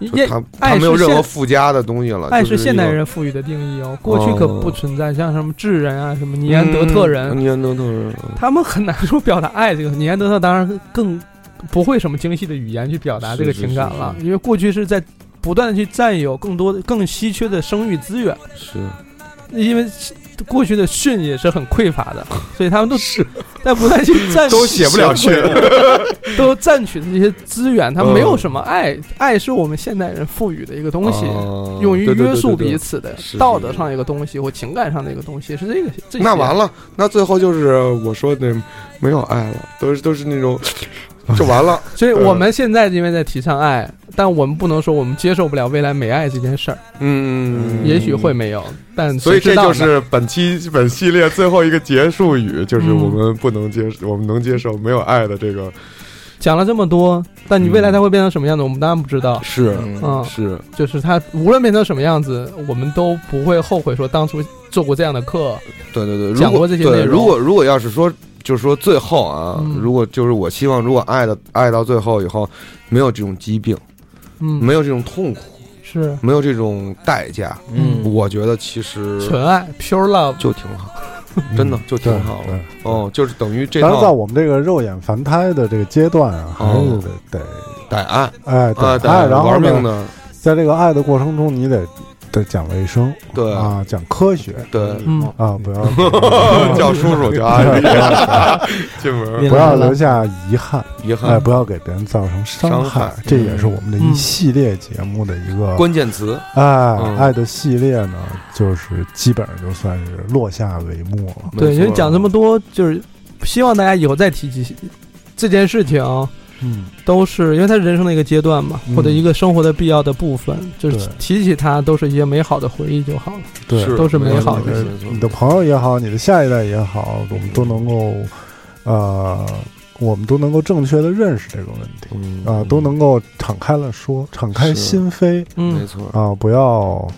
Speaker 5: 就
Speaker 4: 也
Speaker 5: 它它
Speaker 4: 爱
Speaker 5: 没有
Speaker 4: 是
Speaker 5: 任何
Speaker 4: 现
Speaker 5: 附加的东西了。
Speaker 4: 爱
Speaker 5: 就是
Speaker 4: 现
Speaker 5: 一个
Speaker 4: 代人赋予的定义哦，过去可
Speaker 5: 哦
Speaker 4: 不存在像什么智人啊、什么尼安德特人，
Speaker 5: 嗯尼安德特人，
Speaker 4: 他们很难说表达爱这个。尼安德特当然更不会什么精细的语言去表达这个
Speaker 5: 是是
Speaker 4: 情感
Speaker 5: 是
Speaker 4: 了，因为过去是在不断的去占有更多的、更稀缺的生育资源，
Speaker 5: 是
Speaker 4: 因为过去的训也是很匮乏
Speaker 5: *laughs*
Speaker 4: 的，所以他们都是在不断去占
Speaker 9: 都写不了去。
Speaker 4: *laughs* 都占取的这些资源，他
Speaker 5: 嗯
Speaker 4: 没有什么爱，爱是我们现代人赋予的一个东西。
Speaker 5: 啊
Speaker 4: 用于
Speaker 5: 对对
Speaker 4: 约
Speaker 5: 对
Speaker 4: 束
Speaker 5: 对对
Speaker 4: 彼此的
Speaker 5: 是
Speaker 4: 道德上一个东西或情感上的一个东西，是这个。这些
Speaker 5: 那完，了，那最后就是我说的没有爱了，都是都是那种 *laughs* 就完了。
Speaker 4: 所以我们现在因为在提倡爱，但我们不能说我们接受不了未来没爱这件事儿，
Speaker 5: 嗯，
Speaker 4: 也许会没有，但
Speaker 9: 所以
Speaker 4: 谁
Speaker 9: 这
Speaker 4: 知道
Speaker 9: 就
Speaker 4: 呢
Speaker 9: 是本期本系列最后一个结束语，就是
Speaker 4: 嗯
Speaker 9: 我们不能接受，我们能接受没有爱的这个
Speaker 4: 讲了这么多，但你未来它会变成什么样子，我们当然不知道。
Speaker 5: 嗯是
Speaker 4: 嗯，
Speaker 5: 是，
Speaker 4: 就是它无论变成什么样子，我们都不会后悔说当初做过这样的课。
Speaker 5: 对对对，如
Speaker 4: 讲
Speaker 5: 果
Speaker 4: 过这些内
Speaker 5: 对，
Speaker 4: 容
Speaker 5: 如果如果要是说，就是说最后啊，
Speaker 4: 嗯
Speaker 5: 如果就是我希望，如果爱的爱到最后以后，没有这种疾病，
Speaker 4: 嗯，
Speaker 5: 没有这种痛苦，
Speaker 4: 是，
Speaker 5: 没有这种代价，
Speaker 4: 嗯，
Speaker 5: 我觉得其实
Speaker 4: 纯爱 pure love，
Speaker 5: 就挺好，
Speaker 4: 嗯
Speaker 5: 真的就挺
Speaker 3: 对
Speaker 5: 好了
Speaker 3: 对。
Speaker 5: 哦，就是等于这
Speaker 3: 当然，在
Speaker 5: 套
Speaker 3: 我们这个肉眼凡胎的这个阶段啊，还是得得
Speaker 5: 歹爱
Speaker 3: 哎
Speaker 5: 啊，
Speaker 3: 得
Speaker 5: 歹
Speaker 3: 爱，
Speaker 5: 爱
Speaker 3: 然后
Speaker 5: 玩命
Speaker 3: 呢，
Speaker 5: 的，
Speaker 3: 在这个爱的过程中，你得得讲卫生，
Speaker 5: 对
Speaker 3: 啊，讲科学
Speaker 5: 对，哎
Speaker 4: 嗯，
Speaker 3: 啊，
Speaker 5: *laughs*
Speaker 3: 不要
Speaker 9: 叫叔叔叫阿姨进门。
Speaker 3: 不要留下遗憾，
Speaker 5: 遗
Speaker 3: 哎，
Speaker 5: 憾
Speaker 3: 不要给别人造成伤
Speaker 5: 嗯伤害
Speaker 3: 这也是我们的一
Speaker 4: 嗯
Speaker 3: 系列节目的一
Speaker 4: 啊
Speaker 3: 个
Speaker 5: 关键词，
Speaker 3: 哎
Speaker 5: 嗯
Speaker 3: 爱的系列呢，就是基本上就算是落下帷幕了。
Speaker 4: 对，
Speaker 5: 没
Speaker 4: 因为
Speaker 5: 错
Speaker 4: 讲这么多，就是希望大家以后再提及这件事情啊。
Speaker 3: 嗯，
Speaker 4: 都是因为他人生的一个阶段嘛，
Speaker 3: 嗯
Speaker 4: 或者一个生活的必要的部分，就是
Speaker 3: 对
Speaker 4: 提起它都是一些美好的回忆就好了。
Speaker 3: 对，
Speaker 5: 是
Speaker 4: 都是美
Speaker 5: 没
Speaker 4: 好
Speaker 5: 错
Speaker 4: 的
Speaker 5: 没
Speaker 3: 事
Speaker 5: 错
Speaker 3: 你的朋友也好，你的下一代也好，我们都能够，呃，我们都能够正确的认识这个问题
Speaker 5: 嗯
Speaker 3: 啊、都能够敞开了说，敞开
Speaker 5: 是
Speaker 3: 心扉
Speaker 5: 没
Speaker 4: 嗯，
Speaker 5: 错，
Speaker 3: 啊、不要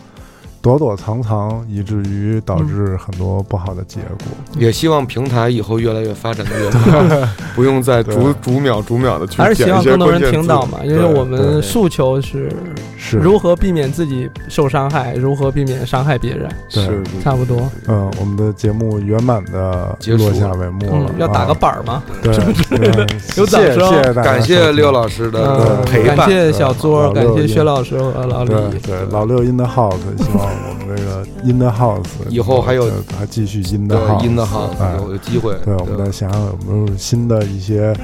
Speaker 3: 躲躲藏藏，以至于导致很多不好的结果。
Speaker 4: 嗯
Speaker 5: 也希望平台以后越来越发展的越好，
Speaker 4: *laughs*
Speaker 5: 不用再
Speaker 9: 逐
Speaker 5: 逐
Speaker 9: 逐秒逐秒的去
Speaker 4: 还是希
Speaker 9: 捡一
Speaker 4: 望
Speaker 9: 些
Speaker 4: 更多
Speaker 9: 关键
Speaker 4: 人听
Speaker 9: 字
Speaker 4: 到嘛，因为
Speaker 5: 对
Speaker 4: 我们
Speaker 5: 对
Speaker 4: 诉求是
Speaker 3: 是，
Speaker 4: 嗯如何避免自己受伤害，如何避免伤害别人，
Speaker 3: 对
Speaker 5: 是
Speaker 4: 差不多。
Speaker 3: 嗯、我们的节目圆满的
Speaker 5: 结束
Speaker 3: 落下帷幕了
Speaker 4: 嗯，，要打个
Speaker 3: 啊
Speaker 4: 板儿嘛。
Speaker 3: 对，对
Speaker 4: 有掌
Speaker 3: 谢谢
Speaker 4: 声
Speaker 3: 谢谢大家，
Speaker 5: 感谢六。老
Speaker 3: 呃
Speaker 5: 师的
Speaker 4: 嗯，
Speaker 5: 陪伴，
Speaker 4: 感谢小
Speaker 3: 老
Speaker 4: 桌，感
Speaker 3: 六
Speaker 4: 谢
Speaker 3: 也
Speaker 4: 薛老师和老李。
Speaker 3: 对对，老六 in the house，希望我们这个 in the house
Speaker 5: 以后还有
Speaker 3: 呃还继续 in the
Speaker 5: 对
Speaker 3: house，
Speaker 5: 音的好
Speaker 3: 哎，
Speaker 5: 有有机会，
Speaker 3: 对，我们再想想有没有新的一些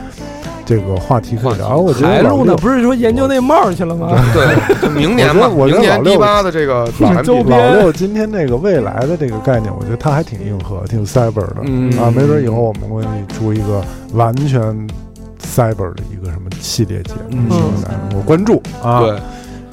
Speaker 3: 这个话题可以聊。我觉得
Speaker 4: 还
Speaker 3: 老
Speaker 4: 录呢，
Speaker 3: 六
Speaker 4: 不是说研究那帽儿去了吗？
Speaker 5: 对，就明年吧，
Speaker 3: 我觉得
Speaker 9: 明
Speaker 3: 老
Speaker 9: 年
Speaker 3: 六
Speaker 9: 第八的这个
Speaker 3: 老
Speaker 9: 老 M
Speaker 4: 周边
Speaker 3: 老六今天这个未来的这个概念，我觉得它还挺硬核，挺 cyber 的、
Speaker 9: 嗯
Speaker 3: 啊。没准以后我们会出一个完全 cyber 的一个什么系列节目，
Speaker 9: 嗯
Speaker 3: 我关注啊。
Speaker 5: 对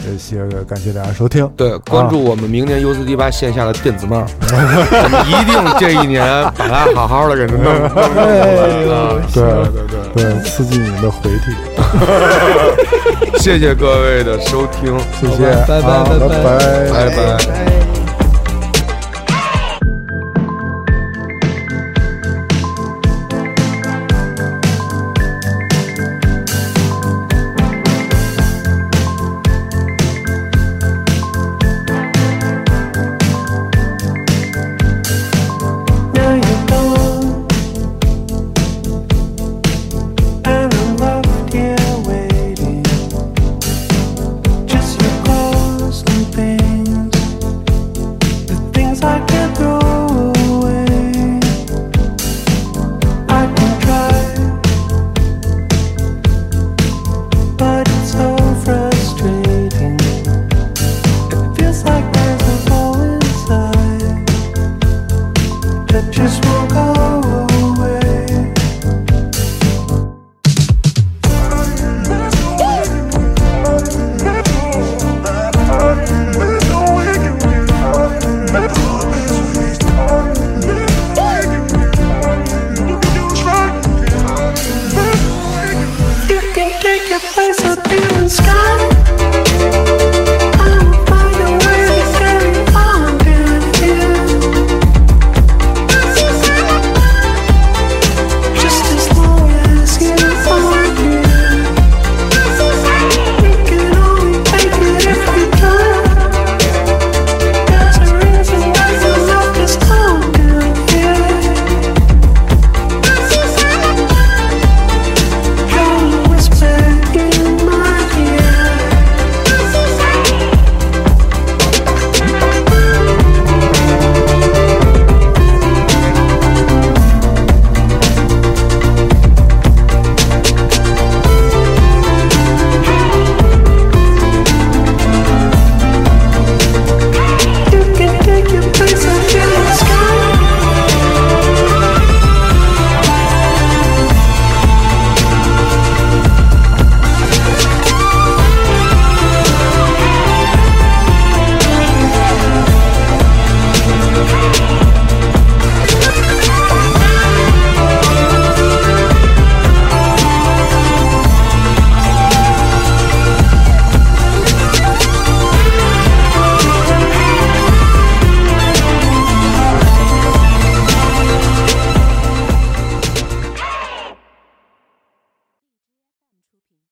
Speaker 3: 这些感谢大家收听，
Speaker 5: 对，关注我们明年 U 四 D 八线下的电子帽
Speaker 3: *laughs*
Speaker 5: 儿，我们一定这一年把它好好的给弄弄弄出
Speaker 3: 哎
Speaker 5: 来啊。
Speaker 3: 对
Speaker 9: 对对
Speaker 3: 对，刺激你的回体，
Speaker 5: 谢谢各位的收听，
Speaker 3: 谢谢，
Speaker 4: 好吧拜拜
Speaker 3: 啊
Speaker 4: 拜拜
Speaker 3: 拜
Speaker 5: 拜拜。
Speaker 3: 拜